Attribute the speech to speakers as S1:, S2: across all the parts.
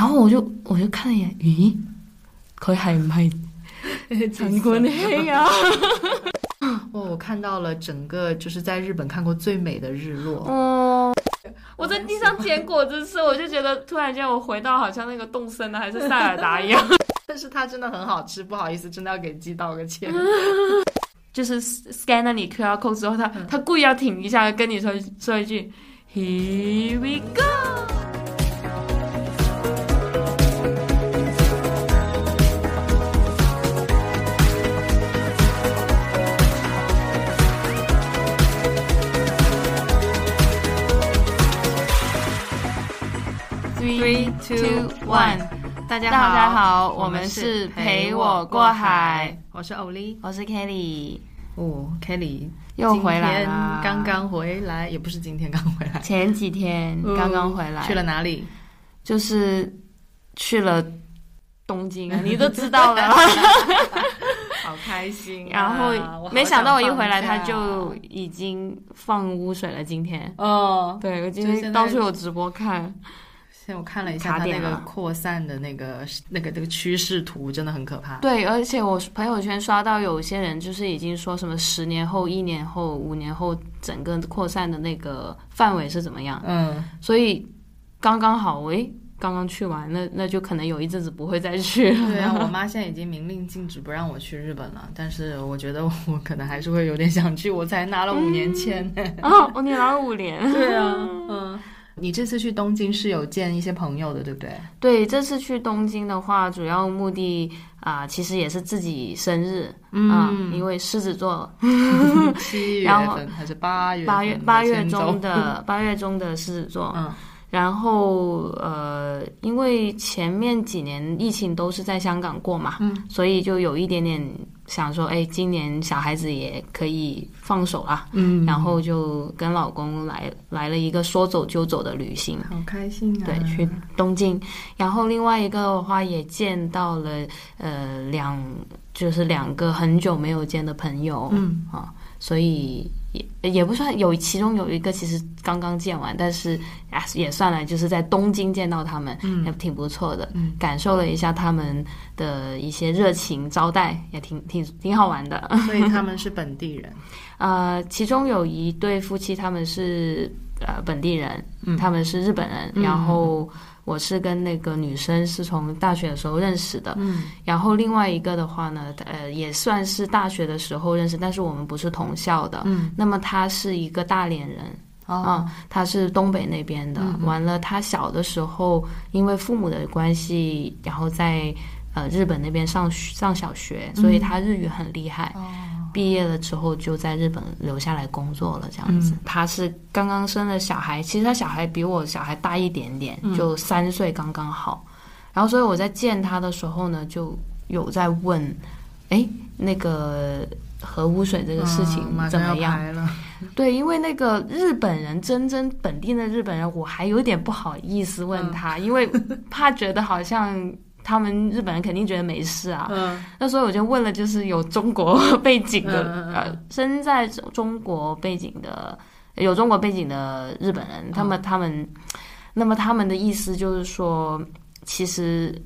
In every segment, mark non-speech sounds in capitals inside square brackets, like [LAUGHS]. S1: 後我就我就看一眼，咦，佢係唔係陳冠希啊？
S2: [LAUGHS] 哇，我看到了整个就是在日本看过最美的日落。
S1: 哦，
S3: 我在地上捡果子吃，我就觉得突然间我回到好像那个动森的还是塞尔达一样。
S2: 但是它真的很好吃，不好意思，真的要给鸡道个歉。
S1: 嗯
S3: 就是 scan 那里 QR code 之后，他
S1: 嗯
S3: 他故意要停一下，跟你说说一句 Here we go。Three, two, one。
S2: 大家
S3: 大家好
S2: 我
S3: 我们是陪我过海，
S2: 我是欧丽。
S1: 我是 Kelly，
S2: 哦，Kelly
S1: 又回来
S2: 今
S1: 啦
S2: 天刚刚回来，也不是今天刚回来，
S1: 前几天刚刚回来，
S2: 去了哪里？
S1: 就是去了东
S2: [LAUGHS]
S1: 京啊，你都知道了啦。
S2: 好开心啊、
S1: 然
S2: 我
S1: 后
S2: 好
S1: 没想到我一回来，
S2: 想放
S1: 他
S2: 假啊
S1: 就已经放污水了。今天，
S2: 哦，
S1: 对我今
S2: 就现在
S1: 天到处有直播看，
S2: 现在我看了一下
S1: 卡
S2: 它那
S1: 点
S2: 个
S1: 了
S2: 扩散的那个那个那个趋势图，真的很可怕。
S1: 对，而且我朋友圈刷到有些人就是已经说什么十年后、一年后、五年后，整个扩散的那个范围是怎么样？
S2: 嗯，
S1: 所以刚刚好，喂，刚刚去完，那那就可能有一阵子不会再去了。
S2: 对啊，我妈现在已经明令禁止不让我去日本了，但是我觉得我可能还是会有点想去，我才拿了五年签。
S1: [LAUGHS] 哦，我你拿了五年。
S2: [LAUGHS] 对啊，嗯，你这次去东京是有见一些朋友的，对不对？
S1: 对，这次去东京的话，主要目的啊、其实也是自己生日啊、
S2: [LAUGHS]
S1: 因为狮子座
S2: 嗯七月
S1: 然后
S2: 份还是八月份？
S1: 八月八月中嗯
S2: 中，
S1: 的八月中的狮子座，
S2: 嗯
S1: 然后呃，因为前面几年疫情都是在香港过嘛，嗯，所以就有一点点想说，哎，今年小孩子也可以放手啦，
S2: 嗯，
S1: 然后就跟老公来来了一个说走就走的旅行。
S2: 好开心啊！
S1: 对，去东京，然后另外一个的话也见到了呃两就是两个很久没有见的朋友，
S2: 嗯
S1: 啊，所以也也不算有，其中有一个其实刚刚见完，但是啊也算了，就是在东京见到他们，也挺不错的，感受了一下他们的一些热情招待，也挺挺挺好玩的。
S2: 嗯所以他们是本地人，
S1: 呃，其中有一对夫妻，他们是呃本地人，他们是日本人，然后我是跟那个女生是从大学的时候认识的，
S2: 嗯
S1: 然后另外一个的话呢，呃，也算是大学的时候认识，但是我们不是同校的。
S2: 嗯，
S1: 那么他是一个大连人
S2: 哦，
S1: 啊、他是东北那边的。完了，他小的时候因为父母的关系，然后在呃日本那边上学上小学，所以他日语很厉害。毕业了之后就在日本留下来工作了，这样
S2: 嗯
S1: 子。他是刚刚生了小孩，其实他小孩比我小孩大一点点，
S2: 嗯
S1: 就三岁刚刚好。然后所以我在见他的时候呢，就有在问，哎，那个核污水这个事情
S2: 嗯马
S1: 怎么
S2: 上要
S1: 样？
S2: 排了，
S1: 对，因为那个日本人，真正本地的日本人，我还有点不好意思问
S2: 嗯
S1: 他，因为怕觉得好像。他们日本人肯定觉得没事啊，
S2: 嗯
S1: 那所以我就问了，就是有中国 [LAUGHS] 背景的，
S2: 嗯嗯嗯
S1: 呃，身在中中国背景的，有中国背景的日本人，
S2: 嗯
S1: 他们、他们，那么他们的意思就是说，其实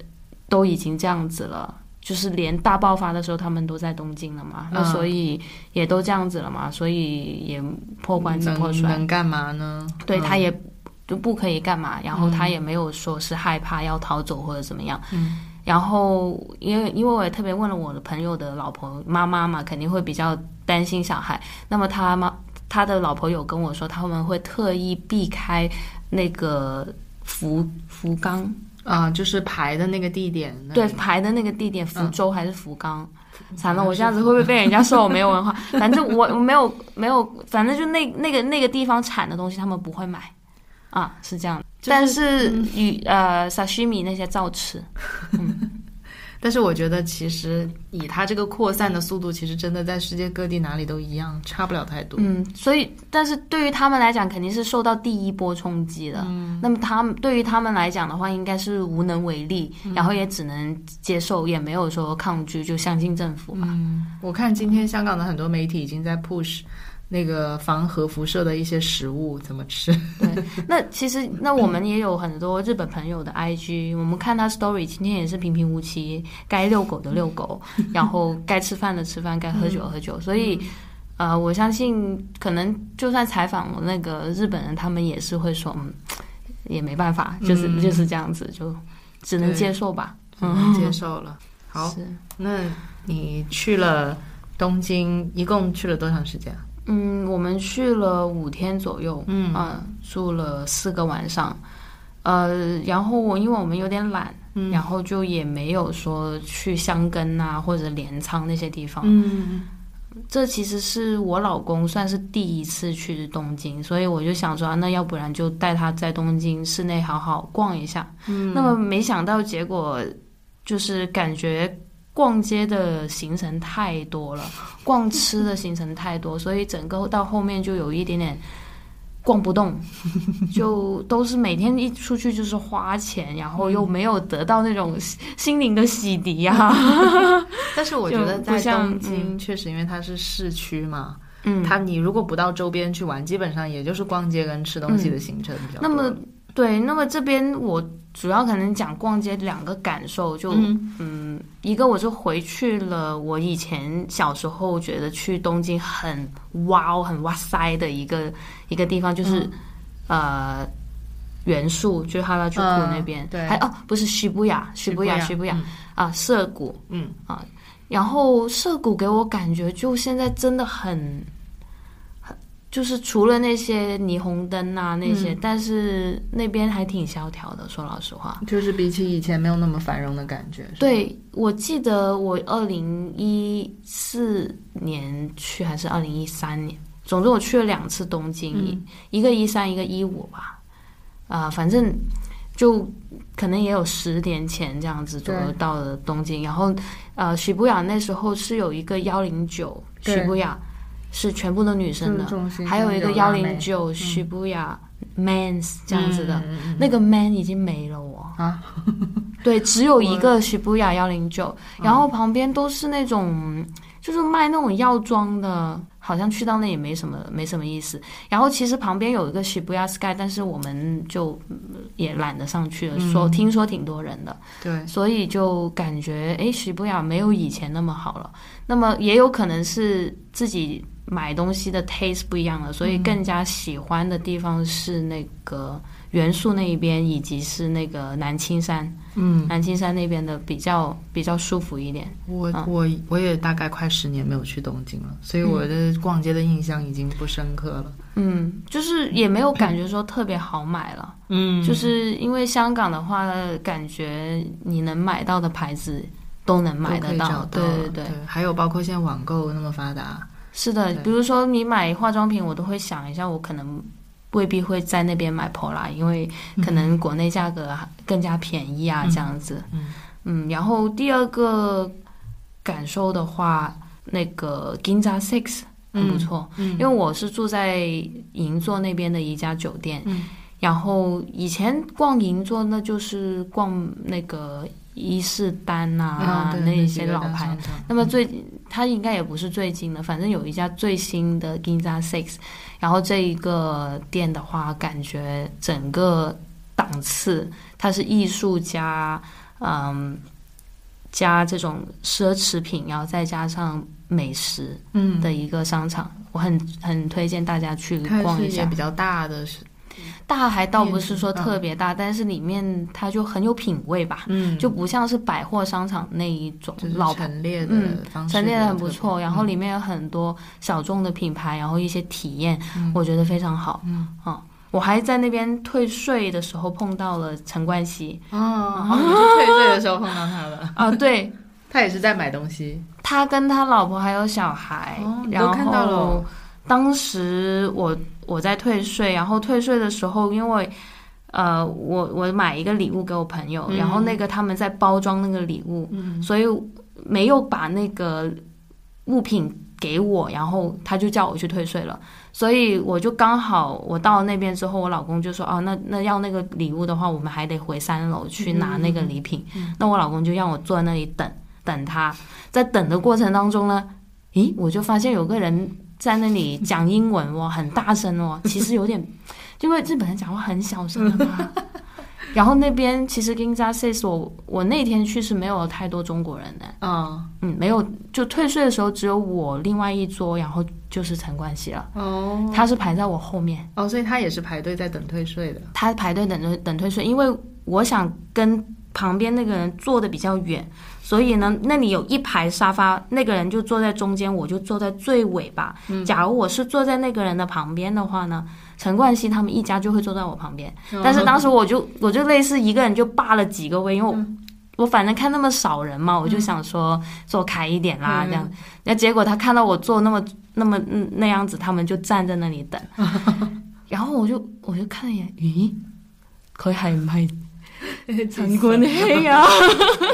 S1: 都已经这样子了。就是连大爆发的时候，他们都在东京了嘛，那
S2: 嗯
S1: 所以也都这样子了嘛，所以也破罐子破
S2: 能
S1: 摔，
S2: 嗯能干嘛呢？
S1: 对，
S2: 嗯
S1: 他也就不可以干嘛，然后他也没有说是害怕要逃走或者怎么样。
S2: 嗯
S1: 然后因为因为我也特别问了我的朋友的老婆妈妈嘛，肯定会比较担心小孩。那么他妈他的老婆有跟我说，他们会特意避开那个福福冈，
S2: 啊，就是排的那个地点，那
S1: 对
S2: 里，嗯
S1: 排的那个地点，福州还是福冈？惨了，我这样子会不会被人家说我没有文化？反正我我没有没有，反正就那那个那个地方产的东西，他们不会买啊，是这样的。
S2: 就是
S1: 但是与、呃沙西米那些照吃，
S2: 但是我觉得，其实以它这个扩散的速度，其实真的在世界各地哪里都一样，差不了太多。
S1: 嗯，所以但是对于他们来讲，肯定是受到第一波冲击的。嗯，那么他们对于他们来讲的话，应该是无能为力，然后也只能接受，也没有说抗拒，就相信政府嘛。
S2: 我看今天香港的很多媒体已经在 push 那个防核辐射的一些食物怎么吃。
S1: 对， [LAUGHS] 那其实那我们也有很多日本朋友的 IG，我们看他 story，今天也是平平无奇，该遛狗的遛
S2: [LAUGHS]
S1: 狗，然后该吃饭的吃饭，该喝酒的喝
S2: 嗯
S1: 酒，所以。呃，我相信可能就算采访我那个日本人，他们也是会说，嗯，也没办法，就是、
S2: 嗯
S1: 就是这样子，就只能
S2: 对
S1: 接受吧。
S2: 嗯，接受了。好，
S1: 是
S2: 那你去了东京，一共去了多长时间啊？
S1: 嗯，我们去了五天左右，
S2: 嗯
S1: 住了四个晚上，呃，然后我因为我们有点懒，
S2: 嗯
S1: 然后就也没有说去箱根啊或者镰仓那些地方，
S2: 嗯，
S1: 这其实是我老公算是第一次去东京，所以我就想说，啊那要不然就带他在东京市内好好逛一下。嗯，那么没想到结果就是感觉逛街的行程太多了，逛吃的行程太多，所以整个到后面就有一点点。逛不 [LAUGHS] 动，就都是每天一出去就是花钱，然后又没有得到那种心心灵的洗涤啊。
S2: 但是我觉
S1: 就
S2: 得
S1: 不
S2: 在
S1: 像
S2: 东京，确实因为它是市区嘛，
S1: [LAUGHS] 嗯，
S2: 它你如果不到周边去玩，基本上也就是逛街跟吃东西的行程比较多。
S1: 那么对，那么这边我主要可能讲逛街两个感受，就嗯一个我是回去了我以前小时候觉得去东京很哇哦很哇塞的一个一个地方，就是、
S2: 嗯
S1: 呃。元素就是哈拉居库
S2: 嗯
S1: 那边，
S2: 对
S1: 还哦不是西布亚，西布亚，西布亚啊，涩谷，
S2: 嗯
S1: 啊，然后涩谷给我感觉就现在真的很，很就是除了那些霓虹灯啊那些，但是那边还挺萧条的，说老实话。
S2: 就是比起以前没有那么繁荣的感觉。是吧，
S1: 嗯对，我记得我二零一四年去还是二零一三年，总之我去了两次东京，
S2: 嗯
S1: 一一个一三，一个一五吧，啊、反正就可能也有十年前这样子左右
S2: 对
S1: 到了东京，然后呃，许布雅那时候是有一个幺零九
S2: 对嗯
S1: 许布雅是全部都女生
S2: 就是嗯
S1: 的，
S2: 中心
S1: 还有一个幺
S2: 拉美
S1: 零九许布雅 mans 这样子的，
S2: 嗯嗯嗯
S1: 那个 man 已经没了我。
S2: 啊，
S1: [LAUGHS] 对，只有一个徐布雅幺零九，然后旁边都是那种就是卖那种药妆的，好像去到那也没什么没什么意思。然后其实旁边有一个徐布雅 Sky，但是我们就嗯也懒得上去了，说听说挺多人的，
S2: 对，
S1: 所以就感觉诶，徐布雅没有以前那么好了。那么也有可能是自己买东西的 taste 不一样了，所以更加喜欢的地方是那个元素那一边，以及是那个南青山。
S2: 嗯，
S1: 南青山那边的比较比较舒服一点。
S2: 我
S1: 嗯
S2: 我我也大概快十年没有去东京了，所以我的逛街的印象已经不深刻了。
S1: 嗯，就是也没有感觉说特别好买了，
S2: 嗯
S1: 就是因为香港的话，感觉你能买到的牌子都能买得到。对对
S2: 对
S1: 对，
S2: 还有包括现在网购那么发达，
S1: 是的。
S2: 对
S1: 比如说你买化妆品，我都会想一下，我可能未必会在那边买 Pola，因为可能国内价格更加便宜啊，这样子。
S2: 嗯
S1: 嗯，然后第二个感受的话，那个 Ginza Six 很不错。
S2: 嗯
S1: 因为我是住在银座那边的一家酒店，
S2: 嗯
S1: 然后以前逛银座那就是逛那个伊势丹呐、
S2: 啊，对
S1: 那一
S2: 几
S1: 些
S2: 个
S1: 老
S2: 大
S1: 牌。
S2: 商场
S1: 那么最，它应该也不是最近的，反正有一家最新的 Ginza Six，然后这一个店的话，感觉整个档次，它是艺术家，嗯，加这种奢侈品，然后再加上美食，
S2: 嗯，
S1: 的一个商场，我很很推荐大家去
S2: 它
S1: 逛
S2: 是
S1: 一
S2: 也
S1: 下
S2: 比。较大的，是
S1: 大还倒不是说特别大，但是里面它就很有品味吧，
S2: 嗯，
S1: 就不像是百货商场那一种
S2: 就是
S1: 老牌，
S2: 陈列的嗯
S1: 嗯
S2: 方式
S1: 陈列
S2: 比
S1: 的
S2: 较
S1: 很不
S2: 特别
S1: 错。然后里面有很多小众的品牌，然后一些体验，我觉得非常好。嗯啊，我还在那边退税的时候碰到了陈冠希
S2: 哦，好你去退税的时候碰到他了，
S1: 啊，对
S2: 他也是在买东西，
S1: 他跟他老婆还有小孩，
S2: 哦你
S1: 然
S2: 都
S1: 后
S2: 看到了哦
S1: 当时我我在退税，然后退税的时候，因为呃，我我买一个礼物给我朋友，然
S2: 嗯
S1: 后那个他们在包装那个礼物，所以没有把那个物品给我，然后他就叫我去退税了。所以我就刚好我到那边之后，我老公就说：“哦，那那要那个礼物的话，我们还得回三楼去拿那个礼品。那我老公就让我坐在那里等等他，在等的过程当中呢，咦，我就发现有个人在那里讲英文哦，很大声哦，其实有点，因为日本人讲话很小声的嘛。然后那边其实 Ginza Six，我我那天去是没有太多中国人的，
S2: 啊
S1: 嗯，没有，就退税的时候只有我另外一桌，然后就是陈冠希了，
S2: 哦
S1: 他是排在我后面，
S2: 哦，所以他也是排队在等退税的。
S1: 他排队等着等退税，因为我想跟旁边那个人坐的比较远，所以呢，那里有一排沙发，那个人就坐在中间，我就坐在最尾巴。假如我是坐在那个人的旁边的话呢，陈冠希他们一家就会坐在我旁边。但是当时我就我就类似一个人就霸了几个位，因为我、我反正看那么少人嘛，我就想说坐开一点啦，这样。那结果他看到我坐那么那么嗯那样子，他们就站在那里 [LAUGHS] 等。然后我就我就看了一眼，咦，佢係唔係陳冠希啊？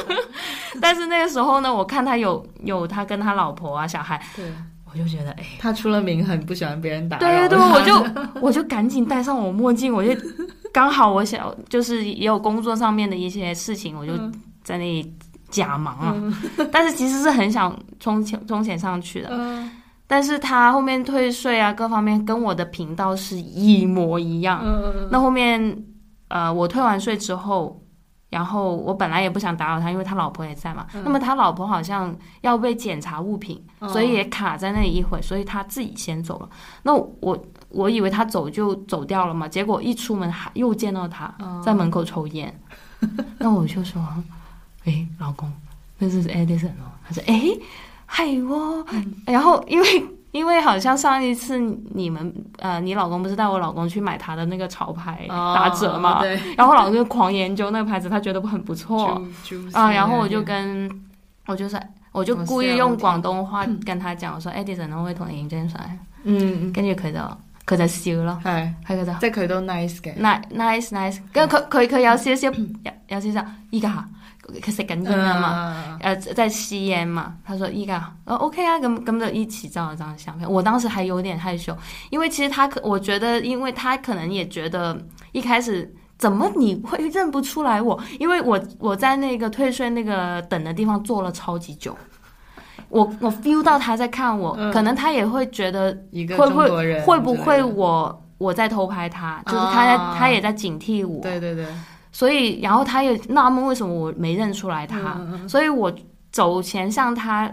S1: [LAUGHS] 但是那个时候呢，我看他有有他跟他老婆啊小孩，
S2: 对，
S1: 我就觉得哎。
S2: 他出了名很不喜欢别人打
S1: 对
S2: 扰
S1: 对对，
S2: 他
S1: 我
S2: [LAUGHS]
S1: 就我就赶紧戴上我墨镜，我就刚好我想就是也有工作上面的一些事情，我就
S2: 嗯
S1: 在那里假忙啊，但是其实是很想冲钱冲钱上去的，
S2: 嗯
S1: 但是他后面退税啊各方面跟我的频道是一模一样，
S2: 嗯
S1: 那后面呃，我退完税之后，然后我本来也不想打扰他，因为他老婆也在
S2: 嗯
S1: 嘛。那么他老婆好像要被检查物品，
S2: 哦
S1: 所以也卡在那里一会，所以他自己先走了。那我我以为他走就走掉了嘛，结果一出门还又见到他
S2: 哦
S1: 在门口抽
S2: [LAUGHS]
S1: 烟，那我就说：“诶，老公，那是 Edison 哦。”他说：“诶，系喎、
S2: 嗯
S1: 然后因为因为好像上一次你们呃，你老公不是带我老公去买他的那个潮牌
S2: 哦
S1: 打折嘛，
S2: 对，
S1: 然后我老公就狂研究那个牌子，他觉得很不错
S2: 猪
S1: 啊，然后我就跟我就说，我就故意用广东话跟他講，我說 Edison 我會同你影張相，
S2: 嗯，
S1: 跟住佢就佢就笑咯，
S2: 系，
S1: 佢就
S2: 即系佢都 nice 嘅。
S1: nice nice nice，跟住佢佢佢有少少有有少少依家佢食緊煙啊嘛。
S2: 嘛，
S1: 呃，在吸烟嘛，他说一个，呃，OK 啊，咁咁就一起照了张相片。我当时还有点害羞，因为其实他可，我觉得，因为他可能也觉得一开始怎么你会认不出来我，因为我我在那个退税那个等的地方坐了超级久，我我 feel 到他在看我，
S2: 嗯
S1: 可能他也会觉得
S2: 一个
S1: 会
S2: 中
S1: 不
S2: 国
S1: 会
S2: 人
S1: 会不会
S2: 之类的
S1: 我我在偷拍他，就是他在、
S2: 啊
S1: 他也在警惕我，
S2: 对对对，
S1: 所以，然后他也纳闷为什么我没认出来
S2: 嗯
S1: 他，所以我走前向他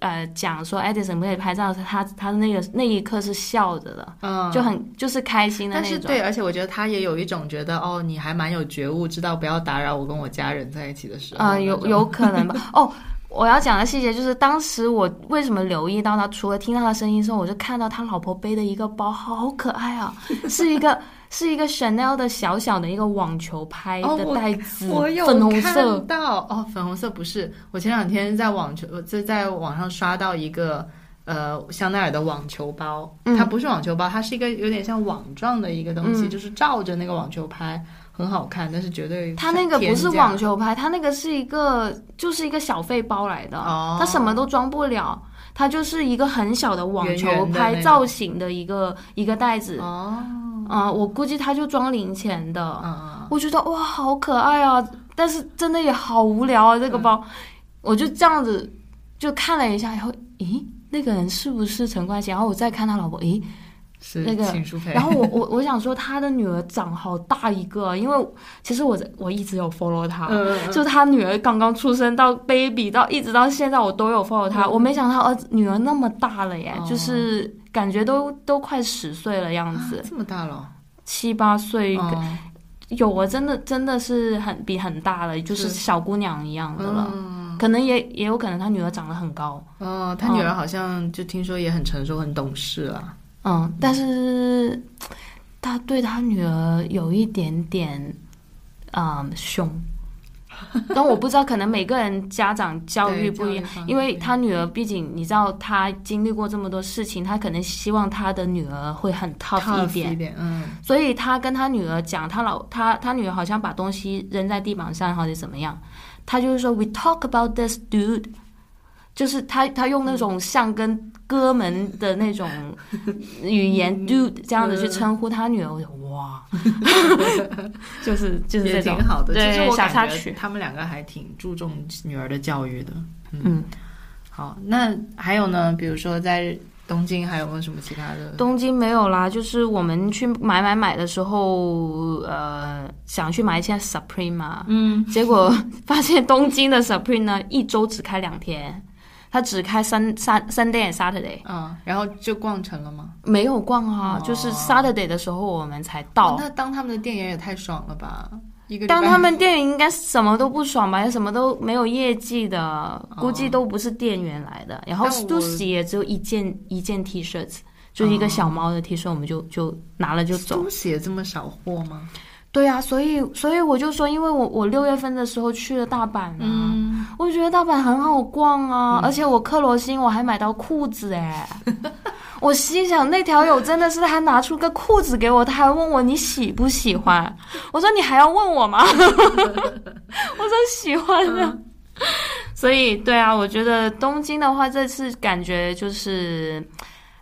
S1: 呃讲说，Edison 可以拍照，他他那个那一刻是笑着的，
S2: 嗯，
S1: 就很就是开心的
S2: 但
S1: 那
S2: 是
S1: 种。
S2: 对，而且我觉得他也有一种觉得哦，你还蛮有觉悟，知道不要打扰我跟我家人在一起的时候。
S1: 呃，有有可能吧。 [LAUGHS] 哦，我要讲的细节就是，当时我为什么留意到他，除了听到他声音之后，我就看到他老婆背的一个包，好可爱啊， [LAUGHS] 是一个是一个 Chanel 的小小的一个网球拍
S2: 哦
S1: 的
S2: 我
S1: 袋子，
S2: [LAUGHS] 我有
S1: 粉红
S2: 看
S1: 色。
S2: 到哦，粉红色不是。我前两天在网球，就在网上刷到一个呃香奈儿的网球包，
S1: 嗯
S2: 它不是网球包，它是一个有点像网状的一个东西，
S1: 嗯
S2: 就是照着那个网球拍，很好看，但是绝对
S1: 它那个不是
S2: 天价
S1: 网球拍，它那个是一个就是一个小费包来的，
S2: 哦
S1: 它什么都装不了，它就是一个很小的网球
S2: 圆圆的那
S1: 拍
S2: 种
S1: 造型的一个一个袋子，啊、
S2: 哦，
S1: 我估计它就装零钱的。
S2: 嗯
S1: 我觉得哇，好可爱啊！但是真的也好无聊啊，这个
S2: 嗯
S1: 包，我就这样子就看了一下，然后咦，那个人是不是陈冠希？然后我再看他老婆，咦，
S2: 是
S1: 那个
S2: 秦舒培，
S1: 然后我我我想说，他的女儿长好大一个，啊因为其实我我一直有 follow 他，
S2: 嗯
S1: 就他女儿刚刚出生到 baby 到一直到现在，我都有 follow 他。我没想到儿子女儿那么大了耶，
S2: 嗯哦
S1: 就是感觉都都快十岁了样
S2: 啊
S1: 子，
S2: 这么大了，
S1: 七八岁、
S2: 哦
S1: 有啊，真的真的是很比很大了，就是
S2: 是
S1: 小姑娘一样的了。
S2: 嗯
S1: 可能也也有可能他女儿长得很高，
S2: 哦，他女儿好像就听说也很成熟，很懂事了。
S1: 嗯，但是他对他女儿有一点点，嗯，
S2: [LAUGHS]
S1: 凶。但我不知道，可能每个人家长教育
S2: 对
S1: 不一样
S2: 教育方，面
S1: 因为
S2: 不一样
S1: 他女儿毕竟你知道，他经历过这么多事情，他可能希望他的女儿会很 tough 一
S2: tough
S1: 点，
S2: 点，嗯，
S1: 所以他跟他女儿讲，他老他他女儿好像把东西扔在地板上，或者怎么样，他就是说 we talk about this dude，就是他他用那种像跟哥们的那种语言 dude 这样子去称呼他女儿，我就哇，就是就是
S2: 也
S1: 这
S2: 挺
S1: 种
S2: 好的。
S1: 对
S2: 其实我
S1: 小插
S2: 感
S1: 曲
S2: 觉他们两个还挺注重女儿的教育的。
S1: 嗯，
S2: 好，那还有呢，比如说在东京还有没有什么其他的？
S1: 东京没有啦，就是我们去买买买的时候，呃，想去买一件 Supreme 嘛，嗯，结果发现东京的 Supreme 呢，一周只开两天，它只开三三三 day and Saturday，
S2: 嗯，然后就逛成了吗？
S1: 没有逛啊，
S2: 哦
S1: 就是 Saturday 的时候我们才到。
S2: 那当他们的店员也太爽了吧！一个礼拜
S1: 当他们店员应该什么都不爽吧，什么都没有业绩的，估计都不是店员来的。然后
S2: 哦但我哦
S1: Stussy 也只有一件一件 T 恤，就是一个小猫的 T 恤，我们就就拿了就走。
S2: 东西也这么少货吗？
S1: 对啊，所以所以我就说，因为我我六月份的时候去了大阪啊嘛，
S2: 嗯，
S1: 我觉得大阪很好逛啊，而且我克罗心我还买到裤子哎。 [LAUGHS] 我心想，那条友真的是他拿出个裤子给我，他还问我你喜不喜欢。我说你还要问我吗？ [LAUGHS] 我说喜欢的。
S2: 嗯
S1: [LAUGHS] 所以对啊，我觉得东京的话，这次感觉就是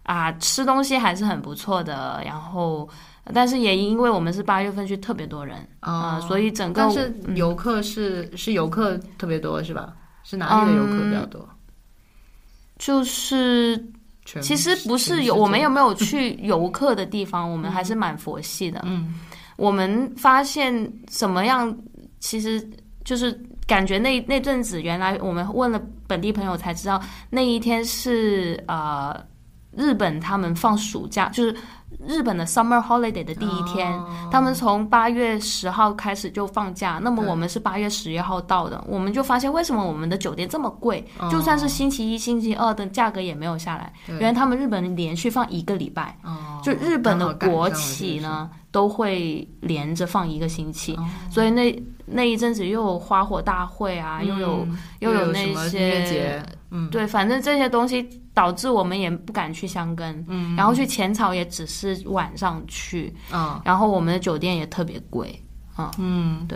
S1: 啊，吃东西还是很不错的。然后，但是也因为我们是八月份去，特别多人啊、
S2: 哦
S1: 所以整个嗯
S2: 但是游客是、是游客特别多是吧？是哪里的游客比较
S1: 嗯
S2: 多？
S1: 就是
S2: 全
S1: 其实不是有我们有没有
S2: [LAUGHS]
S1: 去游客的地方，我们还是蛮佛系的。
S2: 嗯，
S1: 我们发现什么样，其实就是感觉那那阵子，原来我们问了本地朋友才知道，那一天是呃日本他们放暑假，就是日本的 summer holiday 的第一天，
S2: 哦
S1: 他们从八月十号开始就放假。那么我们是八月十一号到的，我们就发现为什么我们的酒店这么贵，
S2: 哦
S1: 就算是星期一、星期二的价格也没有下来。
S2: 对
S1: 原来他们日本连续放一个礼拜。
S2: 哦，
S1: 就日本的
S2: 刚好赶上
S1: 国
S2: 了
S1: 企呢，都会连着放一个星期，
S2: 哦
S1: 所以那那一阵子又有花火大会啊，
S2: 这个
S1: 又
S2: 是，
S1: 有
S2: 嗯嗯
S1: 又
S2: 有什
S1: 那
S2: 么音乐
S1: 些
S2: 节，嗯
S1: 对，反正这些东西导致我们也不敢去箱根，
S2: 嗯
S1: 然后去浅草也只是晚上去，
S2: 啊
S1: 然后我们的酒店也特别贵。
S2: 嗯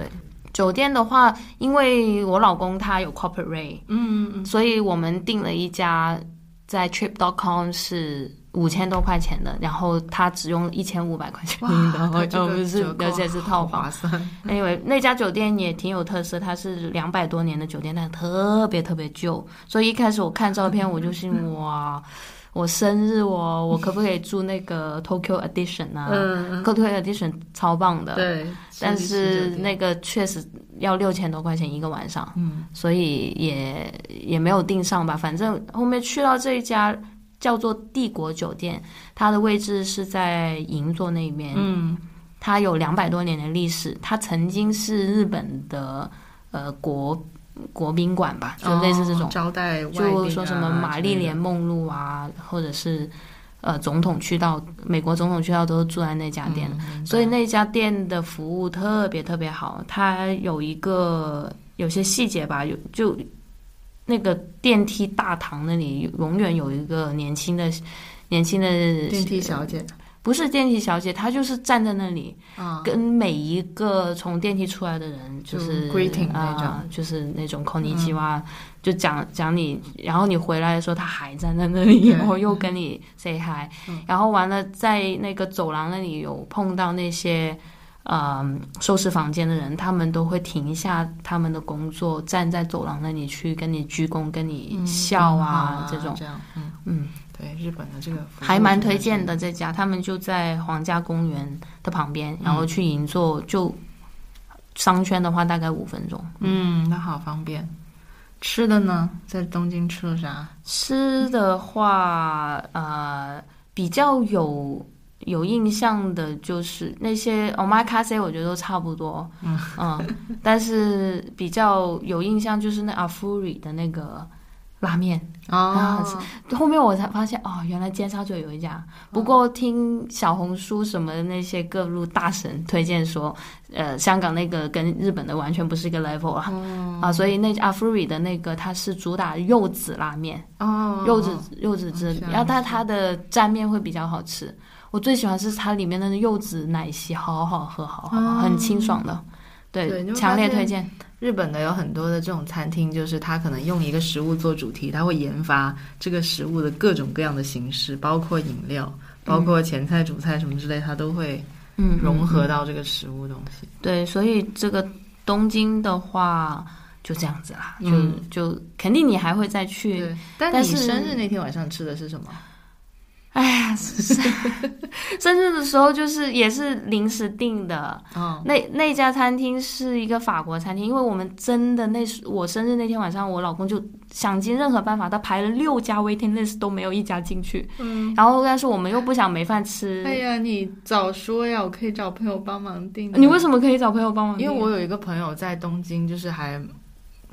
S1: 酒店的话，因为我老公他有 corporate rate，
S2: 嗯
S1: [LAUGHS]
S2: 嗯
S1: 所以我们订了一家在 Trip.com 是五千多块钱的，然后他只用一千五百块钱
S2: 哇
S1: 订的，
S2: 它这
S1: 我
S2: 个
S1: 们是
S2: 折扣
S1: 而且是套
S2: 好
S1: 房
S2: 划。算，
S1: 因为那家酒店也挺有特色，它是两百多年的酒店，但特别特别旧，所以一开始我看照片，我就心哇，我生日哦，我可不可以住那个 Tokyo Edition 啊？
S2: 嗯
S1: Tokyo Edition 超棒的，
S2: 对，
S1: 但是
S2: 酒店
S1: 那个确实要六千多块钱一个晚上，嗯，所以也也没有订上吧。反正后面去到这一家叫做帝国酒店，它的位置是在银座那边，
S2: 嗯
S1: 它有两百多年的历史，它曾经是日本的呃国国宾馆吧，就类似这种
S2: 哦，招待外宾啊，
S1: 就说什么玛丽莲梦露啊，或者是呃总统去到美国总统去到都是住在那家
S2: 之类的
S1: 店。
S2: 嗯明
S1: 所以
S2: 白
S1: 那家店的服务特别特别好，它有一个有些细节吧，有就那个电梯大堂那里永远有一个年轻的年轻的
S2: 电梯小姐
S1: 不是电梯小姐，她就是站在那里，
S2: 啊，
S1: 跟每一个从电梯出来的人就是
S2: 就嗯 greeting
S1: 啊、
S2: 那嗯
S1: 就是那种空尼基哇，就讲讲你，然后你回来的时候他还站在那里，然后又跟你 say hi，、然
S2: 嗯
S1: 后完了在那个走廊那里有碰到那些。嗯，收拾房间的人，他们都会停下他们的工作，站在走廊那里去跟你鞠躬、跟你
S2: 嗯
S1: 笑啊，
S2: 这
S1: 这种
S2: 这样，嗯
S1: 嗯，
S2: 对，日本的这个服务
S1: 还蛮
S2: 真的
S1: 推
S2: 是
S1: 荐的这家，他们就在皇家公园的旁边，然后去银座就商圈的话大概五分钟。
S2: 嗯，那好方便。吃的呢，在东京吃了啥？
S1: 吃的话，呃，比较有有印象的就是那些 omakase，我觉得都差不多，嗯但是比较有印象就是那阿芙里的那个拉面。
S2: 哦，
S1: 后面我才发现哦，原来尖沙咀有一家。
S2: 嗯
S1: 不过听小红书什么的那些各路大神推荐说，呃，香港那个跟日本的完全不是一个 level 啊、
S2: 嗯
S1: 啊，所以那阿芙里的那个它是主打柚子拉面，
S2: 哦，
S1: 柚子柚子汁
S2: 嗯，是啊
S1: 然后但它的蘸面会比较好吃。我最喜欢是它里面的柚子奶昔，好好喝，好好喝，很清爽的，
S2: 嗯对你会
S1: 强烈
S2: 发现
S1: 推荐。
S2: 日本的有很多的这种餐厅，就是它可能用一个食物做主题，它会研发这个食物的各种各样的形式，包括饮料，包括前菜、主菜什么之类，它都会
S1: 嗯，
S2: 融合到这个食物东西。
S1: 对，所以这个东京的话就这样子啦，
S2: 嗯
S1: 就就肯定你还会再去。
S2: 对，但
S1: 但
S2: 你
S1: 是
S2: 生日那天晚上吃的是什么？
S1: 哎呀，是 [LAUGHS] 生日的时候就是也是临时订的。
S2: 哦，
S1: 那那家餐厅是一个法国餐厅，因为我们真的那时我生日那天晚上，我老公就想尽任何办法，他排了六家 waiting list 都没有一家进去。
S2: 嗯，
S1: 然后但是我们又不想没饭吃，
S2: 哎呀，你早说呀，我可以找朋友帮忙订的。
S1: 你为什么可以找朋友帮忙订？
S2: 因为我有一个朋友在东京，就是还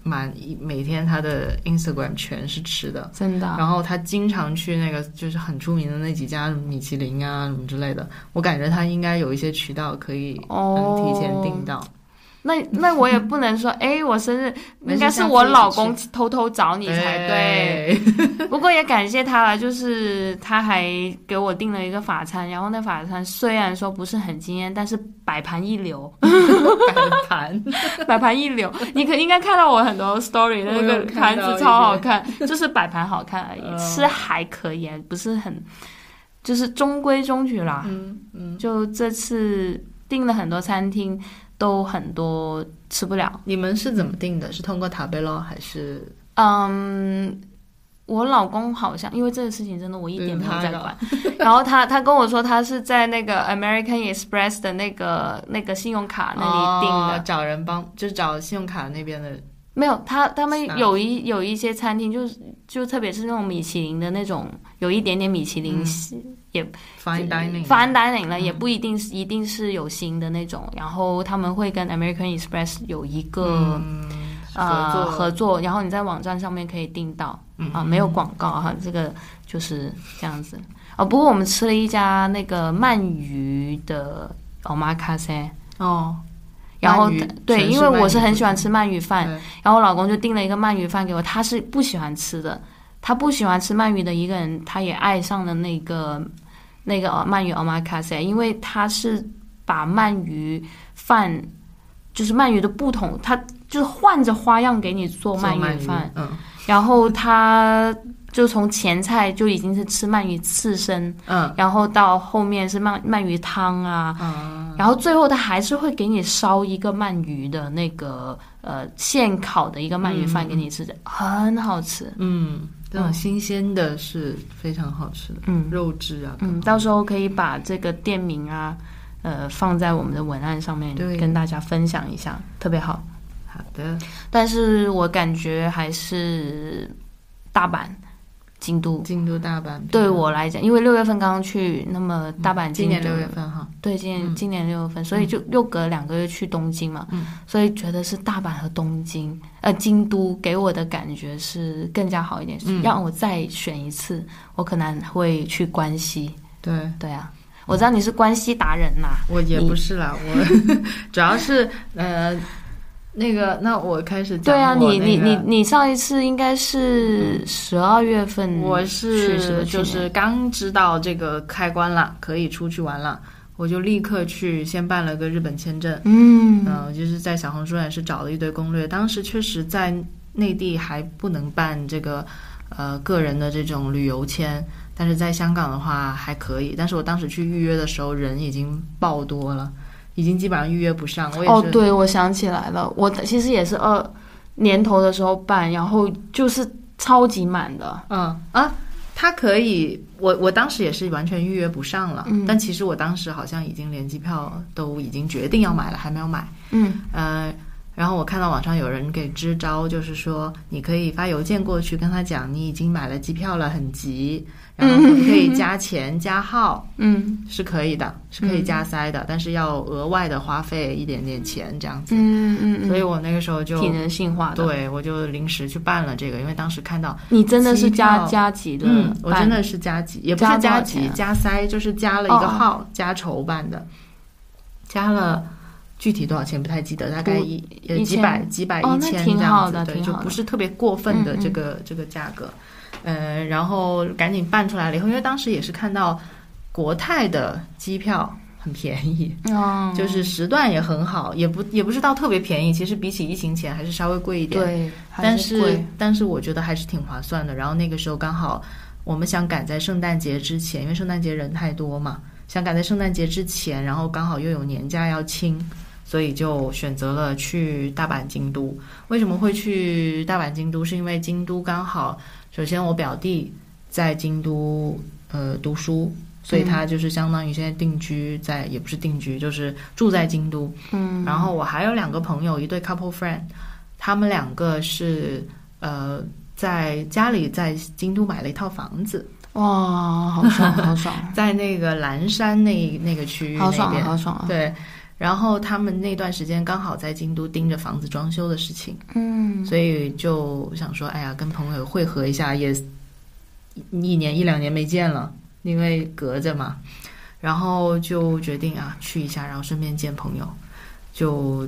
S2: 蛮每天他的 Instagram 全是吃的，
S1: 真的啊
S2: 然后他经常去那个就是很出名的那几家什么米其林啊什么之类的，我感觉他应该有一些渠道可以嗯
S1: 哦，
S2: 提前订到。
S1: 那那我也不能说，哎，我生日
S2: 没事
S1: 应该是我老公偷偷找你才对。
S2: 哎，
S1: 不过也感谢他了，就是他还给我订了一个法餐，然后那法餐虽然说不是很惊艳，但是摆盘一流， [LAUGHS]
S2: 摆
S1: 嗯
S2: 盘，
S1: 摆盘一流。你可应该看到我很多 story，
S2: 我
S1: 那
S2: 有
S1: 个
S2: 看
S1: 盘
S2: 到
S1: 子超好看，就是摆盘好看而
S2: 嗯
S1: 已，吃还可以，不是很，就是中规中矩啦。
S2: 嗯嗯，
S1: 就这次订了很多餐厅，都很多吃不了。
S2: 你们是怎么订的？是通过塔贝咯还是？
S1: 嗯，我老公好像因为这个事情真的我一点没有在
S2: 嗯
S1: 管， [LAUGHS] 然后他他跟我说他是在那个 American Express 的那个那个信用卡那里订的，
S2: 哦找人帮，就是找信用卡那边的。
S1: 没有他他们
S2: 啥
S1: 有一有一些餐厅就是就特别是那种米其林的那种有一点点米其林
S2: 嗯
S1: 系
S2: Fine dining，嗯
S1: fine dining 了，也不一定是一定是有新的那种，然后他们会跟 American Express 有一个。
S2: 嗯合
S1: 呃
S2: 作
S1: 合作，然后你在网站上面可以订到
S2: 嗯
S1: 啊，没有广告哈，这个就是这样子啊。不过我们吃了一家那个鳗鱼的 omakase，
S2: 哦，
S1: 然后
S2: 鳗鱼
S1: 对，
S2: 全是
S1: 因为我
S2: 鳗
S1: 是
S2: 鱼
S1: 很喜欢吃鳗鱼饭，
S2: 对
S1: 然后我老公就订了一个鳗鱼饭给我，他是不喜欢吃的，他不喜欢吃鳗鱼的一个人，他也爱上了那个那个呃鳗鱼 omakase，因为他是把鳗鱼饭就是鳗鱼的不同，他就是换着花样给你做鳗
S2: 鳗
S1: 鱼饭，，
S2: 嗯
S1: 然后他就从前菜就已经是吃鳗鱼刺身，
S2: 嗯
S1: 然后到后面是鳗鳗鱼汤啊，
S2: 啊，
S1: 然后最后他还是会给你烧一个鳗鱼的那个呃现烤的一个鳗鱼饭给你吃，很好吃。
S2: 嗯，这种
S1: 嗯
S2: 新鲜的是非常好吃的，
S1: 嗯
S2: 肉质啊，
S1: 嗯，到时候可以把这个店名啊，呃放在我们的文案上面
S2: 对
S1: 跟大家分享一下，特别好。
S2: 好的，
S1: 但是我感觉还是大阪、京都。
S2: 京都大阪
S1: 对我来讲，因为六月份刚刚去，那么大阪、
S2: 嗯今
S1: 京都
S2: 年六月份哈，
S1: 对，今年、
S2: 嗯
S1: 今年六月份，所以就又隔两个月去东京嘛，
S2: 嗯
S1: 所以觉得是大阪和东京，呃，京都给我的感觉是更加好一点。
S2: 嗯
S1: 让我再选一次，我可能会去关西。
S2: 对
S1: 对啊，我知道你是关西达人呐、
S2: 我也
S1: 你
S2: 不是啦，我 [LAUGHS] 主要是呃那个，那我开始讲
S1: 对啊，
S2: 我
S1: 你你
S2: 那个
S1: 你你上一次应该是十二月份，
S2: 我
S1: 嗯去是不
S2: 是
S1: 是去
S2: 就
S1: 年
S2: 是刚知道这个开关了，可以出去玩了，我就立刻去先办了个日本签证。
S1: 嗯
S2: 嗯、我就是在小红书上也是找了一堆攻略，当时确实在内地还不能办这个呃个人的这种旅游签，但是在香港的话还可以。但是我当时去预约的时候，人已经爆多了，已经基本上预约不上。我也是、
S1: 哦，对，我想起来了，我其实也是二年头的时候办，然后就是超级满的。
S2: 嗯啊，他可以，我我当时也是完全预约不上了，
S1: 嗯
S2: 但其实我当时好像已经连机票都已经决定要买了，还没有买。
S1: 嗯
S2: 呃，然后我看到网上有人给支招，就是说你可以发邮件过去跟他讲你已经买了机票了，很急，然后可不可以加钱加号？
S1: 嗯
S2: 是可以的，是可以加塞的，但是要额外的花费一点点钱这样子。
S1: 嗯嗯嗯，
S2: 所以我那个时候就
S1: 挺人性化的。，
S2: 对我就临时去办了这个，因为当时看到。
S1: 你真的是
S2: 机
S1: 加
S2: 票
S1: 加急的办，
S2: 嗯，我真的是加急，也不是
S1: 加多
S2: 加
S1: 少
S2: 急，
S1: 钱啊
S2: 加塞就是加了一个
S1: 哦
S2: 号，加筹办的，加了具体多少钱不太记得，大概
S1: 不
S2: 一也
S1: 一
S2: 几
S1: 千
S2: 百几百
S1: 哦
S2: 一
S1: 那
S2: 千
S1: 挺
S2: 这
S1: 好
S2: 样子，
S1: 的
S2: 对，
S1: 挺
S2: 就
S1: 好的
S2: 不是特别过分的
S1: 嗯嗯
S2: 这个这个价格，呃，然后赶紧办出来了以后，因为当时也是看到国泰的机票很便宜，
S1: 哦，
S2: 就是时段也很好，也不也不是到特别便宜，其实比起疫情前还是稍微贵一点，
S1: 对，
S2: 但
S1: 还
S2: 是
S1: 贵
S2: 但是我觉得还是挺划算的。然后那个时候刚好我们想赶在圣诞节之前，因为圣诞节人太多嘛，想赶在圣诞节之前，然后刚好又有年假要清，所以就选择了去大阪、京都。为什么会去大阪、京都？是因为京都刚好，首先我表弟在京都。呃读书，
S1: 嗯
S2: 所以他就是相当于现在定居在，也不是定居，就是住在京都。
S1: 嗯，
S2: 然后我还有两个朋友，一对 couple friend，他们两个是呃在家里在京都买了一套房子，
S1: 哇，好爽，好爽，
S2: [LAUGHS] 在那个岚山那那个区域
S1: 好
S2: 那
S1: 爽啊，
S2: 边。
S1: 好爽啊！
S2: 对，然后他们那段时间刚好在京都盯着房子装修的事情，
S1: 嗯，
S2: 所以就想说，哎呀，跟朋友会合一下，也一年一两年没见了，因为隔着嘛，然后就决定啊去一下，然后顺便见朋友，就。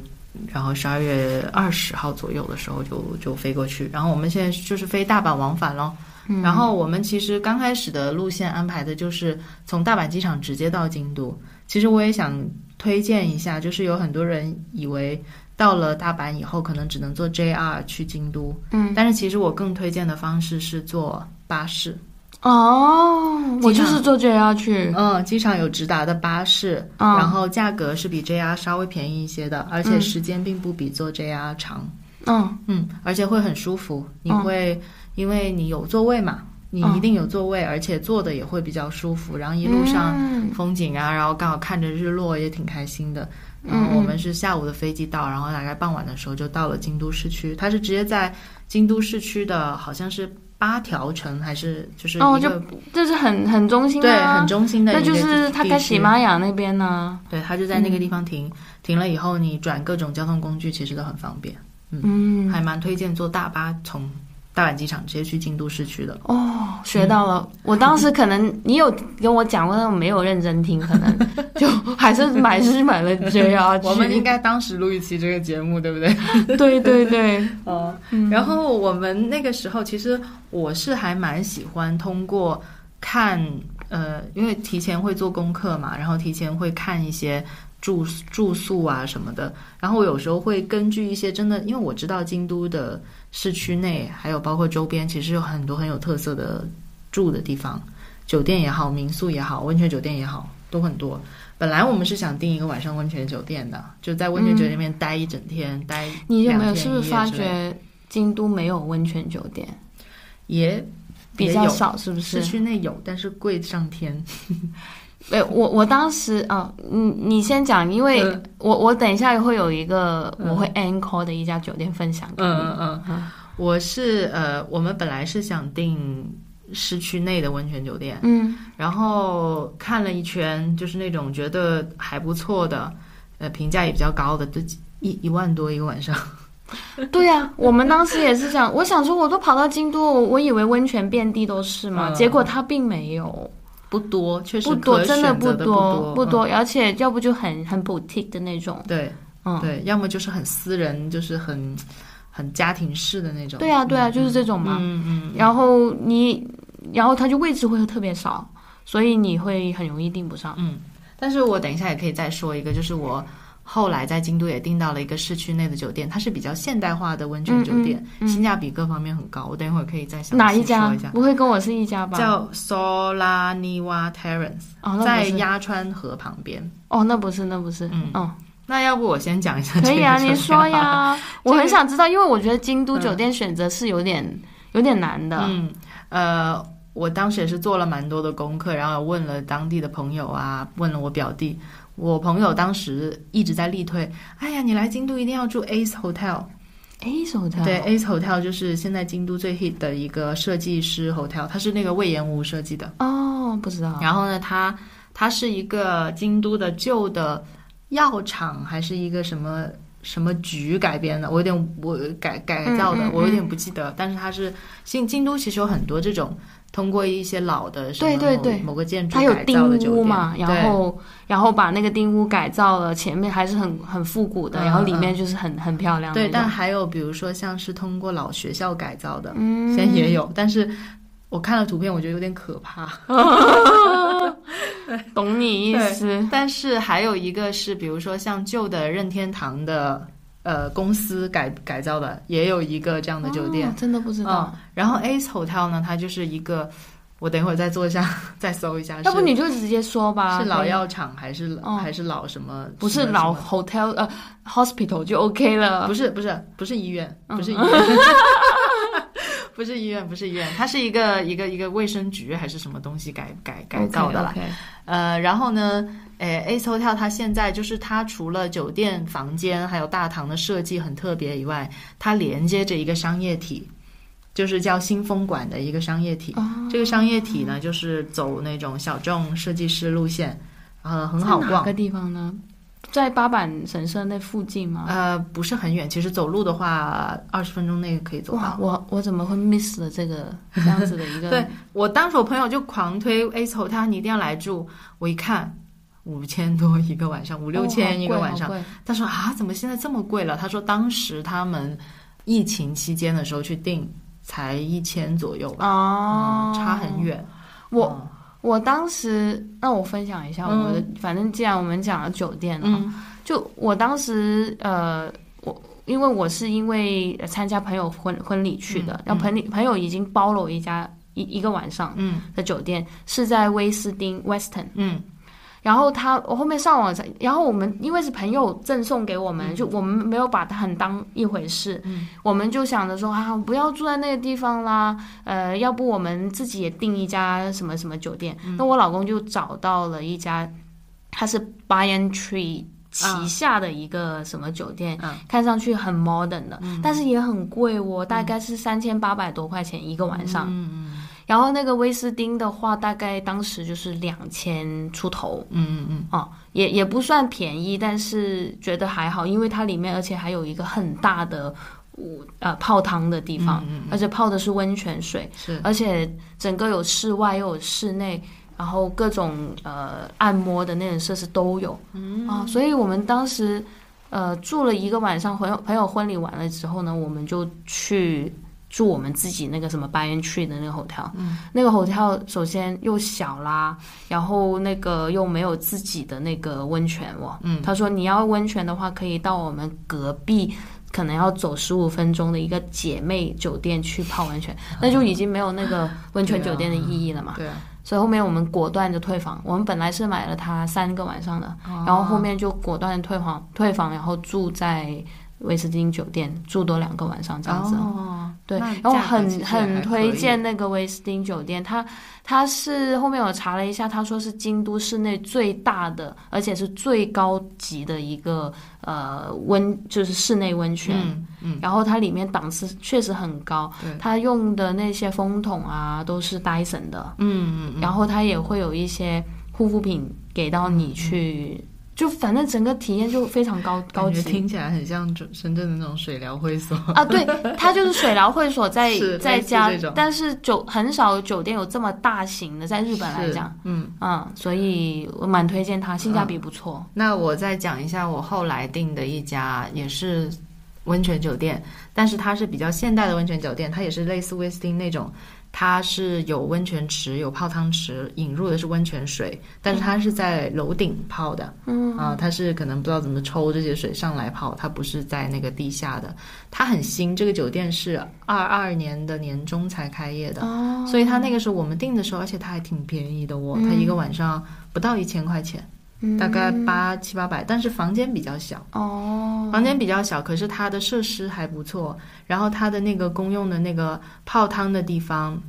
S2: 然后十二月二十号左右的时候就就飞过去，然后我们现在就是飞大阪往返咯。
S1: 嗯
S2: 然后我们其实刚开始的路线安排的就是从大阪机场直接到京都。其实我也想推荐一下，就是有很多人以为到了大阪以后可能只能坐 JR 去京都，
S1: 嗯，
S2: 但是其实我更推荐的方式是坐巴士。
S1: 哦，我就是坐 JR 去，
S2: 嗯，机场有直达的巴士，
S1: 嗯
S2: 然后价格是比 JR 稍微便宜一些的，而且
S1: 嗯
S2: 时间并不比坐 JR 长。
S1: 嗯
S2: 嗯，而且会很舒服，你
S1: 嗯
S2: 会、因为你有座位嘛，你
S1: 嗯
S2: 一定有座位，而且坐的也会比较舒服，然后一路上
S1: 嗯
S2: 风景啊，然后刚好看着日落也挺开心的。然
S1: 嗯
S2: 后
S1: 嗯
S2: 我们是下午的飞机到，然后大概傍晚的时候就到了京都市区，它是直接在京都市区的好像是八条城还是就是
S1: 哦
S2: 一个、
S1: 这是很很中心
S2: 对
S1: 啊
S2: 很中心的一
S1: 那
S2: 个
S1: 就
S2: 地，
S1: 是他开嗯喜
S2: 地区
S1: 玛雅那边呢。
S2: 对，他就在那个地方停，停了以后你转各种交通工具其实都很方便，
S1: 嗯，
S2: 还蛮推荐坐大巴从大阪机场直接去京都市区的。
S1: 哦，学到
S2: [LAUGHS]
S1: 了。我当时可能你有跟我讲过，但我没有认真听，可
S2: [LAUGHS]
S1: 能就还是买是买了 JR 去。
S2: 我们应该当时录一期这个节目，对不对？
S1: 对对
S2: [LAUGHS]
S1: 对，
S2: 哦，然后我们那个时候，其实我是还蛮喜欢通过看，呃，因为提前会做功课嘛，然后提前会看一些住住宿啊什么的，然后我有时候会根据一些真的，因为我知道京都的市区内还有包括周边，其实有很多很有特色的住的地方，酒店也好，民宿也好，温泉酒店也好，都很多。本来我们是想订一个晚上温泉酒店的，就在温泉酒店里面待一整天，待
S1: 你有没有
S2: 两天
S1: 是不
S2: 一
S1: 是
S2: 夜
S1: 发
S2: 之类的
S1: 觉京都没有温泉酒店，
S2: 也
S1: 比
S2: 也
S1: 较
S2: 有
S1: 少，是不是
S2: 市？区内有，但是贵上天。
S1: 哎，我我当时啊，你你先讲，因为
S2: 嗯
S1: 我我等一下会有一个
S2: 嗯
S1: 我会 anchor 的一家酒店分享给你。
S2: 嗯嗯嗯，我是呃，我们本来是想订市区内的温泉酒店，
S1: 嗯
S2: 然后看了一圈，就是那种觉得还不错的，呃，评价也比较高的，都一一万多一个晚上。
S1: [LAUGHS] 对呀、我们当时也是这样。我想说，我都跑到京都，我以为温泉遍地都是嘛，
S2: 嗯
S1: 结果它并没有，
S2: 不多，确实
S1: 不多，
S2: 可
S1: 真的
S2: 选择的
S1: 多，
S2: 不
S1: 不。多，而且要不就很很 boutique 的那种
S2: 嗯，对
S1: 嗯，
S2: 对，要么就是很私人，就是很很家庭式的那种。
S1: 对啊，对啊，就是这种嘛。
S2: 嗯嗯，
S1: 然后你，然后它就位置会特别少，所以你会很容易订不上。
S2: 但是我等一下也可以再说一个，就是我后来在京都也订到了一个市区内的酒店，它是比较现代化的温泉酒店，
S1: 嗯嗯嗯
S2: 性价比各方面很高。我等一会儿可以再详
S1: 哪
S2: 细
S1: 一
S2: 说
S1: 家
S2: 一下，
S1: 不会跟我是一家吧？
S2: 叫 Solaniwa Terrace，、
S1: 哦，那
S2: 在
S1: 不是，
S2: 鸭川河旁边。
S1: 哦，那不是，那不是，
S2: 嗯
S1: 嗯
S2: 那要不我先讲一下 [LAUGHS]
S1: 可
S2: 这个酒
S1: 以
S2: 店
S1: 啊，
S2: 好了？
S1: 你说
S2: [LAUGHS]
S1: 呀，我很想知道，因为我觉得京都
S2: 嗯
S1: 酒店选择是有点、有点难的。
S2: 嗯，呃，我当时也是做了蛮多的功课，然后问了当地的朋友啊，问了我表弟。我朋友当时一直在力推，哎呀，你来京都一定要住 Ace Hotel。
S1: A 手套，
S2: 对，Ace Hotel 就是现在京都最 hit 的一个设计师 hotel，它是那个魏延武设计的。
S1: 哦，不知道，
S2: 然后呢，它它是一个京都的旧的药厂还是一个什么什么局改编的，我有点我改改造的，
S1: 嗯嗯嗯
S2: 我有点不记得。但是它是京京都其实有很多这种通过一些老的什
S1: 对
S2: 么
S1: 对
S2: 某
S1: 对
S2: 某个建筑
S1: 它有
S2: 改造
S1: 丁
S2: 的酒
S1: 屋
S2: 店
S1: 嘛，
S2: 对
S1: 然后然后把那个丁屋改造了，前面还是很很复古的，
S2: 嗯
S1: 然后里面就是很很漂亮的
S2: 对，
S1: 那种。
S2: 但还有比如说像是通过老学校改造的，
S1: 嗯，
S2: 现在也有，但是我看了图片，我觉得有点可怕。
S1: [LAUGHS] 懂你意思。哦
S2: 但是还有一个是，比如说像旧的任天堂的呃公司改改造的，也有一个这样的酒店。嗯
S1: 哦真的不知道，
S2: 然后 Ace Hotel 呢，它就是一个，我等一会儿再做一下， [LAUGHS] 再搜一下。
S1: 要不
S2: 是
S1: 你就直接说吧。
S2: 是
S1: 可
S2: 老
S1: 以
S2: 药厂还是、
S1: 哦
S2: 还是老什么？
S1: 不是
S2: 什么
S1: 老
S2: 什么
S1: hotel 呃 hospital 就 OK 了。
S2: 不是不是不是医院， [LAUGHS]
S1: 嗯
S2: 不是医院。不是医院，不是医院，它是一个一个一个卫生局还是什么东西改改改
S1: OK，
S2: 造的啦。
S1: OK
S2: 呃，然后呢，诶，Ace Hotel 它现在就是它除了酒店房间还有大堂的设计很特别以外，它连接着一个商业体，就是叫新风馆的一个商业
S1: 哦
S2: 体。这个商业体呢，就是走那种小众设计师路线，呃，很好
S1: 在哪
S2: 逛
S1: 个。地方呢？在八坂神社那附近吗？
S2: 呃，不是很远，其实走路的话，二十分钟内可以走
S1: 哇
S2: 到，。
S1: 我我怎么会 miss 了这个这样子的一个？[LAUGHS]
S2: [LAUGHS] 对我当时我朋友就狂推 Ace Hotel，你一定要来住。我一看，五千多一个晚上，五
S1: 五
S2: 六千一个晚上。，
S1: 哦好贵
S2: 他说啊，怎么现在这么贵了？他说当时他们疫情期间的时候去订，才一千左右
S1: 好贵
S2: 吧，
S1: 哦、
S2: 嗯，差很。远。
S1: 我
S2: 嗯
S1: 我当时，那我分享一下我的，反正既然我们讲了酒店了哈，
S2: 嗯
S1: 就我当时呃，我因为我是因为呃参加朋友婚婚礼去的
S2: 嗯，
S1: 然后朋友朋友已经包了我一家一一个晚上
S2: 嗯
S1: 的酒店，是在威斯汀 （Western）。
S2: 嗯
S1: 然后他，我后面上网才，然后我们因为是朋友赠送给我们，就我们没有把它很当一回事，
S2: 嗯
S1: 我们就想着说啊，不要住在那个地方啦，呃，要不我们自己也订一家什么什么酒店。
S2: 嗯
S1: 那我老公就找到了一家，它是 By and Tree 旗下的一个什么酒店，
S2: 嗯
S1: 看上去很 modern 的，但是也很贵哦，大概是三千八百多块钱一个晚上。
S2: 嗯
S1: 然后那个威斯汀的话，大概当时就是两千出头。
S2: 嗯嗯嗯
S1: 哦，也也不算便宜，但是觉得还好，因为它里面而且还有一个很大的屋呃泡汤的地方，
S2: 嗯
S1: 而且泡的是温泉水，
S2: 嗯，是
S1: 而且整个有室外又有室内，然后各种呃按摩的那种设施都有，嗯啊，所以我们当时呃住了一个晚上，朋友朋友婚礼完了之后呢，我们就去。住我们自己那个什么 Buy and Tree 的那个 hotel，、嗯、那个 hotel 首先又小啦，然后那个又没有自己的那个温泉哦。
S2: 嗯
S1: 他说你要温泉的话，可以到我们隔壁，可能要走十五分钟的一个姐妹酒店去泡温泉，那就已经没有那个温泉酒店的意义了嘛。
S2: 对啊，
S1: 所以后面我们果断就退房。我们本来是买了它三个晚上的，
S2: 啊
S1: 然后后面就果断退房，退房然后住在威斯汀酒店住多两个晚上这样子。
S2: 哦，
S1: 对，
S2: 那
S1: 然后我
S2: 价格
S1: 很
S2: 其实还
S1: 很推
S2: 可以
S1: 荐那个威斯汀酒店，它它是后面我查了一下，他说是京都市内最大的，而且是最高级的一个呃温，就是室内温泉。
S2: 嗯嗯
S1: 然后它里面档次确实很高
S2: 对，
S1: 它用的那些风筒啊都是 Dyson 的，
S2: 嗯嗯
S1: 然后它也会有一些护肤品给到你去，就反正整个体验就非常高
S2: 嗯，
S1: 高
S2: 嗯感觉
S1: 级。
S2: 听起来很像深深圳的那种水疗会所。 [LAUGHS]
S1: 啊，对，它就是水疗会所在
S2: 是
S1: 在
S2: 类似
S1: 家
S2: 这种，
S1: 但是酒很少有酒店有这么大型的，在日本来
S2: 是
S1: 讲，，
S2: 嗯，
S1: 嗯，所以我蛮推荐它，性价比不错。
S2: 那我再讲一下我后来订的一家也是温泉酒店，但是它是比较现代的温泉酒店，它也是类似威斯汀那种，它是有温泉池、有泡汤池，引入的是温泉水，但是它是在楼顶泡的，嗯啊、它是可能不知道怎么抽这些水上来泡，它不是在那个地下的，它很新，这个酒店是二二年的年中才开业的，
S1: 哦
S2: 所以它那个时候我们订的时候，而且它还挺便宜的哦，它一个晚上不到一千块钱。大概八七八百，但是房间比较小，
S1: 嗯哦，
S2: 房间比较小，可是它的设施还不错，然后它的那个公用的那个泡汤的地方，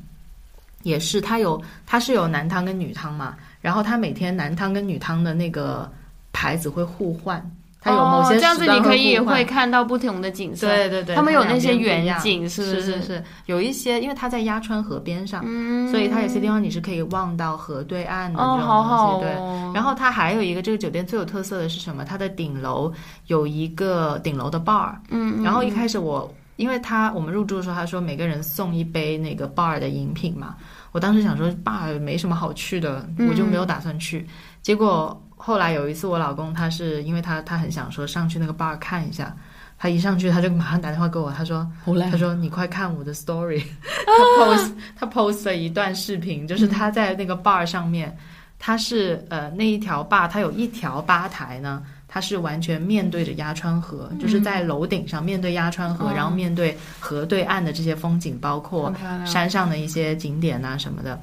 S2: 也是它有它是有男汤跟女汤嘛，然后它每天男汤跟女汤的那个牌子会互换，它有某些
S1: 哦、这样子
S2: 时段
S1: 你可以
S2: 互换
S1: 会看到不同的景色，
S2: 对对对，
S1: 他们有
S2: 它两
S1: 那些
S2: 边不一
S1: 远
S2: 样
S1: 景，是不
S2: 是是是，有一些因为它在鸭川河边上，
S1: 嗯，
S2: 所以它有些地方你是可以望到河对岸的这
S1: 哦，
S2: 种
S1: 好好
S2: 东西对。
S1: 哦，
S2: 然后它还有一个这个酒店最有特色的是什么？它的顶楼有一个顶楼的 bar，
S1: 嗯，
S2: 然后一开始我因为他我们入住的时候，他说每个人送一杯那个 bar 的饮品嘛，我当时想说 bar 没什么好去的，
S1: 嗯
S2: 我就没有打算去。结果后来有一次我老公他是因为他他很想说上去那个 bar 看一下。他一上去，他就马上打电话给我，他说：“他说你快看我的 story，他 post 他 post 了一段视频，就是他在那个 bar 上面，他是呃那一条 bar，它有一条吧台呢，它是完全面对着鸭川河，就是在楼顶上面对鸭川河，
S1: 哦嗯
S2: 然后面对河对岸的这些风景，包括
S1: 很漂亮
S2: 山上的一些景点啊什么的。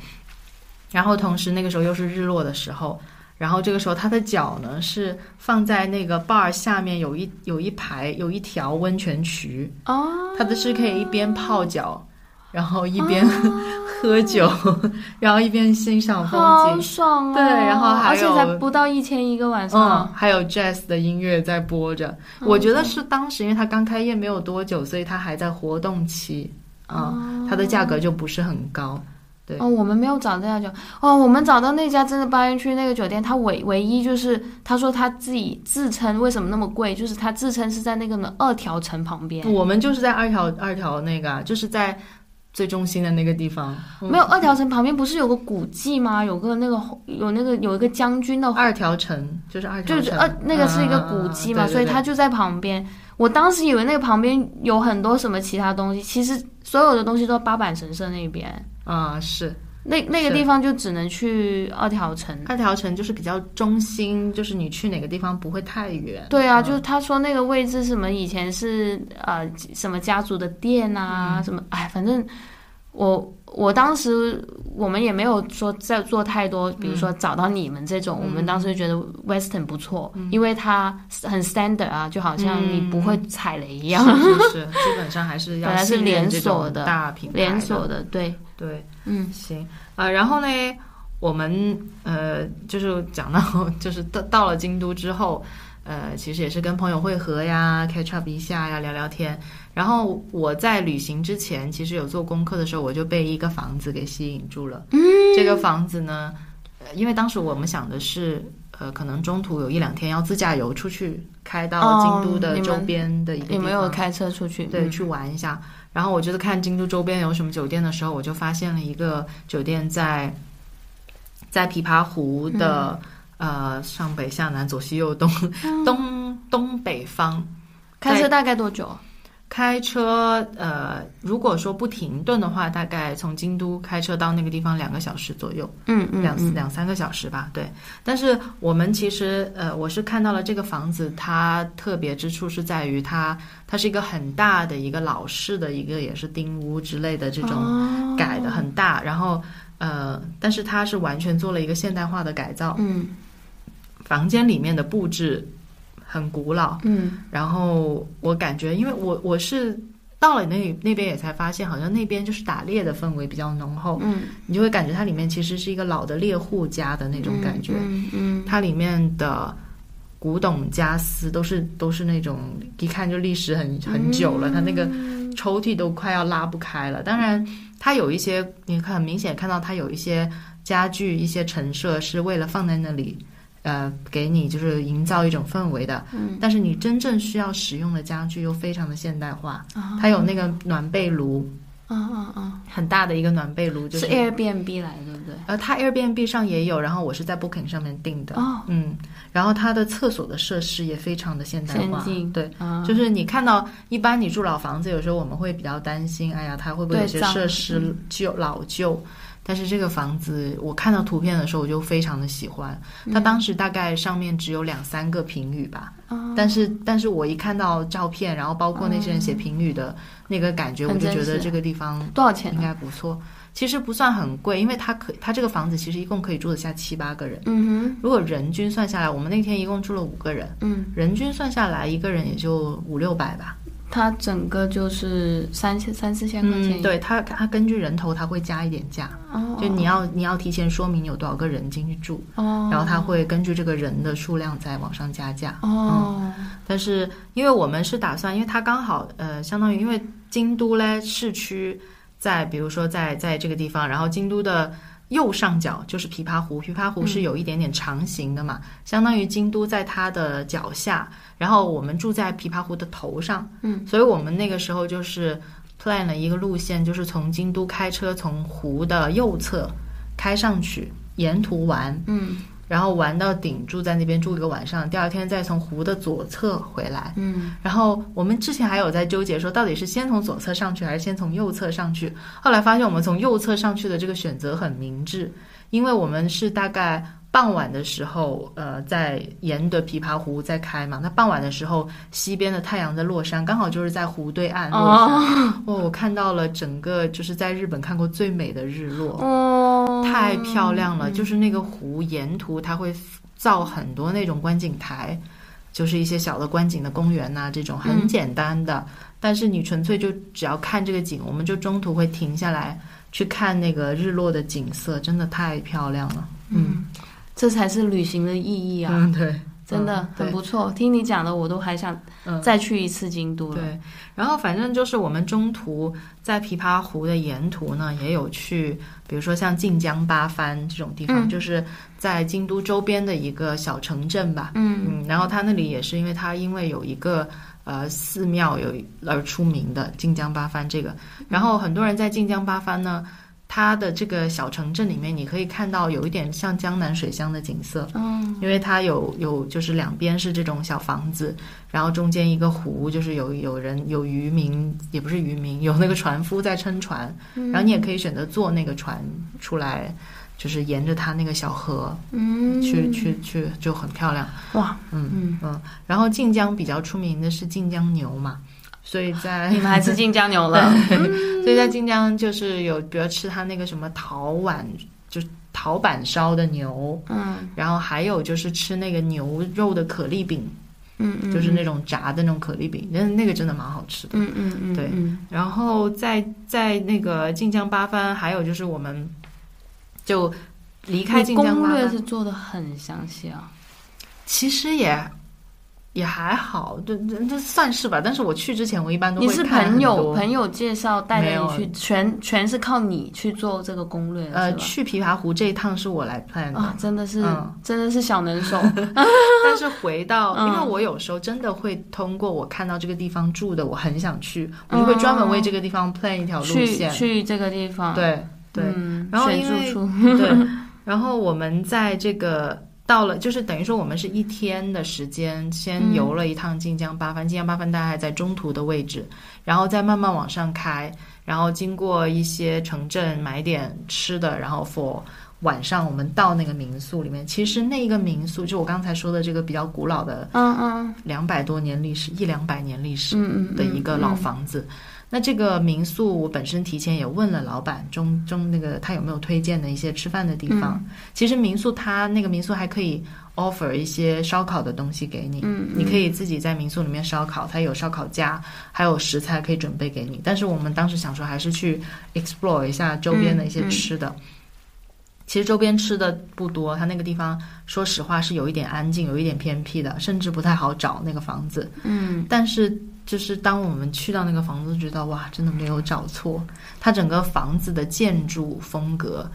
S2: 然后同时那个时候又是日落的时候，然后这个时候他的脚呢是放在那个 bar 下面有一有一排有一条温泉渠，
S1: 哦，
S2: 它的是可以一边泡脚，然后一边、 [LAUGHS] 喝酒，然后一边欣赏风
S1: 哦好
S2: 景。
S1: 爽哦！
S2: 对然后还
S1: 而且
S2: 有
S1: 才不到一千一个晚
S2: 嗯
S1: 上，，
S2: 还有 jazz 的音乐在播着，
S1: 嗯
S2: 我觉得是当时因为它刚开业没有多久，所以它还在活动期，啊、它的价格就不是很高。对
S1: 哦，我们没有找这家酒哦，我们找到那家真的八园区那个酒店，它唯唯一就是他说他自己自称为什么那么贵，就是他自称是在那个二条城旁边，
S2: 我们就是在二条二条那个啊，就是在最中心的那个地方，
S1: 没有二条城旁边不是有个古迹吗？有个那个有那个有一个将军的，
S2: 二条城就是二条
S1: 就
S2: 城，
S1: 是二那个是一个古迹嘛，
S2: 嗯嗯嗯嗯对对
S1: 所以
S2: 对
S1: 它就在旁边。我当时以为那个旁边有很多什么其他东西，其实所有的东西都在八坂神社那边。
S2: 啊、是
S1: 那那个
S2: 是
S1: 地方就只能去二条城。
S2: 二条城就是比较中心，就是你去哪个地方不会太远。
S1: 对啊，
S2: 嗯
S1: 就是他说那个位置什么以前是呃什么家族的店啊，
S2: 嗯
S1: 什么哎，反正我我当时我们也没有说在做太多，比如
S2: 嗯
S1: 说找到你们这种，我们当时就觉得 Western 不错，
S2: 嗯
S1: 因为它很 standard 啊，就好像你不会踩雷一样，
S2: 是
S1: [LAUGHS]
S2: 是是，基本上还是要
S1: 本来是
S2: 信任
S1: 连
S2: 这种
S1: 锁的
S2: 大品牌的
S1: 连锁的对，
S2: 对，
S1: 嗯，
S2: 行啊、然后呢，我们呃，就是讲到，就是到到了京都之后，呃，其实也是跟朋友会合呀，catch up 一下呀，聊聊天。然后我在旅行之前，其实有做功课的时候，我就被一个房子给吸引住了。嗯，这个房子呢，呃因为当时我们想的是。呃，可能中途有一两天要自驾游出去，开到
S1: 哦
S2: 京都的
S1: 你们
S2: 周边的一个地
S1: 也
S2: 方。
S1: 没有开车出去，嗯
S2: 对，去玩一下。然后我就是看京都周边有什么酒店的时候，我就发现了一个酒店在在琵琶湖的、呃上北下南左西右东、 [LAUGHS] 东东北方。
S1: 开车大概多久？
S2: 开车呃，如果说不停顿的话，大概从京都开车到那个地方两个小时左右。
S1: 嗯嗯，
S2: 两
S1: 嗯
S2: 两三个小时吧，对。但是我们其实呃，我是看到了这个房子，它特别之处是在于它它是一个很大的一个老式的一个也是丁屋之类的这种
S1: 哦
S2: 改的很大，然后呃，但是它是完全做了一个现代化的改造，
S1: 嗯
S2: 房间里面的布置很古老，
S1: 嗯
S2: 然后我感觉，因为我我是。到了那那边也才发现，好像那边就是打猎的氛围比较浓厚，
S1: 嗯，
S2: 你就会感觉它里面其实是一个老的猎户家的那
S1: 那
S2: 种感觉。
S1: 嗯嗯
S2: 它里面的古董家私都是都是那种一看就历史很很久了，它那个抽屉都快要拉不开了。当然，它有一些你看很明显看到它有一些家具、一些陈设是为了放在那里。呃，给你就是营造一种氛围的，嗯，但是你真正需要使用的家具又非常的现代化，
S1: 啊
S2: 它有那个暖被炉，
S1: 啊啊啊，
S2: 很大的一个暖被炉，就是
S1: Airbnb 来的，对不对？
S2: 呃，它 Airbnb 上也有，然后我是在 Booking 上面订的。
S1: 哦
S2: 嗯，然后它的厕所的设施也非常的现代化
S1: 先，进
S2: 对。
S1: 啊，
S2: 就是你看到，一般你住老房子，有时候我们会比较担心，哎呀，它会不会有
S1: 对
S2: 些
S1: 脏
S2: 设施旧老旧？但是这个房子，我看到图片的时候，我就非常的喜欢。它
S1: 嗯
S2: 当时大概上面只有两三个评语吧，
S1: 哦
S2: 但是但是我一看到照片，然后包括那些人写评语的那个感觉，我
S1: 嗯很
S2: 就
S1: 真
S2: 觉得
S1: 实
S2: 这个地方
S1: 多少钱
S2: 应
S1: 呢？
S2: 该不错。其实不算很贵，因为它可它这个房子其实一共可以住得下七八个人。
S1: 嗯
S2: 如果人均算下来，我们那天一共住了五个人，
S1: 哼，嗯，
S2: 人均算下来一个人也就五六百吧。
S1: 它整个就是三千三四千块钱，
S2: 嗯，，对，它它根据人头它会加一点价，
S1: 哦，
S2: 嗯就你要你要提前说明有多少个人进去住，
S1: 哦，
S2: 然后它会根据这个人的数量再往上加价。
S1: 哦，
S2: 但是因为我们是打算，因为它刚好呃，相当于因为京都嘞市区在，比如说在在这个地方，然后京都的右上角就是琵琶湖，琵琶湖是有一点点长形的嘛，相当于京都在它的脚下，然后我们住在琵琶湖的头上，
S1: 嗯，
S2: 所以我们那个时候就是。plan 了一个路线，就是从京都开车从湖的右侧开上去，沿途玩，
S1: 嗯
S2: 然后玩到顶，住在那边住一个晚上，第二天再从湖的左侧回来。
S1: 嗯，
S2: 然后我们之前还有在纠结说，到底是先从左侧上去还是先从右侧上去？后来发现我们从右侧上去的这个选择很明智，因为我们是大概傍晚的时候，呃，在沿着琵琶湖在开嘛。那傍晚的时候，西边的太阳在落山，刚好就是在湖对岸落山。哦，我看到了整个就是在日本看过最美的日落。
S1: 哦，
S2: 太漂亮了，就是那个湖沿途它会造很多那种观景台，就是一些小的观景的公园呐、这种很简单的。但是你纯粹就只要看这个景，我们就中途会停下来去看那个日落的景色，真的太漂亮了。
S1: 嗯，这才是旅行的意义啊！
S2: 嗯，对，
S1: 真的、
S2: 嗯对
S1: 很不错，听你讲的我都还想
S2: 嗯
S1: 再去一次京都了。
S2: [LAUGHS] 对，然后反正就是我们中途在琵琶湖的沿途呢，也有去，比如说像晋江八幡这种地方，
S1: 嗯
S2: 就是在京都周边的一个小城镇吧。
S1: 嗯
S2: 嗯，然后它那里也是因为它因为有一个呃寺庙有而出名的晋江八幡这个，
S1: 嗯
S2: 然后很多人在晋江八幡呢。它的这个小城镇里面，你可以看到有一点像江南水乡的景色，
S1: 嗯
S2: 因为它有有就是两边是这种小房子，然后中间一个湖，就是有有人有渔民，也不是渔民，有那个船夫在撑船，
S1: 嗯
S2: 然后你也可以选择坐那个船出来，就是沿着它那个小河
S1: 嗯，
S2: 去、去去，就很漂亮。
S1: 哇，
S2: 嗯
S1: 嗯， [LAUGHS]
S2: 嗯，然后晋江比较出名的是晋江牛嘛，所以在
S1: [LAUGHS] 你们还吃晋江牛
S2: [LAUGHS]
S1: 了？
S2: 所以在晋江就是有，比如吃它那个什么陶碗，就是陶板烧的牛，
S1: 嗯
S2: 然后还有就是吃那个牛肉的可丽饼，
S1: 嗯嗯，
S2: 就是那种炸的那种可丽饼，那那个真的蛮好吃的。
S1: 嗯嗯嗯，
S2: 对
S1: 嗯
S2: 然后在在那个晋江八幡，还有就是我们就离开晋
S1: 你
S2: 江
S1: 攻
S2: 八
S1: 略
S2: 幡，
S1: 是做的很详细啊。
S2: 其实也也还好，这这这算是吧。但是我去之前，我一般都会
S1: 你是
S2: 看很
S1: 朋友
S2: 多
S1: 朋友介绍带
S2: 没
S1: 着
S2: 有
S1: 你去，全全是靠你去做这个攻略的，
S2: 呃
S1: 嗯是吧？
S2: 去琵琶湖这一趟是我来 plan 的，
S1: 啊，真的是、
S2: 嗯
S1: 真的是小能手，
S2: [LAUGHS] 但是回到，
S1: 嗯
S2: 因为我有时候真的会通过我看到这个地方住的，我很想去，我就会专门为这个地方 plan 一条路
S1: 哦去
S2: 线。
S1: 去这个地方，
S2: 对对、
S1: 嗯
S2: 然后
S1: 选
S2: 因
S1: 住
S2: 为
S1: 处，
S2: [LAUGHS] 对。然后我们在这个到了，就是等于说我们是一天的时间，先
S1: 嗯
S2: 游了一趟晋江八幡，晋江八幡大概在中途的位置，然后再慢慢往上开，然后经过一些城镇买点吃的，然后 for。晚上我们到那个民宿里面，其实那个民宿就我刚才说的这个比较古老的
S1: 嗯嗯
S2: 两百多年历史，一两百年历史
S1: 嗯嗯
S2: 的一个老，房子。那这个民宿，我本身提前也问了老板中中那个他有没有推荐的一些吃饭的地方。
S1: 嗯
S2: 其实民宿它那个民宿还可以 offer 一些烧烤的东西给你，
S1: 嗯嗯
S2: 你可以自己在民宿里面烧烤，它有烧烤架，还有食材可以准备给你。但是我们当时想说，还是去 explore 一下周边的一些
S1: 嗯嗯
S2: 吃的。其实周边吃的不多，它那个地方说实话是有一点安静，有一点偏僻的，甚至不太好找那个房子。
S1: 嗯
S2: 但是就是当我们去到那个房子，知道哇，真的没有找错，它整个房子的建筑风格，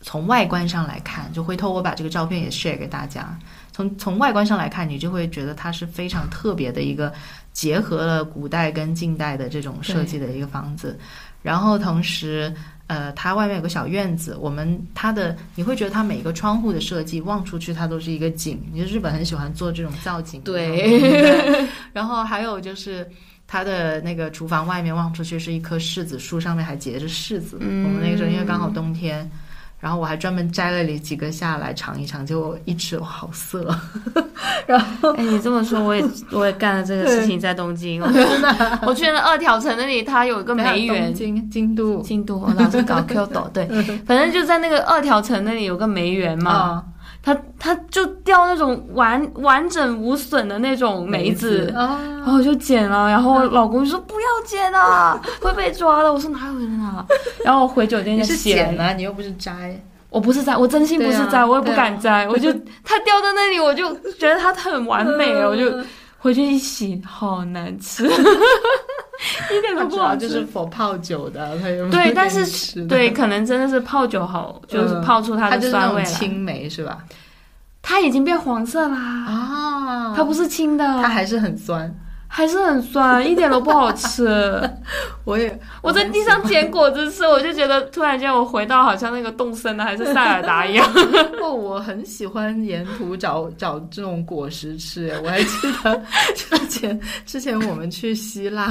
S2: 从外观上来看，就回头我把这个照片也 share 给大家。从从外观上来看，你就会觉得它是非常特别的一个结合了古代跟近代的这种设计的一个房子。然后同时，呃，它外面有个小院子，我们它的你会觉得它每一个窗户的设计望出去，它都是一个景。你就日本很喜欢做这种造景，
S1: 对
S2: 对。然后还有就是。它的那个厨房外面望出去是一棵柿子树，上面还结着柿子。
S1: 嗯
S2: 我们那个时候因为刚好冬天，然后我还专门摘了里几个下来尝一尝，结果一吃哇，好涩。
S1: 嗯， [LAUGHS] 哎，你这么说，
S2: [LAUGHS]
S1: 我也我也干了这个事情，在东京，我我去那二条城那里，它有一
S2: [LAUGHS]
S1: 个梅园
S2: 东，京京都
S1: 京都，我老是搞 Kyoto，对，
S2: [LAUGHS]
S1: 反正就在那个二条城那里有个梅园嘛，
S2: 啊
S1: 它它就掉那种完完整无损的那种梅子。
S2: 啊，
S1: 然后我就捡了，然后我老公就说不要捡
S2: [LAUGHS]
S1: 啊，会被抓的。我说哪有人啊？然后我回酒店
S2: 你
S1: 就是写
S2: 捡，啊，你又不是摘。
S1: 我不是摘，我真心不是
S2: 对
S1: 摘，
S2: 啊
S1: 我也不敢摘，
S2: [LAUGHS]
S1: 我就它掉在那里，我就觉得它很完美，啊
S2: 嗯
S1: 哦我就回去一洗，好难吃，一点
S2: [LAUGHS] 它
S1: 都
S2: 主
S1: 不
S2: 要
S1: 好
S2: 就
S1: 吃。
S2: 是佛泡酒的，它有
S1: [LAUGHS] 对但是
S2: 吃的
S1: 对，，可能真的是泡酒好，就是
S2: 嗯
S1: 泡出它
S2: 它
S1: 的
S2: 就是那
S1: 酸味
S2: 种
S1: 来。
S2: 青梅是吧？
S1: 它已经变黄色啦，
S2: 啊
S1: 它不是青的，
S2: 它还是很酸。
S1: 还是很酸，一点都不好吃。 [LAUGHS]
S2: 我也
S1: 我在地上捡果子吃，我就觉得突然间我回到好像那个动森啊的还是塞尔达一样。
S2: 哦，我很喜欢沿途找 [LAUGHS] 找这种果实吃。哎我还记得 [LAUGHS] 之前之前我们去希腊，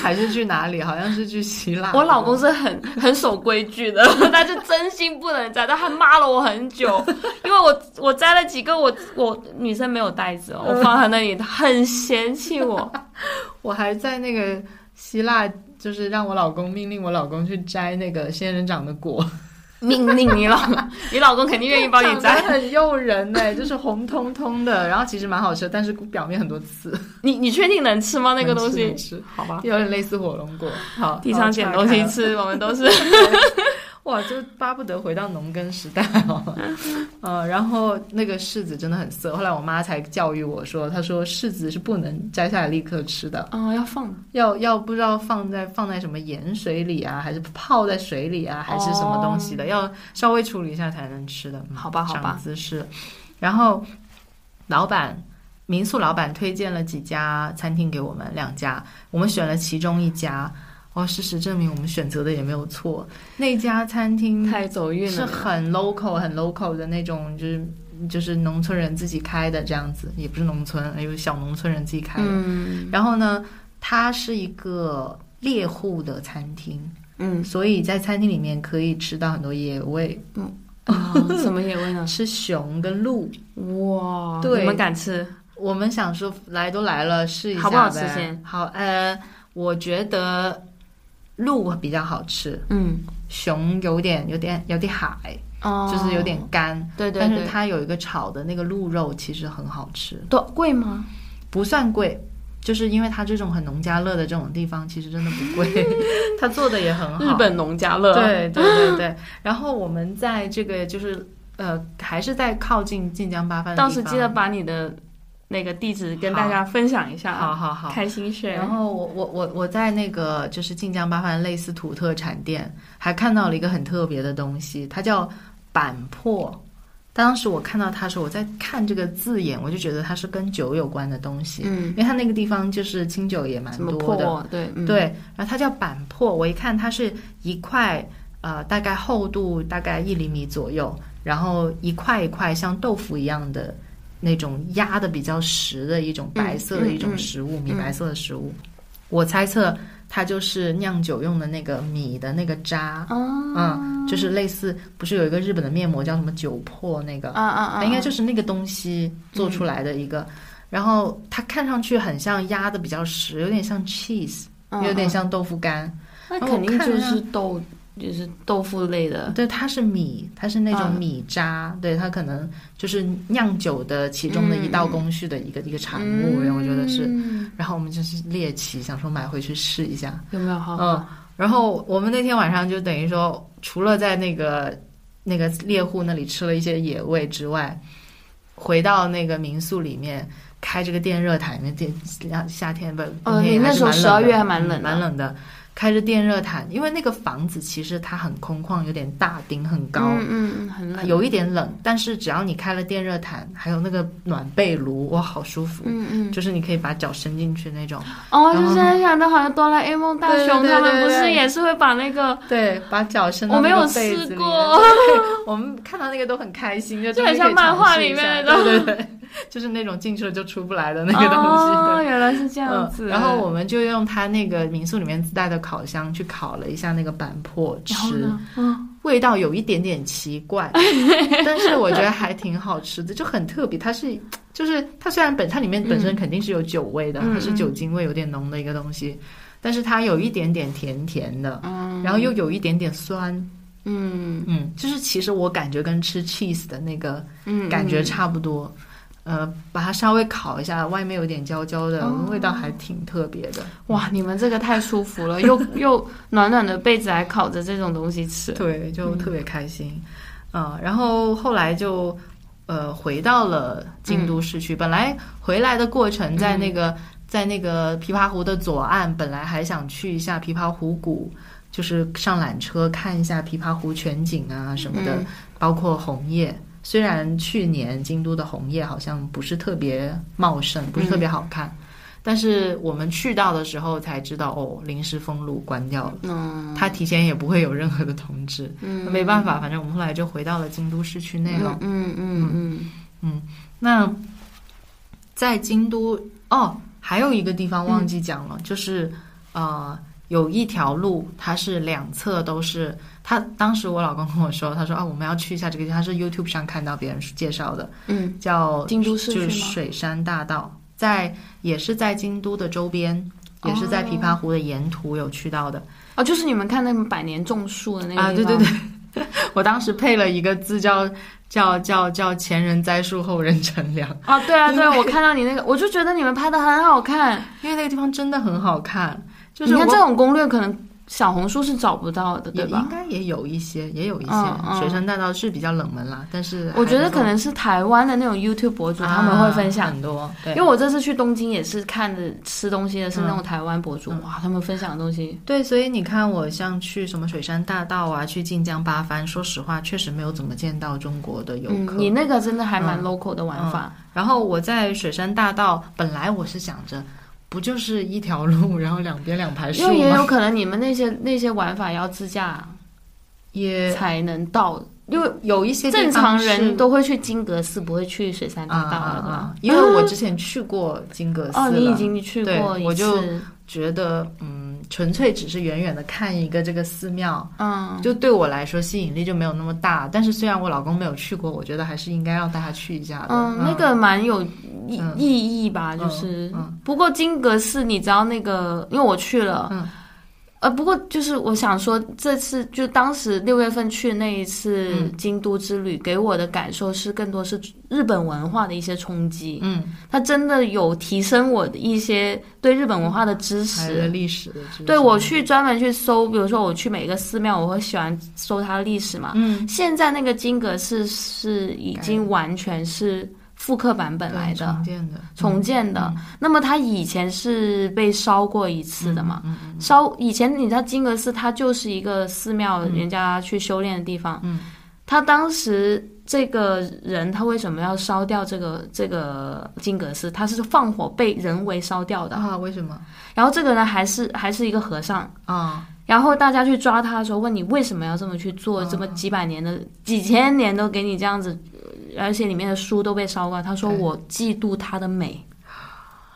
S2: 还是去哪里？好像是去希腊。
S1: [LAUGHS] 我老公是很很守规矩的， [LAUGHS] 他就真心不能摘，但他骂了我很 [LAUGHS] 久，因为我我摘了几个，我我女生没有袋子哦，我放他那里，他很嫌弃我。
S2: 我还在那个希腊，就是让我老公命令我老公去摘那个仙人掌的果，
S1: [LAUGHS] 命令你老 [LAUGHS] 你老公肯定愿意帮你
S2: 长
S1: 摘 [LAUGHS]
S2: 得。很诱人呢、就是红彤彤的，然后其实蛮好吃的，但是表面很多刺。
S1: 你你确定能吃吗？那个东西
S2: 能吃能吃
S1: [LAUGHS] 好吧，
S2: 有点类似火龙果。好，
S3: 地上捡东西吃，我们都是
S2: 哇，就巴不得回到农耕时代哦。
S1: 嗯
S2: 呃，然后那个柿子真的很涩，后来我妈才教育我说，她说柿子是不能摘下来立刻吃的，
S1: 嗯、要放
S2: 要要不知道放在放在什么盐水里啊，还是泡在水里啊，还是什么东西的，要稍微处理一下才能吃的。
S1: 哦
S2: 嗯
S1: 好吧好吧
S2: 长姿势。然后老板。民宿老板推荐了几家餐厅给我们，两家，我们选了其中一家。哦，事实证明我们选择的也没有错，那家餐厅
S1: [LAUGHS] 太走运
S2: 是
S1: 了。
S2: 很 local、很 local 的那种，就是就是农村人自己开的这样子，也不是农村，有小农村人自己开的。
S1: 嗯
S2: 然后呢，它是一个猎户的餐厅，
S1: 嗯，
S2: 所以在餐厅里面可以吃到很多野味，
S1: 啊 [LAUGHS] 什么野味呢？
S2: 吃熊跟鹿。
S1: 哇，
S2: 对
S1: 你们敢吃？
S2: 我们想说来都来了，试一下呗
S1: 好不好吃先？
S2: 好，呃，我觉得鹿比较好吃，
S1: 嗯，
S2: 熊有点有点有点海，
S1: 哦，
S2: 就是有点干。
S1: 对对
S2: 但是
S1: 对，
S2: 它有一个炒的那个鹿肉，其实很好吃，
S1: 多贵吗？
S2: 不算贵，就是因为它这种很农家乐的这种地方，其实真的
S3: [LAUGHS]
S2: 不贵，它做的也很好。
S3: 日本农家乐。
S2: 对对对对。然后我们在这个就是呃，还是在靠近晋江八幡的地
S3: 到
S2: 方，
S3: 时记得把你的那个地址跟大家分享一下
S2: 好
S3: 啊，
S2: 好好。
S3: 开心学
S2: 然。后我我我我在那个就是晋江八幡类似土特产店，还看到了一个很特别的东西，它叫板粕。当时我看到它的时候，我在看这个字眼，我就觉得它是跟酒有关的东西，
S1: 嗯
S2: 因，为它那个地方就是清酒也蛮
S1: 什么
S2: 多的。
S1: 破？对，嗯，
S2: 对，然后它叫板粕，我一看它是一块，呃，大概厚度大概一厘米左右，然后一块一块像豆腐一样的那种压的比较实的一种白色的一
S1: 嗯嗯
S2: 种
S1: 嗯
S2: 食物，米白色的食物。我猜测它就是酿酒用的那个米的那个渣，
S1: 啊
S2: 嗯，就是类似，不是有一个日本的面膜叫什么酒粕那个
S1: 啊，啊啊，
S2: 它应该就是那个东西做出来的一
S1: 嗯
S2: 个。然后它看上去很像压的比较实，有点像 cheese，
S1: 嗯
S2: 有点，像豆腐干。
S1: 嗯那
S2: 然后我
S1: 肯定
S2: 看
S1: 就
S2: 了
S1: 是豆，就是豆腐类的，
S2: 对，它是米，它是那种
S1: 嗯
S2: 米渣，对，它可能就是酿酒的其中的一道
S1: 嗯嗯
S2: 工序的一个、一个产物，然后我觉得是。
S1: 嗯
S2: 然后我们就是猎奇，想说买回去试一下。
S1: 有没有好
S2: 嗯，然后我们那天晚上就等于说，除了在那个那个猎户那里吃了一些野味之外，回到那个民宿里面开这个电热毯，那电夏夏天不，
S1: 哦
S2: 冬天也
S1: 你那
S2: 还是
S1: 时候
S2: 蛮
S1: 12
S2: 冷
S1: 月
S2: 的
S1: 还蛮冷的
S2: 嗯蛮冷的。开着电热毯，因为那个房子其实它很空旷，有点大，顶很高，
S1: 嗯嗯嗯，很冷，
S2: 有一点冷。但是只要你开了电热毯，还有那个暖被炉，哇，好舒服！
S1: 嗯嗯，
S2: 就是你可以把脚伸进去那种，
S1: 哦，
S2: 然
S1: 就
S2: 后
S1: 是很想到好像哆啦 A 梦大
S2: 对对
S1: 雄
S2: 对
S1: 他们
S2: 对
S1: 不是
S2: 对
S1: 也是会把那个，
S2: 对，把脚伸到
S1: 我没
S2: 那个
S1: 有试
S2: 被子里面
S1: 过
S2: 对我们看到那个都很开心，就
S3: 就
S2: 真的
S3: 很像
S2: 可以尝
S3: 漫画
S2: 试
S3: 里
S2: 一
S3: 面
S2: 下
S3: 那种
S2: 对对对，就是那种进去了就出不来的那个东西。
S1: 哦，
S2: 对
S1: 原来是这样
S2: 嗯
S1: 子，
S2: 然后我们就用他那个民宿里面自带的烤箱去烤了一下那个板粕
S1: 然后
S2: 吃，
S1: 呢，嗯，
S2: 味道有一点点奇
S1: [LAUGHS]
S2: 怪，但是我觉得还挺好吃的，就很特别。它是，就是它虽然本它里面本身肯定是有酒味的，
S1: 嗯
S2: 它是酒精味有点浓的一个东西，但是它有一点点甜甜的，然后又有一点点酸，
S1: 嗯
S2: 嗯，就是其实我感觉跟吃 cheese 的那个
S1: 嗯，
S2: 感觉
S1: 嗯
S2: 差不多。呃，把它稍微烤一下，外面有点焦焦的，味道还挺特别的。
S1: 哇，你们这个太舒服了，又又暖暖的被子还烤着这种东西吃，
S2: 对，就特别开心。嗯、然后后来就呃回到了京都市区。本来回来的过程在那个、在那个琵琶湖的左岸，本来还想去一下琵琶湖谷，就是上缆车看一下琵琶湖全景啊什么的，
S1: 嗯
S2: 包括红叶。虽然去年京都的红叶好像不是特别茂盛，不是特别
S1: 嗯
S2: 好看，但是我们去到的时候才知道，哦，临时封路关掉了。
S1: 嗯
S2: 他提前也不会有任何的通知，
S1: 嗯
S2: 没办法，反正我们后来就回到了京都市区内了。
S1: 嗯嗯嗯
S2: 那在京都哦，还有一个地方忘记讲
S1: 嗯
S2: 了，就是呃，有一条路，它是两侧都是。他当时我老公跟我说，他说啊，我们要去一下这个地方，他是 YouTube 上看到别人介绍的，
S1: 嗯
S2: 叫
S1: 嗯，京都市
S2: 就是
S1: 区吗？
S2: 水山大道，在也是在京都的周边，也是
S1: 哦
S2: 在琵琶湖的沿途有去到的。
S1: 哦，就是你们看那个百年种树的那个
S2: 啊，对
S1: 地
S2: 对
S1: 方
S2: 对， [LAUGHS] 我当时配了一个字叫叫叫叫前人栽树后人乘凉，
S1: 哦
S3: 啊，对啊，对啊，我看到你那个，我就觉得你们拍的很好看。
S2: 因为那个地方真的很好看，就是
S1: 你看
S2: 我
S1: 这种攻略，可能小红书是找不到的，
S2: 也
S1: 对吧
S2: 应？该也有一些，也有一些、
S1: 嗯嗯
S2: 水上弹道是比较冷门啦，但是
S1: 我觉得
S2: 还
S1: 可
S2: 能
S1: 能是台湾的那种 YouTube 博主
S2: 够
S1: 他们会分享
S2: 啊，很多，对，
S1: 因为我这次去东京也是看着吃东西的是那种台湾博主，
S2: 嗯
S1: 哇，他们分享的东西，
S2: 对，所以你看，我像去什么水山大道啊，去晋江八番，说实话，确实没有怎么见到中国的游
S1: 嗯
S2: 客。，
S1: 你那个真的还蛮
S2: 嗯
S1: local 的玩法，
S2: 然后我在水山大道，本来我是想着，不就是一条路，然后两边两排树
S1: 因为也
S2: 吗？
S1: 有可能你们那些那些玩法要自驾
S2: 也
S1: 才能到，因为
S2: 有一些地
S1: 正
S2: 方
S1: 常
S2: 是
S1: 人都会去金阁寺，不会去水山
S2: 啊
S1: 大道
S2: 嗯啊
S1: 了吧嗯
S2: 啊！，因为我之前去过金阁寺了，
S1: 哦，你已经去
S2: 对
S1: 过一次，
S2: 我就觉得嗯，纯粹只是远远的看一个这个寺庙，
S1: 嗯，
S2: 就对我来说吸引力就没有那么大。但是虽然我老公没有去过，我觉得还是应该要带他去一下的。
S1: 嗯，那个蛮有意
S2: 嗯
S1: 意义吧，
S2: 嗯
S1: 就是
S2: 嗯。
S1: 不过金阁寺，你知道那个，因为我去了
S2: 嗯，
S1: 呃，不过就是我想说，这次就当时六月份去那一次
S2: 嗯
S1: 京都之旅，给我的感受是更多是日本文化的一些冲击，
S2: 嗯，
S1: 它真的有提升我的一些对日本文化的知
S2: 还
S1: 识，
S2: 有历史的知识。
S1: 对我去专门去搜，比如说我去每个寺庙，我会喜欢搜它的历史嘛。
S2: 嗯，
S1: 现在那个金阁寺是已经完全是复刻版本来
S2: 对
S1: 的
S2: 重。嗯建的
S1: 重建的，那么它以前是被烧过一次的嘛？
S2: 嗯
S1: 烧以前你知道金阁寺它就是一个寺庙，人家去修炼的地方。
S2: 嗯，
S1: 他当时这个人他为什么要烧掉这个这个金阁寺？他是放火被人为烧掉的。
S2: 啊？为什么
S1: 然后这个人还是还是一个和尚，
S2: 啊？ [LAUGHS]
S1: 然后大家去抓他的时候，问你为什么要这么去做？
S2: 嗯
S1: 这么几百年的、几千年都给你这样子，呃而且里面的书都被烧光。他说
S2: 对
S1: 我嫉妒它的
S2: [LAUGHS]
S1: 美。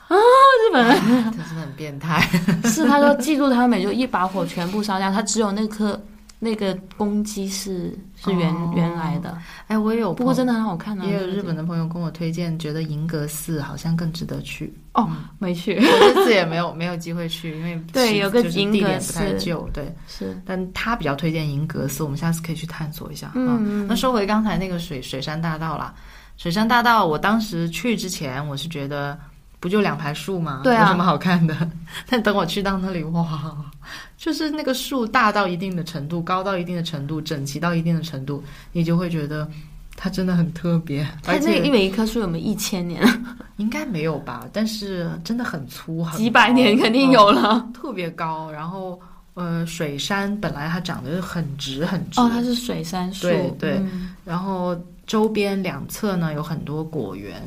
S1: 啊，日本人
S2: 他真的很变态。
S1: 是他说嫉妒它的美，就一把火全部烧掉，他只有那颗那个公鸡是是原、
S2: 哦
S1: 原来的，
S2: 哎，我也有朋友，
S1: 不过真的很好看啊。
S2: 也有
S1: 那个
S2: 日本的朋友跟我推荐，觉得银阁寺好像更值得
S1: [LAUGHS]
S2: 去。
S1: 哦，没去
S2: 我这次也没有没有机会去，因为
S1: 对
S2: 时
S1: 有个
S2: 就是
S1: 银
S2: 地
S1: 阁
S2: 点不太
S1: 寺
S2: 旧，对。
S1: 是
S2: 但他比较推荐银阁寺，我们下次可以去探索一下。啊
S1: 嗯嗯
S2: 那说回刚才那个水水山大道啦，水山大道，我当时去之前我是觉得不就两排树吗？
S1: 对啊
S2: 有什么好看的？ [LAUGHS] 但等我去到那里，哇，就是那个树大到一定的程度，高到一定的程度，整齐到一定的程度，你就会觉得它真的很特别，
S1: 它
S2: 而
S1: 那
S2: 且
S1: 每一棵树有没有一千年、
S2: 应该没有吧？但是真的很粗，很
S1: 几百
S2: 高
S1: 年肯定
S2: 嗯
S1: 有了？
S2: 特别高，然后呃，水杉本来它长得就很直很直，
S1: 哦，它是水杉树，
S2: 对对
S1: 嗯
S2: 然后周边两侧呢有很多果园，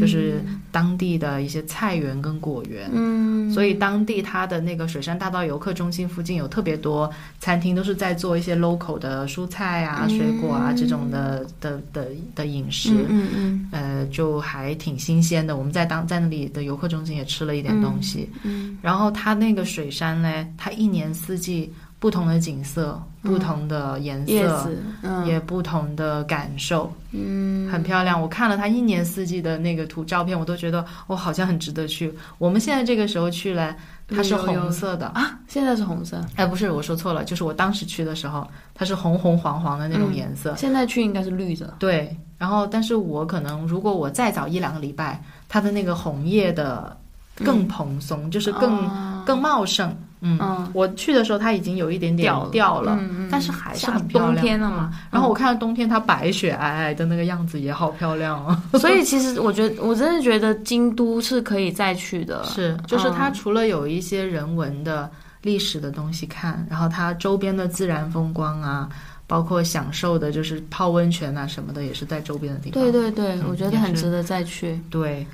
S2: 就是当地的一些菜园跟果园。
S1: 嗯，
S2: 所以当地它的那个水山大道游客中心附近有特别多餐厅，都是在做一些 local 的蔬菜啊、水果啊这种的的的的饮食，
S1: 嗯嗯
S2: 呃，就还挺新鲜的。我们在当在那里的游客中心也吃了一点东西，
S1: 嗯
S2: 然后它那个水山嘞，它一年四季不同的景色、不同的颜
S1: 嗯，叶
S2: 色，
S1: 子，嗯，
S2: 也不同的感受，
S1: 嗯，
S2: 很漂亮。我看了它一年四季的那个图照片，我都觉得我好像很值得去。我们现在这个时候去嘞，它是
S1: 绿油油
S2: 红色的。
S1: 啊，现在是红色，
S2: 哎，不是，我说错了，就是我当时去的时候，它是红红黄黄的那种
S1: 嗯
S2: 颜色。
S1: 现在去应该是绿的，
S2: 对，然后但是我可能如果我再早一两个礼拜，它的那个红叶的更蓬松，就是更、
S1: 嗯哦
S2: 更茂盛。嗯，
S1: 嗯
S2: 我去的时候它已经有一点点
S1: 掉了
S2: 掉了，嗯
S1: 嗯嗯
S2: 但是还是
S1: 下
S2: 很漂亮。
S1: 冬天了嘛，
S2: 然后我看到冬天它白雪皑皑哎的那个样子也好漂亮 [LAUGHS] 哦。
S1: 嗯，所以其实我觉得，我真的觉得京都是可以再去的，
S2: 是， [LAUGHS] 嗯就是它除了有一些人文的、历史的东西看，然后它周边的自然风光啊，包括享受的就是泡温泉啊什么的，也是在周边的地方。
S1: 对对对，
S2: 嗯
S1: 我觉得很
S2: 也是
S1: 值得再去，
S2: 对，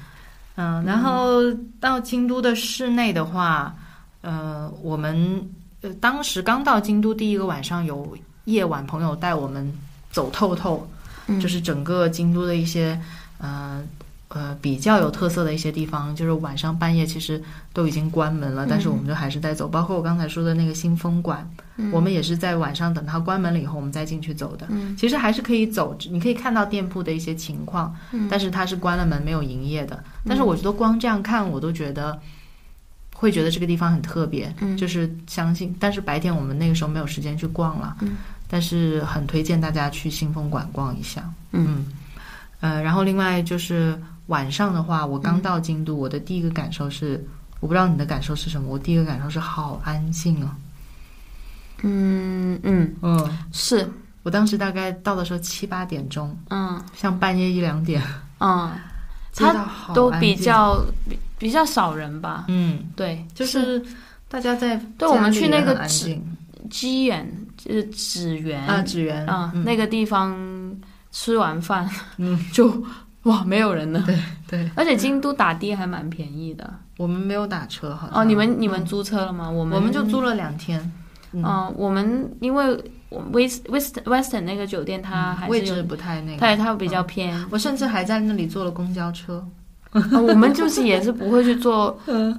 S2: 嗯，然后到京都的市内的话，呃，我们呃当时刚到京都第一个晚上，有夜晚朋友带我们走透透，
S1: 嗯
S2: 就是整个京都的一些呃呃比较有特色的一些地方，就是晚上半夜其实都已经关门了，但是
S1: 嗯
S2: 我们就还是在走，包括我刚才说的那个新风馆，我们也是在晚上等它关门了以后，我们再进去走的。
S1: 嗯
S2: 其实还是可以走，你可以看到店铺的一些情况，
S1: 嗯
S2: 但是它是关了门没有营业的。但是我觉得光这样看，我都觉得会觉得这个地方很特别，
S1: 嗯
S2: 就是相信。但是白天我们那个时候没有时间去逛了，
S1: 嗯
S2: 但是很推荐大家去新风馆逛一下。
S1: 嗯
S2: 呃，然后另外就是晚上的话，我
S1: 嗯
S2: 刚到京都，我的第一个感受是，我不知道你的感受是什么，我第一个感受是好安静啊。
S1: 嗯嗯，
S2: 嗯，
S1: 是，
S2: 我当时大概到的时候七八点钟，
S1: 嗯
S2: 像半夜一两点，
S1: 嗯，
S2: 街
S1: 它
S2: 道好
S1: 都
S2: 安
S1: 比
S2: 静，
S1: 较比比较少人吧。
S2: 嗯，
S1: 对，
S2: 就是大家在
S1: 对我们去那个
S2: 安
S1: 纸
S2: 静
S1: 鸡园，就是纸呃园
S2: 啊，纸园
S1: 啊、
S2: 嗯
S1: 那个地方吃完饭，
S2: 嗯，
S1: [LAUGHS] 就哇没有人了。
S2: 对
S1: 而且京都打的还蛮便宜的
S2: 我们没有打车，好像
S1: 哦。你们你们租车了吗？我们
S2: 啊嗯我们就租了两天，
S1: 嗯、我们因为我 West West Western 那个酒店它还
S2: 位
S1: 是有
S2: 置，不太那
S1: 它
S2: 个，
S1: 它比较偏、
S2: 我甚至还在那里坐了公交车，
S1: [LAUGHS] 呃我们就是也是不会去
S2: [LAUGHS]
S1: 做，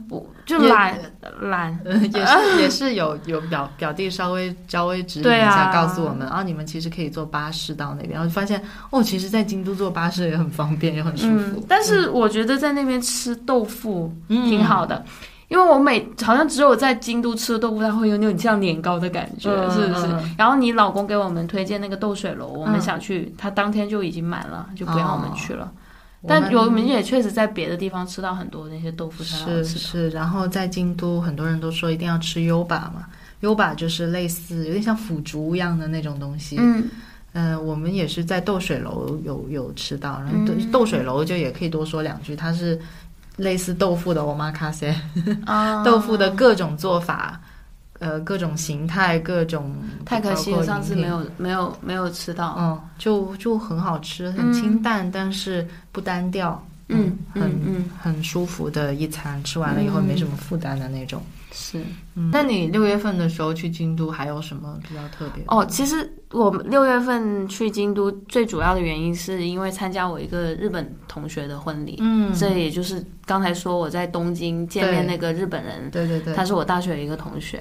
S1: 不就
S2: 嗯也
S1: 懒懒，
S2: 呃也
S1: [LAUGHS]
S2: 是也是有有表表弟稍微稍微指引
S1: 对
S2: 一下，
S1: 啊
S2: 告诉我们啊，你们其实可以坐巴士到那边，然后就发现哦，其实，在京都坐巴士也很方便，也很舒
S1: 嗯
S2: 服，，
S1: 但是我觉得在那边吃豆腐
S2: 嗯
S1: 挺好的。因为我每好像只有在京都吃豆腐，它会有那种像年糕的感觉，
S2: 嗯
S1: 是不是
S2: 嗯嗯？
S1: 然后你老公给我们推荐那个豆水楼，我
S2: 嗯
S1: 们想去，他当天就已经满了，就不让我们去了。
S2: 嗯我
S1: 但
S2: 们
S1: 嗯我们也确实在别的地方吃到很多那些豆腐很好
S2: 是
S1: 吃的。
S2: 是，然后在京都，很多人都说一定要吃优巴嘛，优巴就是类似有点像腐竹一样的那种东西。
S1: 嗯，
S2: 呃，我们也是在豆水楼有有吃到，然后豆、豆水楼就也可以多说两句，它是类似豆腐的 omakase，、
S1: 啊
S2: [LAUGHS] 豆腐的各种做法，呃，各种形态，各种
S1: 太可惜
S2: 包括
S1: 了，上次
S2: 饮
S1: 没
S2: 品
S1: 有没有没有吃到。
S2: 嗯，就就很好吃，很清淡，但是不单调，
S1: 嗯
S2: 很
S1: 嗯嗯，
S2: 很舒服的一餐，吃完了以后没什么负担的那种。
S1: 是。
S2: 嗯那你六月份的时候去京都还有什么比较特别？
S1: 哦，其实我们六月份去京都最主要的原因是因为参加我一个日本同学的婚礼，
S2: 嗯，
S1: 这也就是刚才说我在东京见面
S2: 对
S1: 那个日本人，
S2: 对对对，嗯
S1: 他是我大学的一个同学、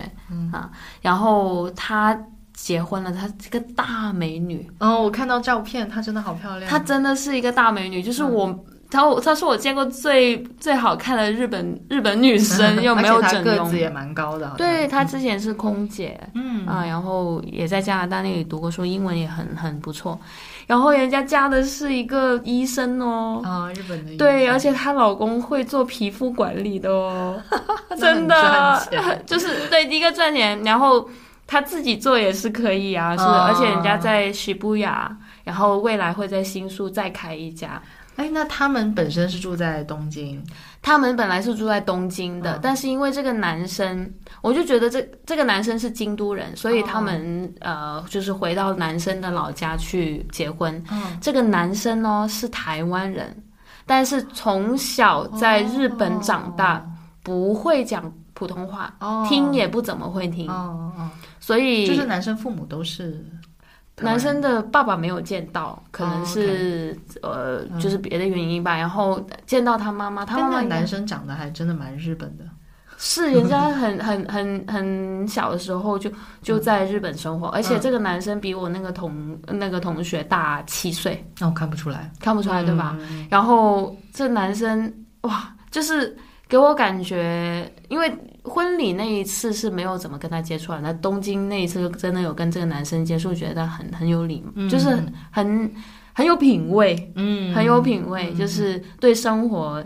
S1: 啊，然后他结婚了，她是个大美女，
S2: 哦，我看到照片，她真的好漂亮。嗯
S1: 她真的是一个大美女，就是我。她她是我见过最最好看的日本日本
S2: [LAUGHS]
S1: 女生，嗯又没有
S2: 而且她
S1: 整
S2: 个
S1: 容
S2: 子，也蛮高的，好像
S1: 对，她之前是空姐，
S2: 嗯
S1: 啊，然后也在加拿大那里读过书，英文也很很不错。然后人家嫁的是一个医生哦，
S2: 啊，日本的一
S1: 对，
S2: 个
S1: 而且她老公会做皮肤管理的哦，真
S2: 那
S1: 的
S2: 很
S1: [LAUGHS]
S2: 赚钱，
S1: 就是对第一个赚钱，然后她自己做也是可以啊，是，而且人
S2: 哦
S1: 家在西布雅，然后未来会在新宿再开一家。
S2: 哎，那他们本身是住在东京，
S1: 他们本来是住在东京
S2: 嗯
S1: 的，但是因为这个男生，我就觉得这这个男生是京都人，所以
S2: 哦
S1: 他们、呃就是回到男生的老家去结婚。
S2: 嗯
S1: 这个男生呢是台湾人，但是从小在日本长大，不会讲普通话，
S2: 哦，
S1: 听也不怎么会听，
S2: 哦哦哦，
S1: 所以
S2: 就是男生父母都是台湾
S1: 男生的爸爸没有见到，可
S2: 哦嗯
S1: 能是、呃就是别的原因吧。然后见到他妈妈，他妈
S2: 但那
S1: 妈
S2: 个
S1: 应该
S2: 男生长得还真的蛮日本的，
S1: 是人家很 [LAUGHS] 很很很小的时候就就在日本生
S2: 嗯
S1: 活，而且这个男生比我那个同那个同学大七岁，
S2: 那我看不出来，
S1: 看不出来对吧？
S2: 嗯
S1: 然后这男生哇，就是给我感觉，因为婚礼那一次是没有怎么跟他接触啊，那东京那一次就真的有跟这个男生接触，觉得很很有礼，
S2: 嗯
S1: 就是很很有品味，
S2: 嗯
S1: 很有品味，就是对生活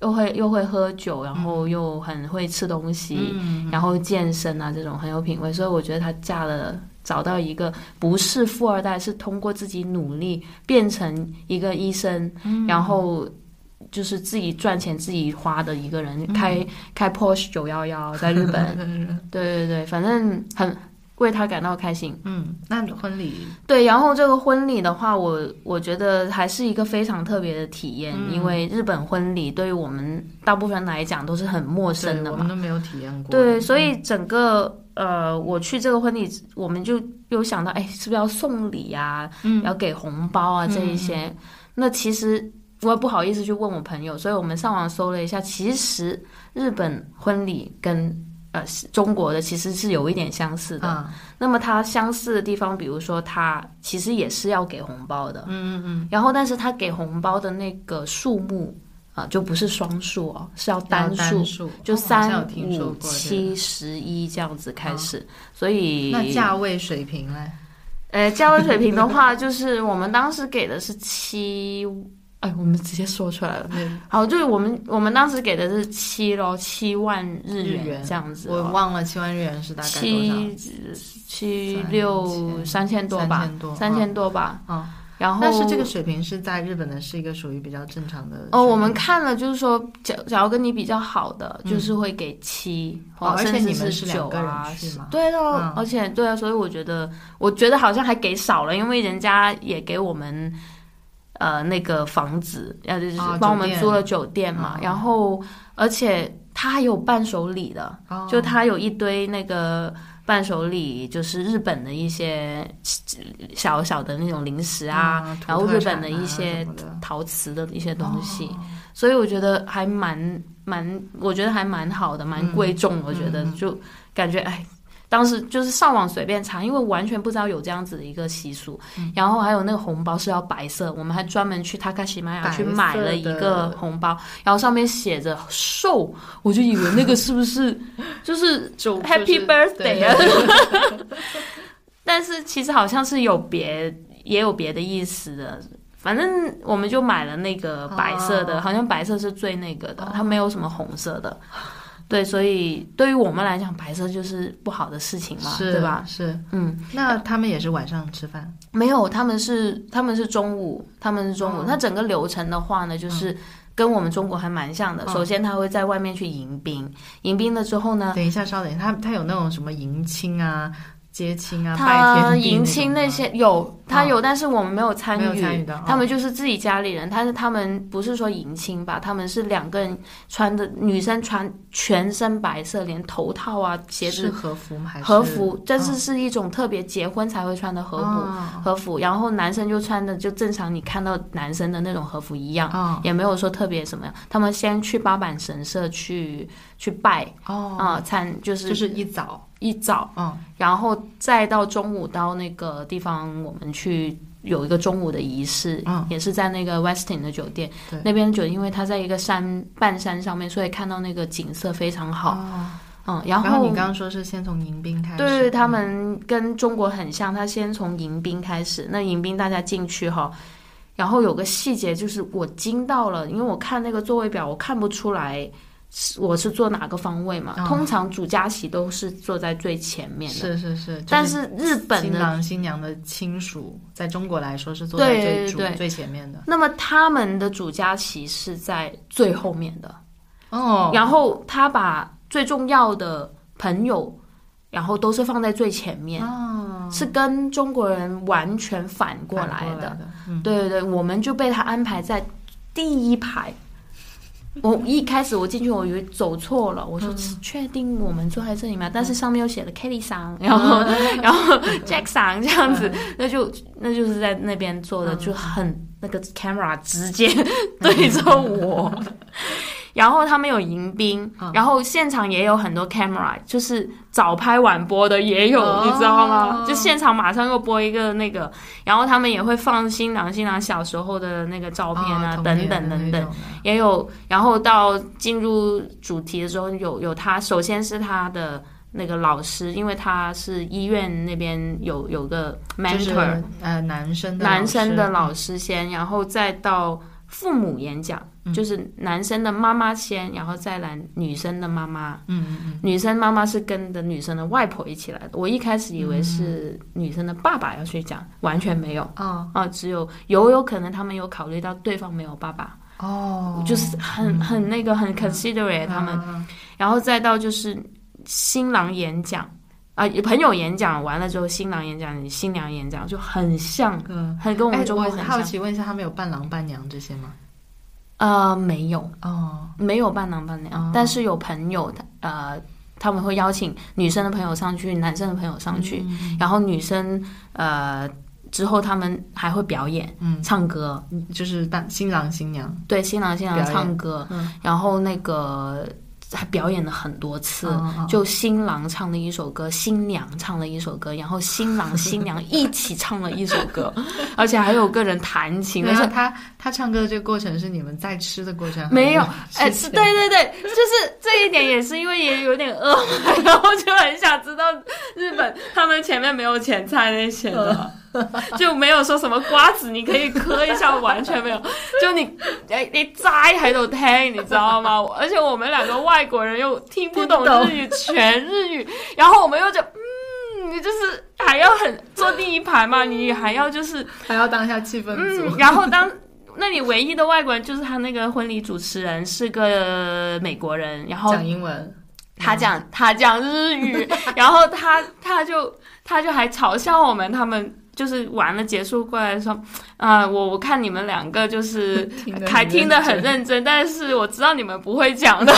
S1: 又会又会喝酒，然后
S2: 嗯
S1: 又很会吃东西，然后健身啊这种很有品味，所以我觉得她嫁了。找到一个不是富二代，是通过自己努力变成一个医生，然后就是自己赚钱自己花的一个人，开开 Porsche 九幺幺在日本，对对对，反正很为他感到开心。
S2: 嗯，那你婚礼
S1: 对，然后这个婚礼的话，我我觉得还是一个非常特别的体验，因为日本婚礼对于我们大部分人来讲都是很陌生
S2: 对
S1: 的
S2: 我
S1: 嘛
S2: 们。都没有体验过，嗯
S1: 对，所以整个呃，我去这个婚礼，我们就有想到，哎，是不是要送礼啊，要给红包啊这一些？那其实我也不好意思去问我朋友，所以我们上网搜了一下，其实日本婚礼跟呃中国的其实是有一点相似的。
S2: 啊，
S1: 那么它相似的地方，比如说它其实也是要给红包的，嗯嗯嗯，然后但是它给红包的那个数目啊、就不是双数哦，是要单
S2: 然
S1: 数，
S2: 后单数
S1: 就
S2: 哦好像
S1: 三
S2: 有听说
S1: 五
S2: 过这个哦
S1: 七十一这样子开始，所以
S2: 那价位水平嘞？
S1: 呃，价位水平的话，就是我们当时给的是七，哎，我们直接说出来了。好，就是我们我们当时给的是七咯，七万日
S2: 日元
S1: 这样子
S2: 我
S1: 咯，
S2: 忘了七万日元是大概多少？
S1: 七七六三千多吧，
S2: 三千多
S1: 三千多吧。
S2: 嗯，
S1: 然后
S2: 但是这个水平是在日本的，是一个属于比较正常的水平。
S1: 哦，我们看了，就是说，假假如跟你比较好的，就是会给七，
S2: 嗯哦
S1: 或
S2: 而且
S1: 甚至
S2: 你们是
S1: 是
S2: 两
S1: 九
S2: 个
S1: 啊
S2: 人，去
S1: 是
S2: 嘛
S1: 对的
S2: 嗯
S1: 哦，而且对啊，所以我觉得，我觉得好像还给少了，因为人家也给我们。呃，那个房子，呃，就是
S2: 哦
S1: 帮我
S2: 酒
S1: 们
S2: 店
S1: 租了酒店嘛，
S2: 嗯
S1: 然后而且他还有伴手礼的，
S2: 哦
S1: 就他有一堆那个伴手礼，就是日本的一些小小的那种零食啊，
S2: 嗯
S1: 然后
S2: 土特
S1: 日
S2: 产
S1: 本的一
S2: 啊
S1: 些
S2: 什么的哦
S1: 陶瓷的一些东西，所以我觉得还蛮蛮，我觉得还蛮好的，蛮贵重。
S2: 嗯
S1: 我觉得就感觉哎，当时就是上网随便查，因为完全不知道有这样子的一个习俗。
S2: 嗯
S1: 然后还有那个红包是要白色，我们还专门去塔卡西玛雅
S2: 白色
S1: 去
S2: 的
S1: 买了一个红包，然后上面写着寿，我就以为那个是不是 [LAUGHS] 就是
S2: 就
S1: Happy
S2: 就是
S1: Birthday
S2: 对
S1: 啊？但是其实好像是有别也有别的意思的。反正我们就买了那个白色的，
S2: 哦
S1: 好像白色是最那个的，它没有什么红色的。对，所以对于我们来讲，白色就是不好的事情嘛，
S2: 是
S1: 对吧？？
S2: 是，
S1: 嗯，
S2: 那他们也是晚上吃饭，
S1: 没有，他们是他们是中午，他们是中午。
S2: 哦
S1: 那整个流程的话呢，就是跟我们中国还蛮像的。
S2: 嗯
S1: 首先他会在外面去迎宾，迎宾了之后呢，
S2: 等一下，稍等一下，他他有那种什么迎亲啊、接亲啊、拜
S1: 他
S2: 天地
S1: 迎亲
S2: 那
S1: 那
S2: 种吗
S1: 些有，他
S2: 哦
S1: 有，但是我们没有参
S2: 没有
S1: 与，
S2: 参与到
S1: 他
S2: 哦
S1: 们就是自己家里人，但是他们不是说迎亲吧，他们是两个人穿的，女生穿全身白色，连头套啊、鞋
S2: 是
S1: 子、
S2: 和服吗？还是
S1: 和服，但是
S2: 哦
S1: 是一种特别结婚才会穿的和服，
S2: 哦
S1: 和服，然后男生就穿的就正常你看到男生的那种和服一样。
S2: 哦
S1: 也没有说特别什么样，他们先去八坂神社去去拜
S2: 哦，
S1: 啊、参就是
S2: 就是一早
S1: 一早
S2: 哦，
S1: 然后再到中午到那个地方，我们去有一个中午的仪式，
S2: 嗯
S1: 也是在那个 Westin 的酒店
S2: 对。
S1: 那边的酒店，因为它在一个山半山上面，所以看到那个景色非常好。
S2: 哦
S1: 嗯，然
S2: 后你刚刚说是先从迎宾开始，
S1: 对他们跟中国很像，他先从迎宾开始。那迎宾大家进去哈，然后有个细节就是我惊到了，因为我看那个座位表，我看不出来是我是坐哪个方位嘛。
S2: 哦
S1: 通常主家席都是坐在最前面的。
S2: 是是是，
S1: 但
S2: 就是
S1: 日本
S2: 新
S1: 的，
S2: 郎新娘的亲属在中国来说是坐在
S1: 对
S2: 最
S1: 对
S2: 主
S1: 对
S2: 最前面的
S1: 那么他们的主家旗是在最后面的，
S2: 哦，
S1: 然后他把最重要的朋友，然后都是放在最前面，
S2: 哦
S1: 是跟中国人完全反过
S2: 反
S1: 来
S2: 过
S1: 的。
S2: 来嗯，
S1: 对对对，我们就被他安排在第一排。
S2: [LAUGHS]
S1: 我一开始我进去，我以为走错了，我说
S2: 嗯
S1: 确定我们坐在这里吗？但是上面又写了 Kelly 桑，
S2: 嗯
S1: 然后然后 Jack 桑这样子，那就那就是在那边坐
S2: 嗯
S1: 的，就很那个 camera 直接对着
S2: [LAUGHS]
S1: 我。然后他们有迎宾，
S2: 嗯
S1: 然后现场也有很多 camera，就是早拍晚播的也有，
S2: 哦
S1: 你知道吗？就现场马上又播一个那个，然后他们也会放新郎新娘小时候的那个照片啊，
S2: 哦
S1: 等等
S2: 童年的
S1: 等
S2: 那
S1: 等
S2: 种，的
S1: 也有。然后到进入主题的时候，有有他，首先是他的那个老师，因为他是医院那边有有个
S2: 就
S1: mentor，
S2: 是呃男生的
S1: 男生的
S2: 老
S1: 老师先，然后再到父母演讲，
S2: 嗯
S1: 就是男生的妈妈先，然后再来女生的妈妈。
S2: 嗯嗯嗯
S1: 女生妈妈是跟着女生的外婆一起来的。我一开始以
S2: 嗯
S1: 为是女生的爸爸要去讲，完全没有
S2: 哦
S1: 啊，只有有有可能他们有考虑到对方没有爸爸，
S2: 哦，
S1: 就是很很那个很 considerate 他们，
S2: 嗯
S1: 然后再到就是新郎演讲。啊，朋友演讲完了之后，新郎演讲、新娘演讲就很像，
S2: 嗯
S1: 很跟我们
S2: 哎，
S1: 中国
S2: 我
S1: 很像。
S2: 好奇问一下，他们有伴郎伴娘这些吗？
S1: 呃，没有，
S2: 哦，
S1: 没有伴郎伴娘，
S2: 哦
S1: 但是有朋友，呃，他们会邀请女生的朋友上去，男生的朋友上
S2: 嗯
S1: 去，然后女生呃之后他们还会表演，
S2: 嗯，
S1: 唱歌，
S2: 就是伴新郎新娘
S1: 对，新郎新
S2: 表
S1: 娘
S2: 演
S1: 唱歌，
S2: 嗯
S1: 然后那个还表演了很多次，
S2: 哦哦
S1: 就新郎唱了一首歌，新娘唱了一首歌，然后新郎新娘一起唱了一首
S2: [LAUGHS]
S1: 歌，而且还有个人弹琴，而
S2: 然后
S1: 且
S2: 他他唱歌的这个过程是你们在吃的过程，还是
S1: 没有，哎，
S2: 之
S1: 是
S2: 前
S1: 对对对，就是这一点也是因为也有点饿嘛， [LAUGHS] 然后就很想知道日本他们前面没有前菜那些的， [LAUGHS] 就没有说什么瓜子你可以嗑一下，完全没有，就你哎你齋喺度聽，你知道嗎？而且我們兩個外國人又聽不懂日語，全日語，然後我們又就嗯，你就是還要很坐第一排嘛，你还要就是。
S2: 还要当下气氛组。
S1: 嗯，然后当那里唯一的外国人就是他那个婚礼主持人是个美国人，然后
S2: 讲嗯英文，
S1: 他讲他讲日
S2: [LAUGHS]
S1: 语，然后他他就他就还嘲笑我们，他们就是完了结束过来说，啊、我我看你们两个就是
S2: 听得很
S1: 还听得
S2: 认真
S1: 很认真，但是我知道你们不会讲
S2: [LAUGHS]
S1: 的，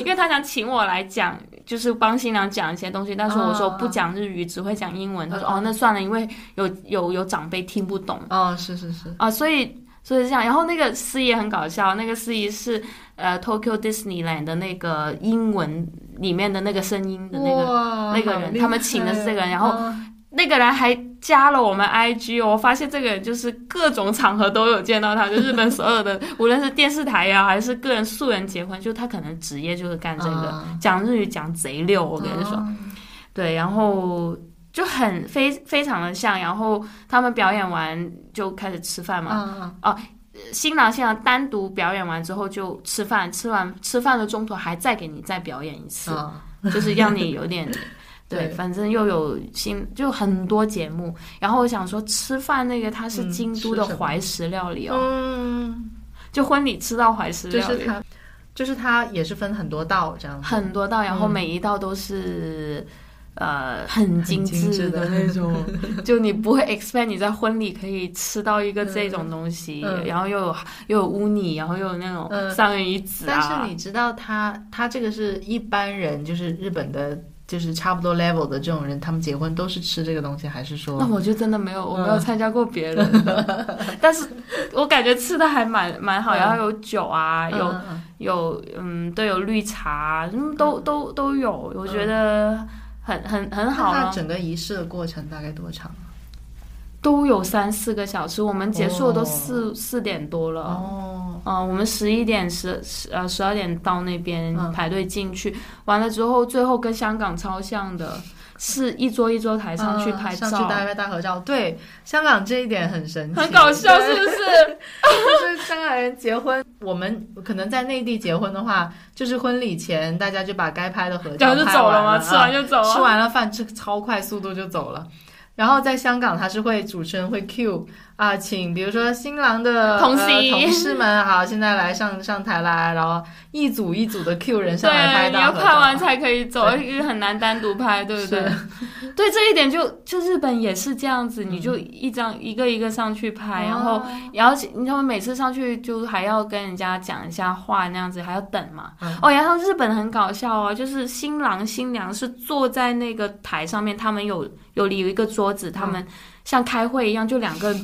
S1: 因为他想请我来讲。就是帮新娘讲一些东西，但是我说
S2: 啊
S1: 不讲日语，只会讲英文。他说：“
S2: 啊
S1: 哦，那算了，因为有有有长辈听不懂。”
S2: 哦，是是是，
S1: 啊，所以所以是这样，然后那个司仪也很搞笑，那个司仪是呃 Tokyo Disneyland 的那个英文里面的那个声音的那个。
S2: 哇
S1: 那个人
S2: 好厉害
S1: 他们请的是这个人然后
S2: 哦
S1: 那个人还加了我们 IG，哦我发现这个人就是各种场合都有见到他，就日本所有的，无论是电视台呀、还是个人素人结婚，就他可能职业就是干这个，
S2: 啊
S1: 讲日语讲贼溜，我跟你说。
S2: 哦
S1: 对，然后就很非非常的像，然后他们表演完就开始吃饭嘛，
S2: 啊
S1: 新郎新娘单独表演完之后就吃饭，吃完吃饭的中途还再给你再表演一次，
S2: 啊，
S1: 就是让你有
S2: [LAUGHS]
S1: 点对，
S2: 对
S1: 反正又有新就很多节目。然后我想说，吃饭那个它是
S2: 嗯
S1: 京
S2: 吃
S1: 都的
S2: 什么
S1: 怀石料理哦，
S2: 嗯，
S1: 就婚礼吃到怀石
S2: 就
S1: 料
S2: 是
S1: 理，
S2: 他，就是他也是分很多道这样子，
S1: 很多道，然后每一道都是。呃，很精
S2: 精致
S1: 致的
S2: 的
S1: 那种， [LAUGHS] 就你不会 expect 你在婚礼可以吃到一个这种东西，
S2: 嗯
S1: 然后又有又有乌泥，然后又有那种
S2: 嗯
S1: 三文鱼子啊。
S2: 但是你知道他，他这个是一般人，就是日本的，就是差不多 level 的这种人，他们结婚都是吃这个东西，还是
S1: 那
S2: 说？
S1: 我就真的没有，我没
S2: 嗯
S1: 有参加过别人的，
S2: [LAUGHS]
S1: 但是我感觉吃的还蛮蛮好，
S2: 嗯
S1: 然后有酒啊，
S2: 嗯
S1: 有
S2: 嗯
S1: 有嗯，对，有绿茶，嗯，都都都有，我觉得很很很好啊
S2: 嗯那他
S1: 了，
S2: 整个仪式的过程大概多长？
S1: 都有三四个小时，我们结束都
S2: 哦
S1: 四四点多了。
S2: 哦，
S1: 嗯、我们十一点十十呃十二点到那边
S2: 嗯
S1: 排队进去，完了之后，最后跟香港超像的，是一桌一桌台上去
S2: 嗯
S1: 拍照，
S2: 上去大拍大合照。对，香港这一点很神奇，
S1: 很搞笑，
S2: 对
S1: 是不是？
S2: [LAUGHS] 就是香港人结婚，我们可能在内地结婚的话，就是婚礼前大家就把该拍的
S1: [LAUGHS]
S2: 合
S1: 然
S2: 照
S1: 后啊就走
S2: 了嗯
S1: 了吗？吃完
S2: 就
S1: 就走了。
S2: 吃完了饭，这超快速度就走了。然后在香港，他是会主持人会 cue 啊，请比如说新郎的
S1: 同事
S2: 呃、同事们，好，现在来上上台啦，然后一组一组的 cue 人上来
S1: 对，
S2: 拍
S1: 你
S2: 大
S1: 要
S2: 合
S1: 拍
S2: 照
S1: 完才可以走，
S2: 对
S1: 因为很难单独拍，对不对
S2: [LAUGHS] 是？
S1: 对这一点就就日本也是这样子，你就一张一个一个上去拍，然后
S2: 嗯哦
S1: 然后他们每次上去就还要跟人家讲一下话那样子，还要等嘛。
S2: 嗯
S1: 哦，然后日本很搞笑哦，就是新郎新娘是坐在那个台上面，他们有有有一个桌子，他们像开会一样，就两个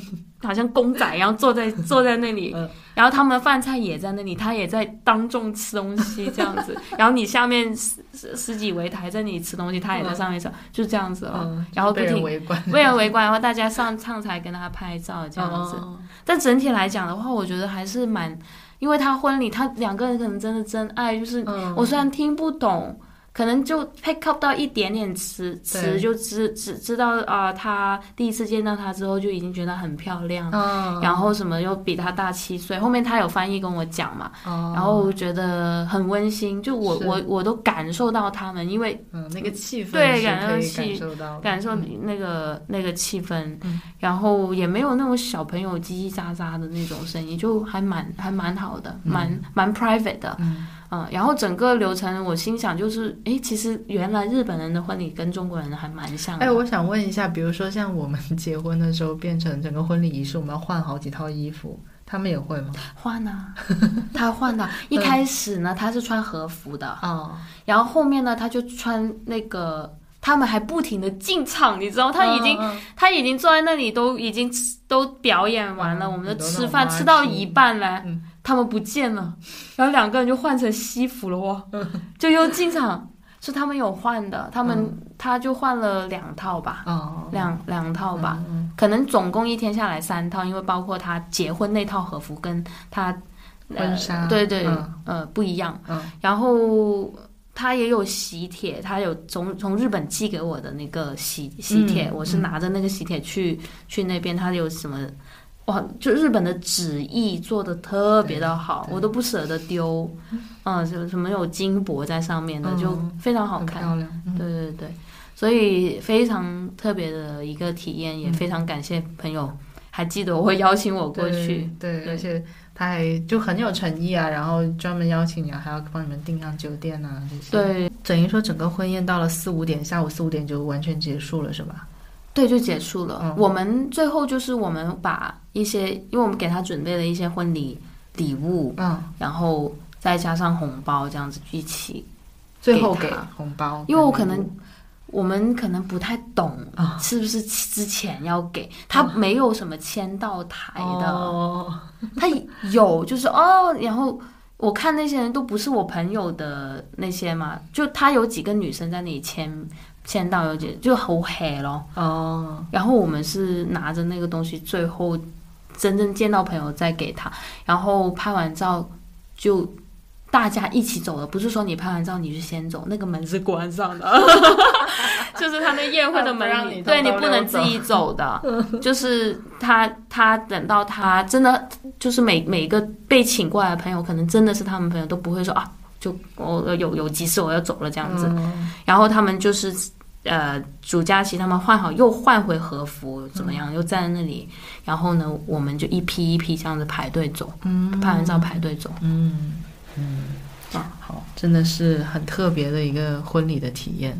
S1: 好像公仔一样坐在坐在那里
S2: 嗯，
S1: [LAUGHS] 然后他们的饭菜也在那里，他也在当众吃东西这样子，然后你下面十十十几围台在那里吃东西，他也在上面吃， [LAUGHS] 就这样子哦，
S2: 嗯，
S1: 然后不
S2: 被人
S1: 停。
S2: 围观
S1: [LAUGHS] 为了围观，然后大家上上台跟他拍照这样子，
S2: 哦
S1: 但整体来讲的话，我觉得还是蛮，因为他婚礼，他两个人可能真的真爱，就是
S2: 嗯，
S1: 我虽然听不懂，可能就 pick up 到一点点词词，
S2: 对
S1: 就知知知道啊、他第一次见到他之后就已经觉得很漂亮，
S2: 嗯，
S1: 然后什么又比他大七岁，后面他有翻译跟我讲嘛，
S2: 哦
S1: 然后觉得很温馨，就我
S2: 是
S1: 我我都感受到他们，因为
S2: 嗯，那个气氛
S1: 对
S2: 是
S1: 感
S2: 可
S1: 受
S2: 以
S1: 气
S2: 感受到的，
S1: 感受那个、那个气氛，
S2: 嗯
S1: 然后也没有那种小朋友叽叽喳喳的那种声音，就还蛮还蛮好的，蛮、蛮 private 的。
S2: 嗯
S1: 嗯，然后整个流程，我心想就是，诶，其实原来日本人的婚礼跟中国人还蛮像的。
S2: 哎，我想问一下，比如说像我们 [LAUGHS] 结婚的时候，变成整个婚礼仪式，我们要换好几套衣服，他们也会吗？
S1: 换
S2: [LAUGHS]
S1: 啊，他换的。
S2: 嗯
S1: 一开始呢，他是穿和服的，
S2: 哦，
S1: 然后后面呢，他就穿那个，他们还不停的进场，你知道，他已经、
S2: 哦
S1: 他已经坐在那里，都已经吃都表演完了，
S2: 嗯
S1: 我们都
S2: 很多那
S1: 吃
S2: 种
S1: 饭
S2: 妈
S1: 吃到
S2: 鸡
S1: 一半了，
S2: 嗯
S1: 他们不见了，然后两个人就换成西服了
S2: [LAUGHS]
S1: 哇，就又进场。是他们有换的，他们、他就换了两套吧，
S2: 嗯哦，
S1: 两两套吧，
S2: 嗯，
S1: 可能总共一天下来三套，因为包括他结婚那套和服跟他呃
S2: 婚纱
S1: 对对、
S2: 嗯
S1: 呃不一样。
S2: 嗯
S1: 然后他也有喜帖，他有从从日本寄给我的那个喜喜帖，
S2: 嗯
S1: 我是拿着那个喜帖去、去那边，他有什么。哇，就日本的纸艺做的特别的好，
S2: 对对
S1: 我都不舍得丢，嗯，什么什么有金箔在上面的，
S2: 嗯
S1: 就非常
S2: 嗯
S1: 好
S2: 很
S1: 看。
S2: 漂亮，嗯
S1: 对对对，所以非常特别的一个体验，也
S2: 嗯
S1: 非常感谢朋友还记得我邀请我过去。
S2: 对，
S1: 对
S2: 而且他还就很有诚意啊，然后专门邀请你啊，还要帮你们订上酒店啊这些。，
S1: 对
S2: 等于说整个婚宴到了四五点，下午四五点就完全结束了，是吧？
S1: 对，就结束了。
S2: 嗯
S1: 我们最后就是我们把一些，因为我们给他准备了一些婚礼礼物，
S2: 嗯，
S1: 然后再加上红包这样子一起。
S2: 最后给
S1: 给他
S2: 红包，
S1: 因为我可能我们可能不太懂
S2: 啊
S1: 是不是之前要给他没有什么签到台的。
S2: 哦，
S1: 他有就是哦，然后我看那些人都不是我朋友的那些嘛，就他有几个女生在那里签签到，有几就好黑咯。
S2: 哦，
S1: 然后我们是拿着那个东西，最后真正见到朋友再给他，然后拍完照就。大家一起走了，不是说你拍完照你就先走，那个门是关上 [LAUGHS] 的，就是他那宴会的门
S2: 不让
S1: 你
S2: 你
S1: 对
S2: 偷偷
S1: 你不能
S2: 溜
S1: 自
S2: 走
S1: 己走的，就是他他等到他真的就是每每一个被请过来的朋友，可能真的是他们朋友都不会说啊，就我有有急事我要走了这
S2: 这
S1: 样子，然后他们就是呃，主佳琪他们换好又换回和服，怎么
S2: 嗯
S1: 样？又站在那里，然后呢，我们就一批一批这样子排队走，
S2: 嗯
S1: 拍完照排队走。
S2: 嗯嗯，好，真的是很特别的一个婚礼的体验，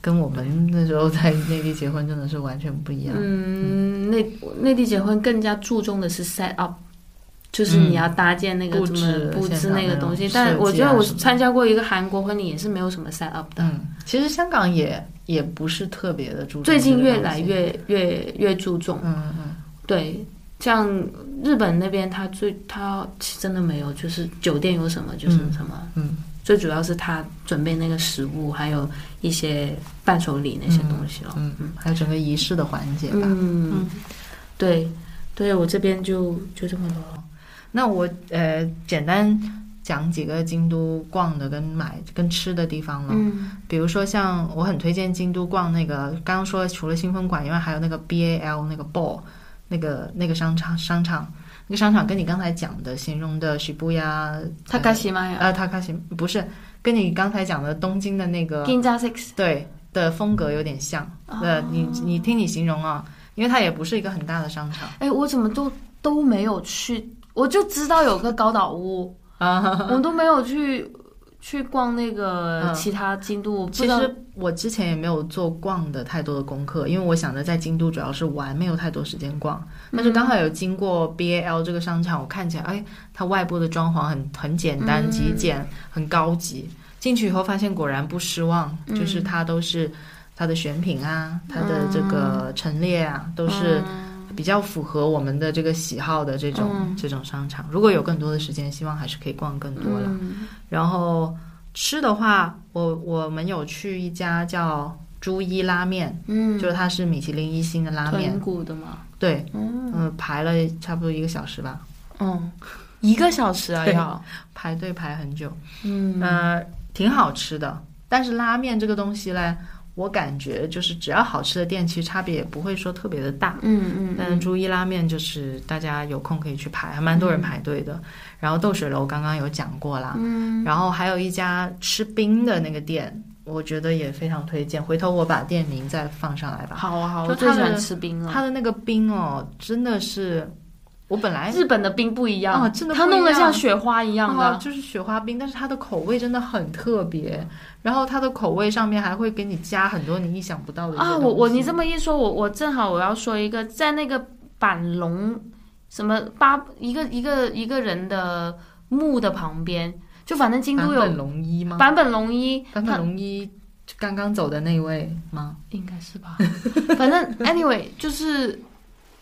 S2: 跟我们那时候在内地结婚真的是完全不一样。
S1: 嗯，内内地结婚更加注重的是 set up。就是
S2: 嗯
S1: 你要搭建那个
S2: 布
S1: 怎
S2: 置
S1: 么布
S2: 现
S1: 置
S2: 场
S1: 那个
S2: 那种
S1: 东西，
S2: 设
S1: 但我
S2: 计
S1: 觉
S2: 啊
S1: 得我
S2: 什么的
S1: 参加过一个韩国婚礼，也是没有什么 set up 的。
S2: 嗯，其实香港也也不是特别的注重，
S1: 最近越来，越越越注重，
S2: 嗯嗯，
S1: 对，像日本那边他最他其实真的没有，就是酒店有什么就是什么，
S2: 嗯
S1: 最主要是他准备那个食物，还有一些伴手礼那些东西了。
S2: 嗯嗯，还有整个仪式的环节吧。
S1: 嗯，
S2: 嗯
S1: 对，对我这边就就这么多了。
S2: 那我呃简单讲几个京都逛的跟买跟吃的地方了。
S1: 嗯
S2: 比如说像我很推荐京都逛那个，刚刚说除了新风馆以外，还有那个 BAL 那个 Ball 那个那个商场商场。那个商场跟你刚才讲的形容的许布呀，
S1: 他干什么呀？
S2: 呃，他开始不是跟你刚才讲的东京的那个
S1: Ginza Six
S2: 对的风格有点像。
S1: 哦
S2: 呃，你你听你形容啊，因为它也不是一个很大的商场
S1: 哎，我怎么都都没有去，我就知道有个高岛屋，
S2: [LAUGHS] 啊。
S1: 我都没有去去逛那个
S2: 嗯
S1: 其他京都，我不
S2: 其
S1: 知道
S2: 实我之前也没有做逛的太多的功课，因为我想着在京都主要是玩，没有太多时间逛。
S1: 嗯
S2: 但是刚好有经过 BAL 这个商场，我看起来，哎，它外部的装潢很很简单、
S1: 嗯
S2: 极简、很高级。进去以后发现果然不失望，
S1: 嗯
S2: 就是它都是它的选品啊，它的这个陈列啊，都是比较符合我们的这个喜好的这种、
S1: 嗯
S2: 这种商场。如果有更多的时间，希望还是可以逛更多的。
S1: 嗯
S2: 然后吃的话，我我们有去一家叫朱一拉面，
S1: 嗯，
S2: 就是它是米其林一星的拉面
S1: 豚，骨的嘛，
S2: 对，
S1: 嗯
S2: 嗯、排了差不多一个小时吧，
S1: 嗯，一个小时啊
S2: 对
S1: 要，
S2: 排队排很久，
S1: 嗯
S2: 呃，挺好吃的。但是拉面这个东西嘞，我感觉就是只要好吃的店，其实差别也不会说特别的大。
S1: 嗯嗯
S2: 但是朱一拉面就是大家有空可以去排，还蛮多人排队的。然后豆水楼刚刚有讲过啦，
S1: 嗯
S2: 然后还有一家吃冰的那个店，我觉得也非常推荐。回头我把店名再放上来吧。
S1: 好啊好啊，
S2: 就
S1: 我最
S2: 它
S1: 喜欢
S2: 的
S1: 吃冰
S2: 它
S1: 了。
S2: 的那个冰哦，真的是我本来
S1: 哎日本的冰不一样，
S2: 哦真的
S1: 它
S2: 不一
S1: 弄得
S2: 样
S1: 像雪花一样
S2: 哦
S1: 的，
S2: 就是雪花冰，但是它的口味真的很特别。然后它的口味上面还会给你加很多你意想不到的一些
S1: 啊！
S2: 东
S1: 我我
S2: 西
S1: 你这么一说，我我正好我要说一个，在那个板龙什么八一个一个一个人的墓的旁边，就反正京
S2: 版
S1: 都
S2: 本
S1: 有
S2: 龙一吗？
S1: 坂本龙一，
S2: 版
S1: 他
S2: 本龙一刚刚走的那位吗？
S1: 应该是 [LAUGHS] 吧，反正 anyway 就是，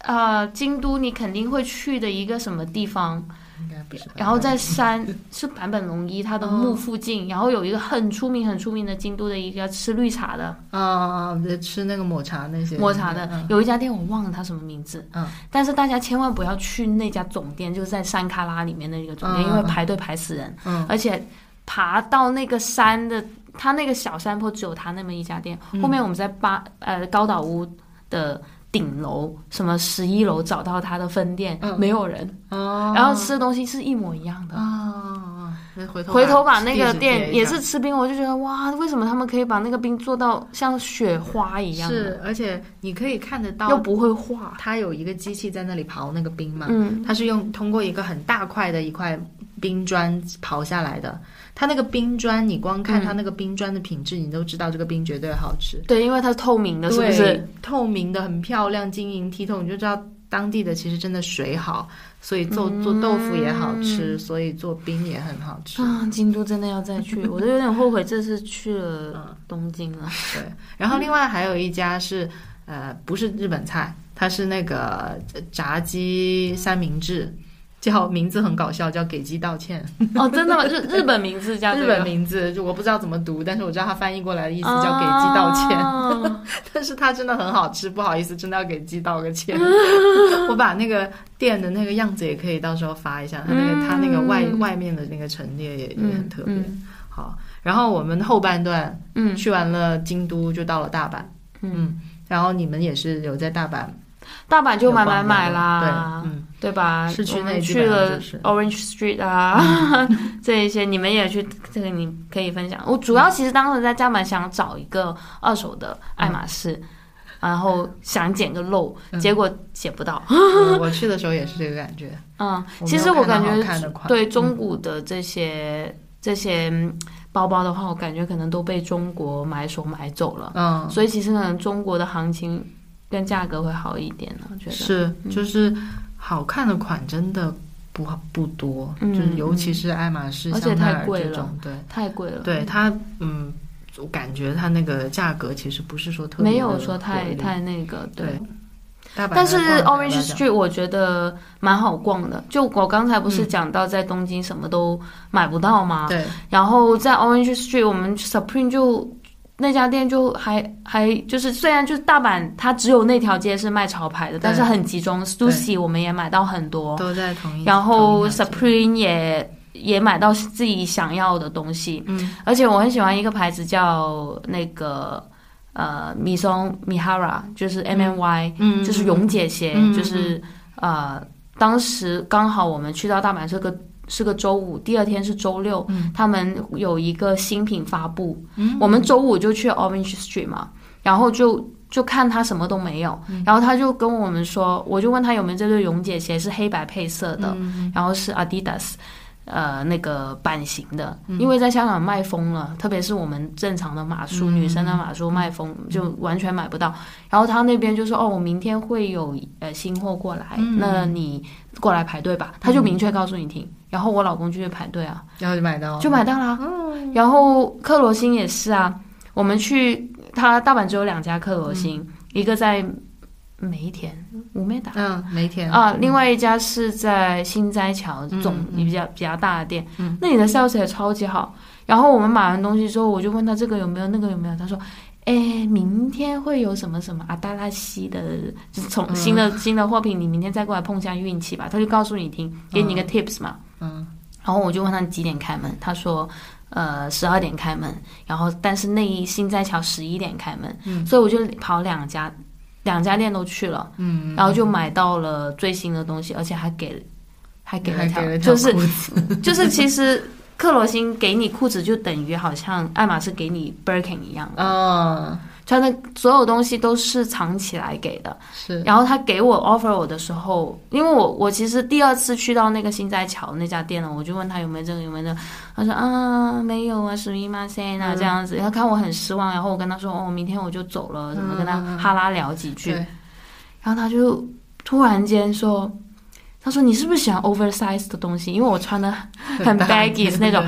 S1: 呃，京都你肯定会去的一个什么地方，
S2: 应该不是吧。
S1: 然后在山是坂本龙一他的
S2: 嗯
S1: 墓附近，然后有一个很出名很出名的京都的一个吃绿茶的
S2: 啊啊啊！吃那个抹茶那些
S1: 抹茶的，
S2: 嗯
S1: 有一家店我忘了它什么名字，
S2: 嗯，
S1: 但是大家千万不要去那家总店，就是在山卡拉里面的一个总店，
S2: 嗯
S1: 因为排队排死人，
S2: 嗯
S1: 而且爬到那个山的，它那个小山坡只有它那么一家店，
S2: 嗯
S1: 后面我们在八呃高岛屋的。顶楼什么十一楼找到它的分店，
S2: 嗯
S1: 没有人，
S2: 哦
S1: 然后吃的东西是一模一样的，
S2: 啊，那嗯回头
S1: 回头
S2: 把
S1: 把那个
S2: 地址贴
S1: 店
S2: 一
S1: 也
S2: 下
S1: 是吃冰，我就觉得哇，为什么他们可以把那个冰做到像雪花一样的，
S2: 是，而且你可以看得
S1: 又
S2: 到，
S1: 不会化？
S2: 它有一个机器在那里刨那个冰嘛，
S1: 嗯，
S2: 它是用通过一个很大块的一块冰砖刨下来的。它那个冰砖，你光看它那个冰砖的品质，你都知道这个冰绝对好吃，
S1: 对，因为它是透明的，是不
S2: 对
S1: 是？？
S2: 透明的，很漂亮，晶莹剔透，你就知道当地的其实真的水好，所以做
S1: 嗯
S2: 做豆腐也好吃，所以做冰也很好吃。
S1: 啊，京都真的要再去，我都有点后悔这次去
S2: [LAUGHS] 嗯
S1: 了东京了。
S2: 对，然后另外还有一家是，呃，不是日本菜，它是那个呃炸鸡三明治，叫名字很搞笑，叫给鸡道歉，
S1: 哦，真的吗？日日本名字叫这
S2: 日
S1: 个哦
S2: 本名字就我不知道怎么读，但是我知道它翻译过来的意思叫给鸡道歉， [LAUGHS]
S1: 啊
S2: 但是它真的很好吃，不好意思，真的要给鸡道
S1: [LAUGHS]
S2: 个歉。我把那个店的那个样子也可以到时候发一下，它那个、它那个外外面的那个陈列也、 [LAUGHS] 也很特别。
S1: 嗯
S2: 好，然后我们后半段
S1: 嗯，
S2: 去完了京都，就到了大阪。嗯，然后你们也是有在大阪
S1: 大阪就
S2: 有
S1: 买
S2: 逛
S1: 买
S2: 逛
S1: 买
S2: 的
S1: 啦，[LAUGHS]
S2: 对，嗯，
S1: 对吧？
S2: 市区
S1: 我们
S2: 内基
S1: 去
S2: 本上
S1: 了
S2: 就是嗯
S1: Orange Street 啊， [LAUGHS] 这一些你们也去，这个你可以分享。我主要其实当时在家蛮想找一个二手的
S2: 嗯
S1: 爱马仕，然后想捡个漏，结果捡不到。 [LAUGHS]
S2: 嗯我去的时候也是这个感觉。
S1: 嗯，
S2: 我没
S1: 其
S2: 有
S1: 实我
S2: 看
S1: 感
S2: 到好
S1: 觉
S2: 看的款嗯
S1: 对中古的这些、这些嗯包包的话，我感觉可能都被中国买手买走了，
S2: 嗯，
S1: 所以其实可能中国的行情跟价格会好一点呢，我觉得。
S2: 是，
S1: 嗯
S2: 就是好看的款真的不不多，
S1: 嗯
S2: 就是尤其是爱马仕、
S1: 嗯而且
S2: 香奈
S1: 太
S2: 儿
S1: 贵
S2: 这
S1: 了
S2: 种，对，
S1: 太贵了，
S2: 对它，嗯，我感觉它那个价格其实不是说特别
S1: 没有
S2: 的
S1: 说太
S2: 贵
S1: 太那个对。
S2: 对。大阪
S1: 但是
S2: 还逛了
S1: Orange
S2: 大阪
S1: Street 我觉得蛮好逛的，就我刚才不
S2: 嗯
S1: 是讲到在东京什么都买不到吗？
S2: 对，
S1: 然后在 Orange Street 我们 Supreme 就那家店就还还就是虽然就是大阪它只有那条街是卖潮牌的，但是很集中。Stussy 我们也买到很多，
S2: 都在同一
S1: 然
S2: 嗯同
S1: 后
S2: 一条街
S1: Supreme 也也买到自己想要的东西，嗯，而且我很喜欢一个牌子叫那个呃米松米哈拉，就是 M M Y，
S2: 嗯
S1: 就是溶解鞋，
S2: 嗯嗯嗯
S1: 就是呃当时刚好我们去到大阪是个。是个周五，第二天是周六，
S2: 嗯
S1: 他们有一个新品发布，我们周五就去 Orange Street 嘛，然后就就看他什么都没有，
S2: 嗯
S1: 然后他就跟我们说，我就问他有没有这对溶解鞋是黑白配色
S2: 嗯
S1: 的，然后是 Adidas。呃，那个版型的，
S2: 嗯
S1: 因为在香港卖疯了，特别是我们正常的码
S2: 嗯
S1: 数，女生的码数卖疯，就完全买不到。然后他那边就说：“哦，我明天会有呃新货过来，那你过来排队吧。”他就明确告诉你听。然后我老公就去排队啊，
S2: 然后就买到了
S1: 就买到了啊、然后克罗心也是啊，我们去它大阪只有两家克罗心，一个在梅田五梅达
S2: 嗯，梅田
S1: 啊，另外一家是在新斋桥总比较比较大的店，那里的 sales 也超级好。然后我们买完东西之后，我就问他这个有没有，那个有没有，他说。哎，明天会有什么什么阿达拉西的，就是从新的、新的货品，你明天再过来碰一下运气吧。他就告诉你听，给你一个 tips 嘛。
S2: 嗯
S1: 然后我就问他几点开门，他说，呃，十二点开门，然后但是那一新斋桥十一点开门，所以我就跑两家，两家店都去了，嗯，然后就买到了最新的东西，而且还给，还给了
S2: 还
S1: 条，
S2: 给了条
S1: 就是 [LAUGHS]
S2: 裤
S1: 就是其实克罗心给你裤子就等于好像爱马仕给你 Birkin 一样，
S2: 嗯，
S1: 穿的所有东西都是藏起来给的，
S2: 是
S1: 然后他给我 offer 我的时候，因为我我其实第二次去到那个新斋桥那家店了，我就问他有没有这个有没有这个，他说啊没有啊，属于马塞
S2: 嗯
S1: 那这样子，他看我很失望，然后我跟他说哦明天我就走了，
S2: 嗯
S1: 怎么跟他哈拉聊几句，
S2: 对
S1: 然后他就突然间说。他说：“你是不是喜欢 oversize 的东西？因为我穿的很
S2: 大
S1: baggy 那种，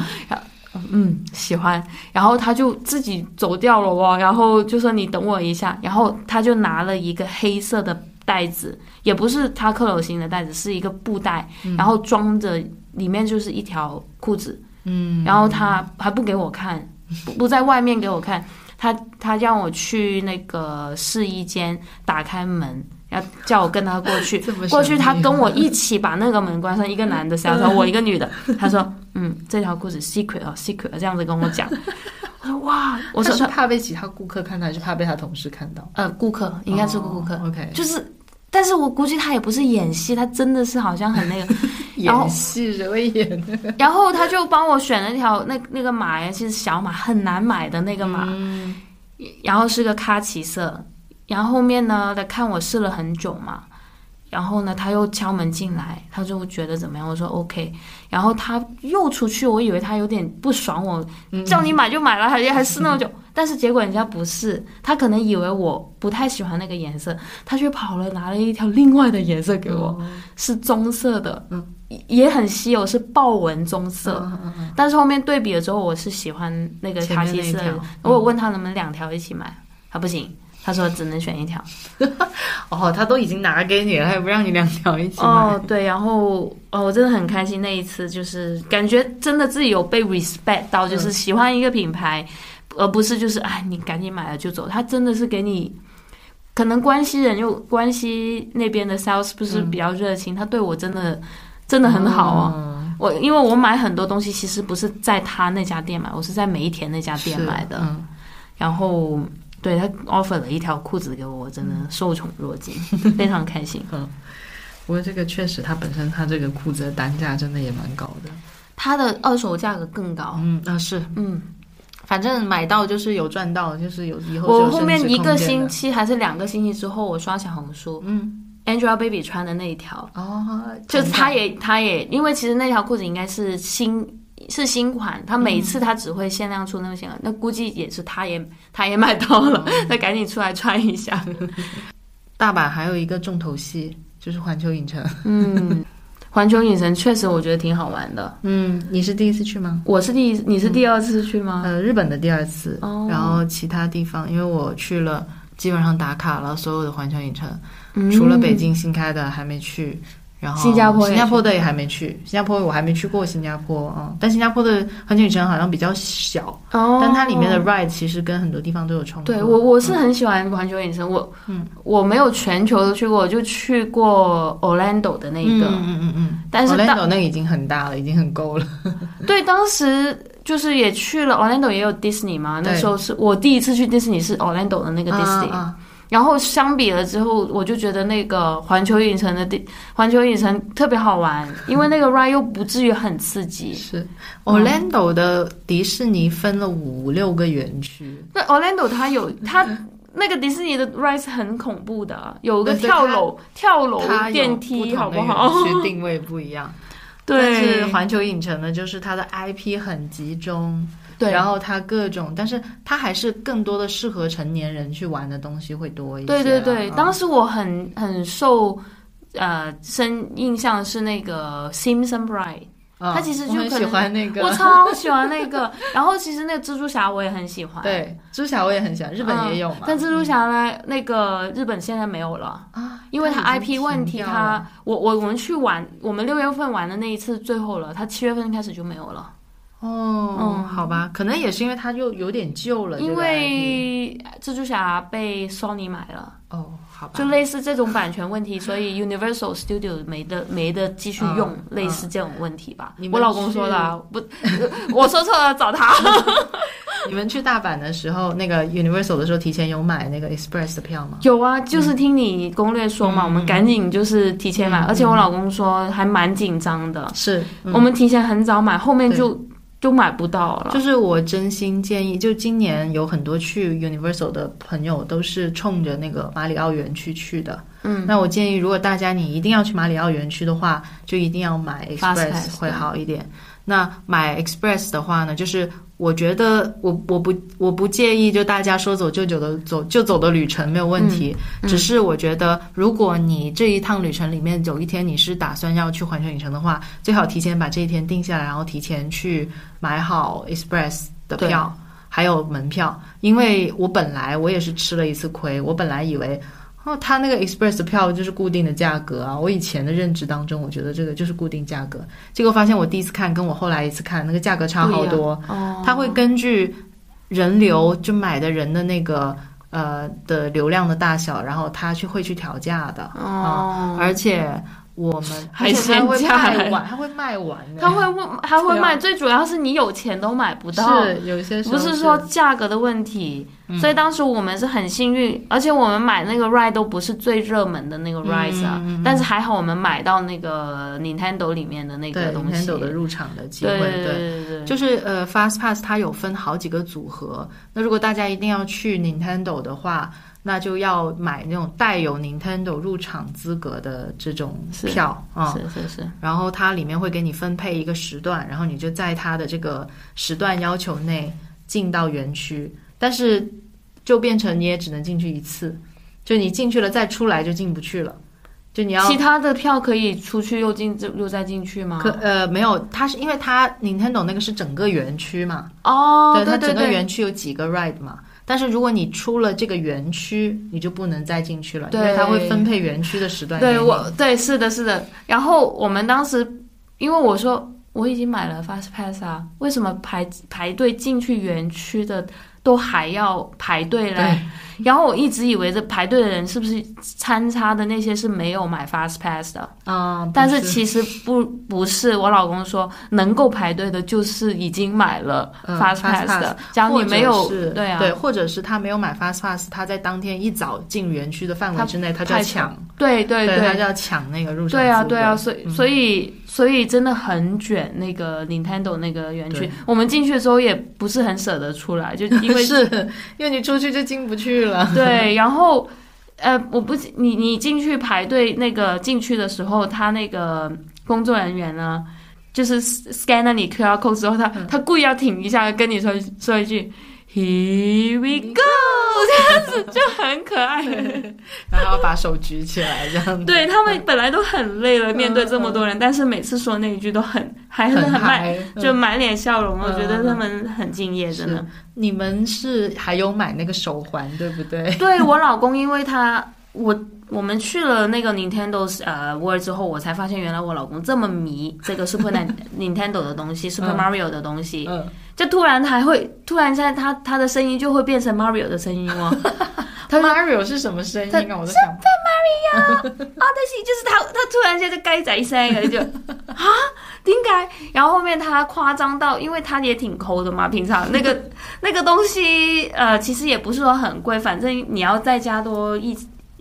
S1: 嗯，喜欢。然后他就自己走掉了哦，然后就说你等我一下，然后他就拿了一个黑色的袋子，也不是他克鲁型的袋子，是一个布袋，然后装着里面就是一条裤子，
S2: 嗯，
S1: 然后他还不给我看，不不在外面给我看，他他让我去那个试衣间打开门。要叫我跟他过去，
S2: [LAUGHS] 这么
S1: 过去他
S2: 神秘
S1: 跟我一起把那个门关上，一个男的
S2: [LAUGHS]
S1: 下车，我一个女的。他说：“嗯，这条裤子 secret 哦，secret 哦这样子跟我讲。”我说：“哇！”我
S2: 他
S1: 说
S2: 是：“怕被其他顾客看到，还是怕被他同事看到？
S1: 呃，顾客应该是顾客，
S2: 哦 OK，
S1: 就是，但是我估计他也不是演戏，他真的是好像很那个。然后
S2: 演戏谁会演的？
S1: 然后他就帮我选了一条那那个码呀，其实小码很难买的那个码，
S2: 嗯
S1: 然后是个咖其色。然后后面呢，他看我试了很久嘛，然后呢他又敲门进来，他就觉得怎么样？我说 OK。然后他又出去，我以为他有点不爽我，叫你买就买了，还还试那么久。但是结果人家不是，他可能以为我不太喜欢那个颜色，他却跑了拿了一条另外的颜色给我，
S2: 哦
S1: 是棕色的，
S2: 嗯
S1: 也，也很稀有，是豹纹棕色。
S2: 嗯嗯嗯
S1: 但是后面对比了之后，我是喜欢那个嗯
S2: 前
S1: 卡
S2: 面
S1: 其
S2: 那一
S1: 色的
S2: 条。
S1: 我有问他能不能两条一起买，他不行，他说只能选一条。
S2: 哦，他都已经拿给你了，还不让你两条一起买？
S1: 哦，对，然后哦，我真的很开心那一次，就是感觉真的自己有被 respect 到，就是喜欢一个品牌，而不是就是哎你赶紧买了就走，他真的是给你。可能关西人又关西那边的 sales 不是比较热情，他对我真的真的很好哦。
S2: 嗯，
S1: 我因为我买很多东西，其实不是在他那家店买，我是在梅田那家店
S2: 是
S1: 买的。
S2: 嗯
S1: 然后对他 offer 了一条裤子给我，我真的受宠若 [LAUGHS] 惊，非常开心。
S2: 不过这个确实，它本身它这个裤子的单价真的也蛮高的。
S1: 他的二手价格更高。
S2: 嗯，啊是，
S1: 嗯，
S2: 反正买到就是有赚到，就是有以后就有
S1: 我后面
S2: 升值
S1: 一
S2: 空
S1: 个
S2: 间
S1: 星
S2: 的，
S1: 期还是两个星期之后，我刷小红书
S2: 嗯，
S1: ，Angelababy 穿的那一条，
S2: 哦，
S1: 就是
S2: 它
S1: 她也她也，因为其实那条裤子应该是新。是新款，她每次她只会限量出那个新款，那估计也是她也她也买到了， [LAUGHS] 那、赶紧出来穿一下。
S2: 大阪还有一个重头戏就是环球影城。
S1: 嗯，环球影城确实我觉得挺好玩的。
S2: 嗯，你是第一次去吗？
S1: 我是第一，你是第二次去吗？
S2: 呃，日本的第二次，
S1: 哦
S2: 然后其他地方，因为我去了，基本上打卡了所有的环球影城，
S1: 嗯
S2: 除了北，京新开的还没去，然后
S1: 新加坡也
S2: 新加坡的也还没去，新加坡我还没去过新加坡，嗯，但新加坡的环球影城好像比较小，
S1: 哦、
S2: 但它里面的 ride 其实跟很多地方都有重合。
S1: 对我我是很喜欢环球影城，我
S2: 嗯
S1: 我没有全球都去过，我就去过 Orlando 的那一个，
S2: 嗯嗯嗯嗯，
S1: 但是当
S2: Orlando 那个已经很大了，已经很够了。
S1: 对当时就是也去了 Orlando 也有 Disney 嘛，那
S2: 对
S1: 时候是我第一次去 Disney 是 Orlando 的那个 Disney，、
S2: 啊啊
S1: 然后相比了之后，我就觉得那个环球影城的地环球影城特别好玩，因为那个 ride 又不至于很刺激。
S2: 是
S1: 嗯
S2: Orlando 的迪士尼分了五六个园区，
S1: 那 Orlando 它有
S2: 嗯
S1: 它那个迪士尼的 ride 是很恐怖的，啊有个
S2: 对对
S1: 跳楼跳楼
S2: 它有
S1: 电
S2: 不
S1: 梯，
S2: 同
S1: 好不
S2: 的
S1: 好？哦
S2: 园区定位不一样。但
S1: 对
S2: 是，环球影城呢，就是它的 IP 很集中，
S1: 对，
S2: 然后它各种，但是它还是更多的适合成年人去玩的东西会多一些啦。
S1: 对对对，
S2: 嗯
S1: 当时我很很受呃深印象是那个 Simpson Bride，、
S2: 嗯
S1: 它其实就
S2: 我很
S1: 可能
S2: 喜欢那个， [LAUGHS]
S1: 我超喜欢那个。 [LAUGHS] 然后其实那个蜘蛛侠我也很喜欢，
S2: 对朱霞我也很喜欢，日本也有嘛
S1: 嗯，但蜘蛛侠呢，那个日本现在没有了。
S2: 啊，
S1: 因为
S2: 它
S1: 它
S2: 已经
S1: IP 问题
S2: 停
S1: 它，
S2: 掉了
S1: 我我我们去玩，我们六月份玩的那一次最后了，它七月份开始就没有了，
S2: 哦，
S1: 嗯
S2: 好吧，可能也是因为它又有点旧了，
S1: 因
S2: 这个 IP
S1: 为蜘蛛侠被 Sony 买了。
S2: 哦，好吧，
S1: 就类似这种版权问题，所以 Universal Studio 没得没得继续用，
S2: 嗯
S1: 类似这种问题吧
S2: 你。们
S1: 我老公说的、啊，不， [LAUGHS] 我说错了，找他。
S2: 你们去大阪的时候，那个 Universal 的时候，提前有买那个 Express 的票吗？
S1: 有啊，就是听你攻略说
S2: 嗯
S1: 嘛，我们赶紧就是提前买，而且我老公说还蛮紧张的，
S2: 是，
S1: 我们提前很早买，后面就就买不到了。
S2: 就是我真心建议，就今年有很多去 Universal 的朋友都是冲着那个马里奥园区去的。
S1: 嗯，
S2: 那我建议，如果大家你一定要去马里奥园区的话，就一定要买
S1: Fast
S2: Express
S1: Pass，
S2: 会好一点。那买 Express 的话呢，就是我觉得我我不我不介意，就大家说走就走的走就走的旅程没有问题。
S1: 嗯
S2: 只是我觉得，如果你这一趟旅程里面有一天你是打算要去环球影城的话，最好提前把这一天定下来，然后提前去买好 Express 的票，还有门票。因为我本来我也是吃了一次亏，我本来以为。哦，他那个 Express 的票就是固定的价格啊！我以前的认知当中，我觉得这个就是固定价格。结果发现我第一次看跟我后来一次看那个价格差好多。
S1: 哦，
S2: 它会根据人流就买的人的那个呃的流量的大小，然后它去会去调价的。
S1: 哦，
S2: 而且我们
S1: 还
S2: 而且它会
S1: 限价
S2: 卖完，它会卖完的。
S1: 他会问，他会
S2: 对啊
S1: 卖，最主要是你有钱都买不到，
S2: 是嗯有一些时候
S1: 不是说价格的问题。所以当时我们是很幸运，而且我们买那个 ride 都不是最热门的
S2: 嗯
S1: 那个 ride 啊，但是还好我们买到那个 Nintendo 里面的那
S2: 对
S1: 个东西。
S2: Nintendo 的入场的机会，
S1: 对
S2: 对。
S1: 对对对，
S2: 就是呃，Fast Pass 它有分好几个组合。那如果大家一定要去 Nintendo 的话，那就要买那种带有 Nintendo 入场资格的这种
S1: 是
S2: 票啊、
S1: 是是是，
S2: 然后它里面会给你分配一个时段，然后你就在它的这个时段要求内进到园区，但是就变成你也只能进去一次，就你进去了再出来就进不去了，就你要
S1: 其他的票可以出去又进又再进去吗？
S2: 可呃没有，它是因为它 Nintendo 那个是整个园区嘛，
S1: 哦，
S2: 对，它
S1: 对
S2: 整
S1: 对
S2: 个
S1: 对，
S2: 园区有几个 ride 嘛。但是如果你出了这个园区，你就不能再进去了，因为
S1: 对
S2: 它会分配园区的时段给你。
S1: 对我对是的，是的。然后我们当时，因为我说我已经买了 Fast Pass 啊，为什么排排队进去园区的都还要排队嘞？然后我一直以为这排队的人是不是参差的那些是没有买 Fast Pass 的，
S2: 啊、
S1: 但
S2: 不
S1: 是其实不不是。我老公说能够排队的就是已经买了
S2: 嗯
S1: Fast
S2: Fast
S1: Pass 的，只要
S2: 或
S1: 你
S2: 者
S1: 没有
S2: 是
S1: 对啊，
S2: 对，或者是他没有买 fast pass，他在当天一早进园区的范围
S1: 他
S2: 之内，他就
S1: 太
S2: 要抢，
S1: 对对对
S2: 他就要抢那个入场
S1: 对啊，
S2: 资格
S1: 对啊，，所以、所以所以真的很卷那个 Nintendo 那个园区，我们进去的时候也不是很舍得出来，就因为
S2: [LAUGHS] 是因为你出去就进不去了。
S1: [LAUGHS] 对，然后呃，我不你你进去排队那个进去的时候，他那个工作人员呢，就是 scan 了你 QR code 之后，他、他故意要停一下，跟你说说一句 Here we go，这 [LAUGHS] 样子就很可爱。
S2: 然后把手举起来这样子。
S1: 对他们本来都很累了，面对这么多人，但是每次说那一句都很还是很满，
S2: 嗨，
S1: 就满脸笑容。我觉得
S2: 嗯
S1: 他们很敬业，真的
S2: 是。你们是还有买那个手环对不对？
S1: [LAUGHS] 对我老公，因为他我我们去了那个 Nintendo 呃 World 之后，我才发现原来我老公这么迷这个 Super Nin- [LAUGHS] Nintendo 的东西，Super
S2: 嗯
S1: Mario 的东西，
S2: 嗯，
S1: 就突然还会突然间他他的声音就会变成 Mario 的声音哦。
S2: 他 Mario 是什么声音啊？我都想不
S1: 啊，但是就是他，他突然间就该仔声了，就 [LAUGHS] 啊，点解？然后后面他夸张到，因为他也挺抠的嘛，平常那个那个东西，呃，其实也不是说很贵，反正你要再加多一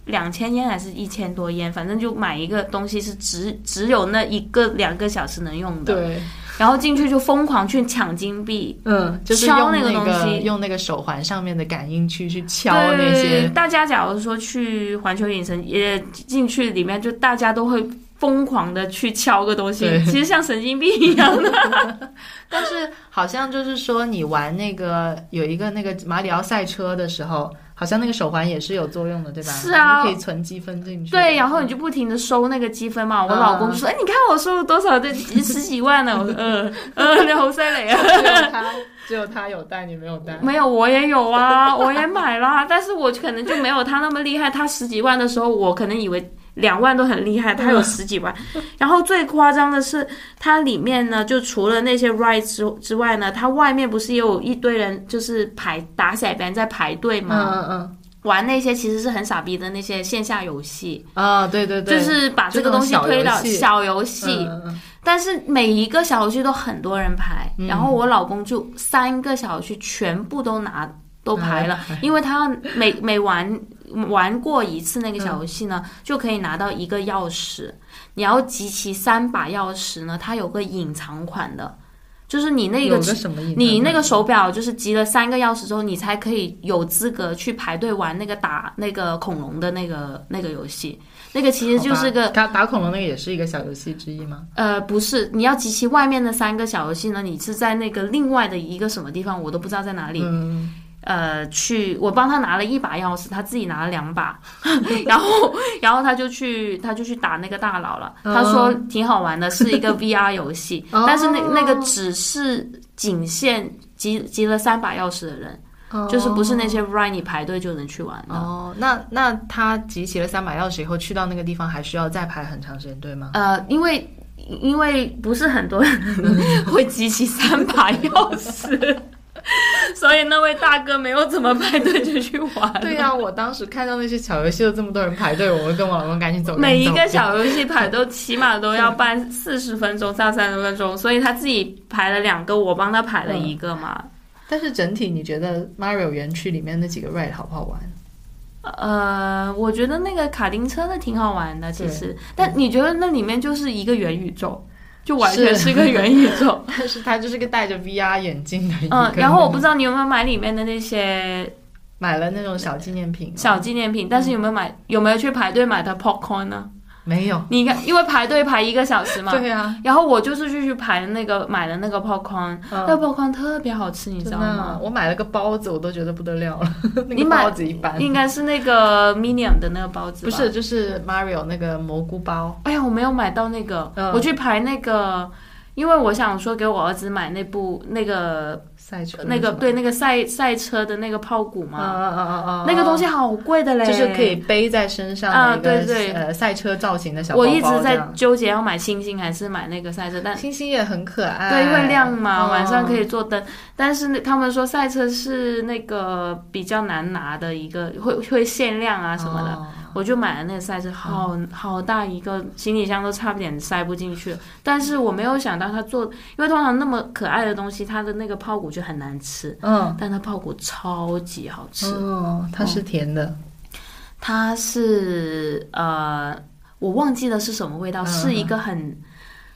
S1: 两千烟还是一千多烟，反正就买一个东西是只只有那一个两个小时能用的，
S2: 对，
S1: 然后进去就疯狂去抢金币，
S2: 嗯，就是
S1: 敲
S2: 用
S1: 那个东西
S2: 用那个手环上面的感应器去敲
S1: 对
S2: 那些，
S1: 大家假如说去环球影城也进去里面，就大家都会疯狂的去敲个东西
S2: 对，
S1: 其实像神经病一
S2: [LAUGHS]
S1: 样的。
S2: 但是好像就是说你玩那个有一个那个马里奥赛车的时候，好像那个手环也是有作用的，对吧？
S1: 是啊
S2: 你可以存积分进去。
S1: 对，然后你就不停的收那个积分嘛。我
S2: 嗯
S1: 老公就说：“哎，你看我收了多少？这十几万呢。”我说：“呃呃，你好犀利啊！”
S2: 只有 [LAUGHS] 他，只有他有带，你没有带。
S1: 没有，我也有啊， [LAUGHS] 我也买啦，但是我可能就没有他那么厉害。他十几万的时候，我可能以为两万都很厉害，他
S2: 嗯
S1: 有十几万。然后最夸张的是，它里面呢，就除了那些 ride 之之外呢，它外面不是也有一堆人就是排打骰盘在排队
S2: 嗯
S1: 吗？
S2: 嗯嗯
S1: 玩那些其实是很傻逼的那些线下游戏，
S2: 啊，对对
S1: 就
S2: 对，
S1: 是把这个东西
S2: 就那种小游
S1: 推到
S2: 戏
S1: 小游戏。
S2: 嗯嗯
S1: 但是每一个小区都很多人排，
S2: 嗯
S1: 然后我老公就三个小区全部都拿都排了，
S2: 嗯
S1: 因为他要
S2: [LAUGHS]
S1: 每每玩玩过一次那个小游戏
S2: 嗯
S1: 呢，就可以拿到一个钥匙。你要集齐三把钥匙呢，它有个隐藏款的，就是你那
S2: 有
S1: 个
S2: 个什么隐藏
S1: 你那
S2: 款
S1: 个手表就是集了三个钥匙之后，你才可以有资格去排队玩那个打那个恐龙的那个那个游戏。那个其实就是
S2: 好吧
S1: 个
S2: 打打恐龙那个也是一个小游戏之一吗？
S1: 呃，不是，你要集齐外面的三个小游戏呢，你是在那个另外的一个什么地方，我都不知道在哪里。
S2: 嗯，
S1: 呃，去我帮他拿了一把钥匙，他自己拿了两
S2: [LAUGHS]
S1: 把，然后然后他就去他就去打那个大佬了。
S2: 哦
S1: 他说挺好玩的，是一个 VR 游
S2: [LAUGHS]
S1: 戏，但是那那个只是仅限集集了三把钥匙的人。
S2: 哦
S4: 就是不是那些 ride 你排队就能去玩的。
S2: 哦，那那他集齐了三把钥匙以后，去到那个地方还需要再排很长时间队吗？
S4: 呃，
S1: 因为因为不是很多人会集齐三把钥匙， [LAUGHS] 所以那位大哥没有怎么排队就去玩。
S2: 对呀、我当时看到那些小游戏有这么多人排队，我会跟我老公赶紧走。
S1: 每一
S2: 赶
S1: 个
S2: 紧走
S1: 小游戏排都起码都要办 [LAUGHS] 四十分钟到三十分钟，所以他自己排了两个，我帮他排了一个嘛。
S2: 但是整体你觉得 Mario 园区里面那几个 ride 好不好玩？
S1: 呃，我觉得那个卡丁车的挺好玩的，其
S2: 对
S1: 实。但你觉得那里面就是一个元宇宙，就完全是一个元宇宙。 [LAUGHS]
S2: 但 [LAUGHS] 是它就是个戴着 VR 眼镜的一个。
S1: 嗯，然后我不知道你有没有买里面的那些
S2: 买了那种小纪念品，
S1: 小纪念品，但是有没有
S2: 嗯
S1: 买有没有去排队买的 popcorn 呢？
S2: 没有？
S1: 你看，因为排队排一个小时嘛。
S2: 对啊呀、
S1: 然后我就是去去排那个买的那个 popcorn，、
S2: 嗯
S1: 那 popcorn 特别好吃，你知
S2: 真
S1: 道
S2: 的
S1: 吗
S2: 啊，？我买了个包子，我都觉得不得了了。那
S1: 你
S2: 个
S1: 买
S2: 包子一般，
S1: 应该是那个 medium 的那个包子，
S2: 不是，？就是 Mario 那个蘑菇包。
S1: 哎呀，我没有买到那个，
S2: 嗯
S1: 我去排那个，因为我想说给我儿子买那部那个
S2: 赛车
S1: 那个对那个赛赛车的那个炮谷
S2: 啊
S1: 嘛，
S2: 啊啊啊啊！
S1: 那个东西好贵的嘞，
S2: 就是可以背在身上
S1: 啊
S2: 的一个、
S1: 对对
S2: 呃赛车造型的小包
S1: 我
S2: 包。
S1: 一直
S2: 这
S1: 在
S2: 样
S1: 纠结要买星星还是买那个赛车，但
S2: 星星也很可爱，
S1: 对会亮嘛，
S2: 哦
S1: 晚上可以做灯。但是那他们说赛车是那个比较难拿的一个，会会限量啊什么的。
S2: 哦嗯
S1: 我就买了那个赛车，好好大一个行李箱都差点塞不进去。但是我没有想到它做，因为通常那么可爱的东西，它的那个泡骨就很难吃，
S2: 嗯
S1: 但它泡骨超级好吃。
S2: 哦，它
S1: 嗯
S2: 是甜的，
S1: 它是呃，我忘记了是什么味道，
S2: 嗯
S1: 是一个很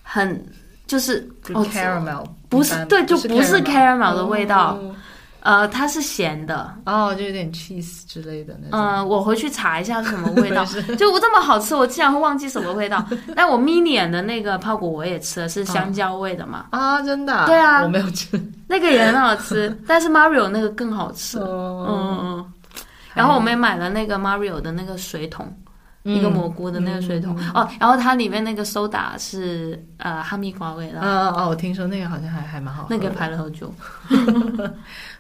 S1: 很就是
S2: 就
S1: 哦
S2: caramel，
S1: 不是
S2: 一般
S1: 对就不是 caramel 的味道
S2: 哦
S1: 呃，它是咸的。
S2: 哦，就有点 cheese 之类的那种。
S1: 嗯、我回去查一下是什么味道，
S2: [LAUGHS]
S1: 就我这么好吃，我竟然会忘记什么味道。但我 mini 的那个泡果我也吃了，是香蕉味的嘛，
S2: 啊，真的
S1: 嗯
S2: 啊？
S1: 对啊
S2: 我没有吃。
S1: 那个也很好
S2: [LAUGHS]
S1: 吃，但是 Mario 那个更好吃。嗯嗯
S2: 哦，
S1: 嗯。然后我们也买了那个 Mario 的那个水桶，
S2: 嗯
S1: 一个蘑菇的那个水桶、哦，然后它里面那个 soda 是呃哈密瓜味的，
S2: 嗯。嗯哦，我听说那个好像还还蛮好喝
S1: 那
S2: 的。
S1: 个排了好久。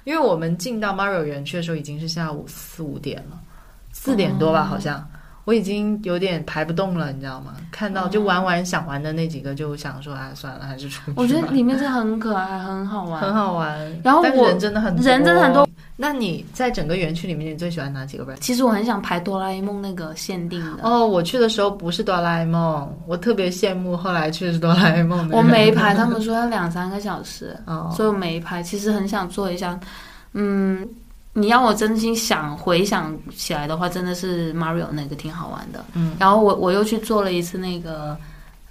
S2: 因为我们进到 Mario 园区的时候已经是下午四五点了，四点多吧，
S1: 哦
S2: 好像。我已经有点排不动了，你知道吗？看到就玩玩想玩的那几个，就想说啊，算了，还 [LAUGHS] 是出去吧。
S1: 哦我觉得里面真的很可爱，很好玩。
S2: 很好玩。
S1: 然后
S2: 但
S1: 我
S2: 人真的很
S1: 人真的很多。
S2: 那你在整个园区里面，你最喜欢哪几个 brand？
S1: 其实我很想排哆啦 A 梦那个限定的，
S2: 哦，我去的时候不是哆啦 A 梦，我特别羡慕后来去的是哆啦 A 梦的人。
S1: 我没
S2: [LAUGHS]
S1: 排，他们说要两三个小时，
S2: 哦，
S1: 所以我没排。其实很想做一下，嗯，你让我真心想回想起来的话，真的是 Mario 那个挺好玩的。
S2: 嗯，
S1: 然后我我又去做了一次那个，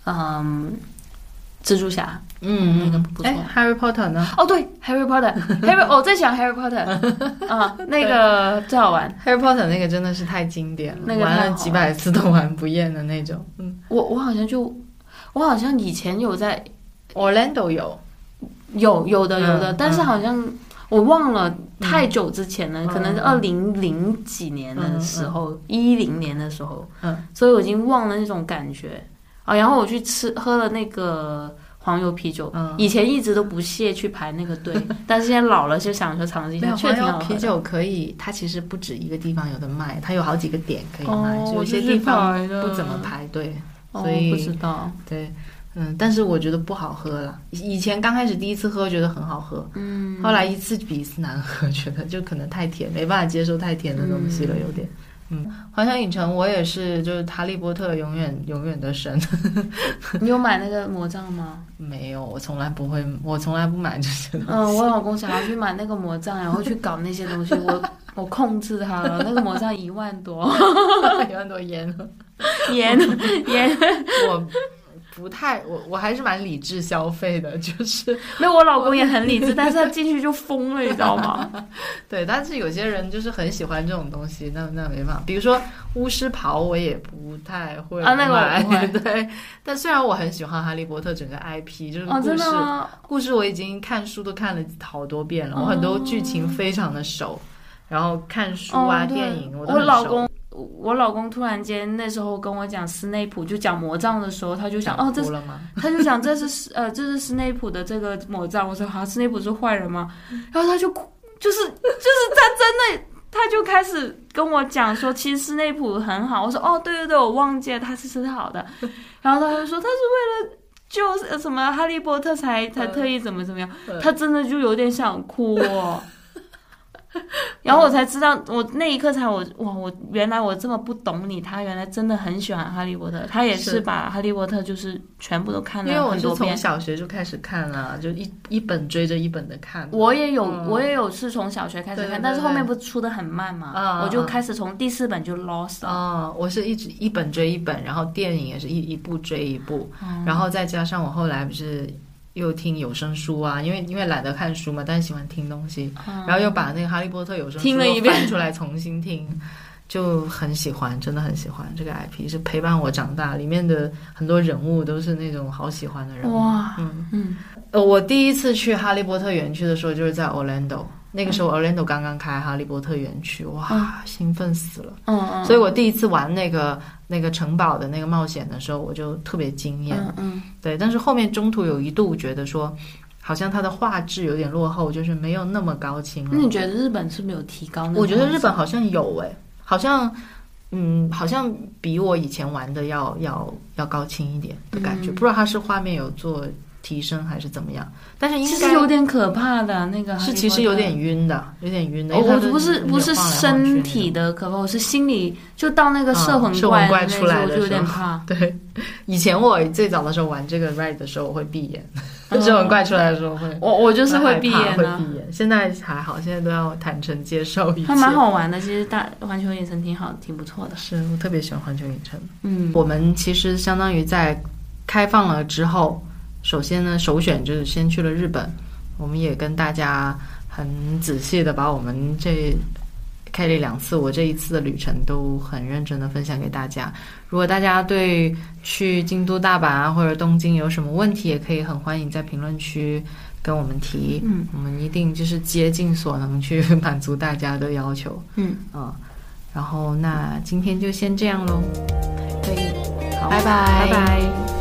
S1: 嗯，蜘蛛侠。
S2: 嗯，
S1: 那个不错
S2: 哎，Harry Potter 呢
S1: 哦，对，Harry Potter，Harry，我最喜欢 [LAUGHS] Harry
S2: [LAUGHS]
S1: Potter，啊，那个最好玩。
S2: ？Harry Potter 那个真的是太经典了，
S1: 那个太好
S2: 玩
S1: 玩
S2: 了几百次都玩不厌的那种。嗯
S1: 我我好像就，我好像以前有在
S2: ，Orlando 有，
S1: 有有的
S2: 嗯
S1: 有的，但是
S2: 嗯
S1: 好像我忘了太久之前了，
S2: 嗯
S1: 可能是
S2: 嗯
S1: 二零零几年的
S2: 嗯嗯
S1: 时候，一零、年的时候，
S2: 嗯，
S1: 所以我已经忘了那种感觉啊。然后我去吃喝了那个黄油啤酒，
S2: 嗯
S1: 以前一直都不屑去排那个队， [LAUGHS] 但是现在老了就想说尝试一
S2: 没
S1: 下，
S2: 有
S1: 确实挺好
S2: 黄油
S1: 喝
S2: 啤
S1: 的。
S2: 酒可以，它其实不止一个地方有的卖，它有好几个点可以卖，
S1: 哦，
S2: 就
S1: 我
S2: 有些
S1: 就是
S2: 地方
S1: 排的
S2: 不怎么，排队。
S1: 哦
S2: 所以
S1: 不知道，
S2: 对，嗯，但是我觉得不好喝了。以以前刚开始第一次喝觉得很好喝，
S1: 嗯，
S2: 后来一次比一次难喝，觉得就可能太甜，没办法接受太甜的东西了，有点。嗯，环球影城我也是，就是《哈利波特》永远永远的神，
S1: [LAUGHS]
S2: [LAUGHS]
S1: 你有买那个魔杖吗？
S2: 没有，我从来不会，我从来不买这些东西。
S1: 嗯，我老公想要去买那个魔杖，然后去搞那些东西，我我控制他了。那个魔杖一万多
S2: 有很多烟，
S1: 盐盐，
S2: [LAUGHS] 我不太，我我还是蛮理智消费的，就是
S1: [LAUGHS] 没有我老公也很理智，但是他进去就疯了，你知道吗？
S2: 对，但是有些人就是很喜欢这种东西，那那没办法。比如说巫师袍，我也不太会
S1: 啊那个我不
S2: 买
S1: 会
S2: [LAUGHS] 对。但虽然我很喜欢哈利波特整个 IP，就是
S1: 哦，
S2: 故
S1: 真
S2: 事、
S1: 的吗？
S2: 故事我已经看书都看了好多遍
S1: 哦
S2: 了，我很多剧情非常的熟，然后看书啊、
S1: 哦对
S2: 电影
S1: 我
S2: 都很熟
S1: 老公。我老公突然间那时候跟我讲斯内普，就讲魔杖的时候，他就想哦，这
S2: 哭了吗？
S1: 他就讲这是斯呃这是斯内普的这个魔杖，我说好、啊，斯内普是坏人吗？然后他就哭就是就是他真的。他就开始跟我讲说，其实斯内普很好。我说哦，对对对，我忘记了他是是好
S2: [LAUGHS]
S1: 的。然后他就说他是为了救呃什么哈利波特才才特意怎么怎么样。
S2: 嗯
S1: 他真的就有点想哭哦。然后我才知道，我那一刻才我哇，我原来我这么不懂你，他原来真的很喜欢哈利波特，他也是把哈利波特就是全部都看
S2: 因为
S1: 了
S2: 我
S1: 很
S2: 是
S1: 多
S2: 从
S1: 遍。
S2: 小学就开始看了，就一一本追着一本的看。
S1: 我也有，
S2: 嗯
S1: 我也有是从小学开始
S2: 对
S1: 看，
S2: 对对
S1: 但是后
S2: 对
S1: 面不是出的很慢嘛，
S2: 嗯嗯
S1: 我就
S2: 嗯
S1: 开始从第四本就 lost 了。
S2: 哦，我是一直一本追一本，然后电影也是一一部追一部，
S1: 嗯
S2: 然后再加上我后来不是又听有声书啊，因为因为懒得看书嘛，但是喜欢听东西，然后又把那个《哈利波特》有声书
S1: 嗯听了一
S2: 又
S1: 遍
S2: 翻出来重新听，就很喜欢，真的很喜欢这个 IP，是陪伴我长大，里面的很多人物都是那种好喜欢的人物。
S1: 哇，
S2: 嗯
S1: 嗯
S2: 呃，我第一次去哈利波特园区的时候，就是在 Orlando，那个时候
S1: 嗯
S2: Orlando 刚刚开哈利波特园区，哇，兴奋死了。
S1: 嗯嗯，
S2: 所以我第一次玩那个那个城堡的那个冒险的时候，我就特别惊艳。
S1: 嗯嗯
S2: 对，但是后面中途有一度觉得说，好像它的画质有点落后，就是没有那么高清
S1: 那你
S2: 了。
S1: 觉得日本是不是有提高呢？
S2: 我觉得日本好像有诶，好像。嗯，好像比我以前玩的要要要高清一点的感觉，
S1: 嗯
S2: 不知道它是画面有做提升还是怎么样，但是应
S1: 其
S2: 该
S1: 实有点可怕的那个哈利波特，
S2: 是其实有点晕的，有点晕的。
S1: 哦。
S2: 因为
S1: 我
S2: 它都
S1: 不是
S2: 有
S1: 不是
S2: 点晃来晃去
S1: 身
S2: 那
S1: 体
S2: 种，
S1: 的可怕，我是心里就到那个摄
S2: 嗯
S1: 魂
S2: 摄
S1: 怪
S2: 魂怪
S1: 那
S2: 出来
S1: 时候
S2: 的
S1: 就有点
S2: 时
S1: 怕。
S2: [LAUGHS] 对。以前我最早的时候玩这个 ride 的时候，我会闭眼， [LAUGHS]
S1: 嗯
S2: 这种怪出来的时候会，
S1: 我我就是
S2: 会
S1: 会闭
S2: 害怕
S1: 眼啊
S2: 会，闭眼。现在还好，现在都要坦诚接受一切。
S1: 还蛮好玩的。其实大环球影城挺好，挺不错的。
S2: 是我特别喜欢环球影城。
S1: 嗯，
S2: 我们其实相当于在开放了之后，首先呢，首选就是先去了日本。我们也跟大家很仔细的把我们这开了两次，我这一次的旅程都很认真的分享给大家。如果大家对去京都、大阪啊或者东京有什么问题，也可以很欢迎在评论区跟我们提。
S1: 嗯，
S2: 我们一定就是竭尽所能去 [LAUGHS] 满足大家的要求。
S1: 嗯
S2: 嗯，然后那今天就先这样喽。
S1: 可以，
S2: 好
S1: 拜
S2: 拜拜。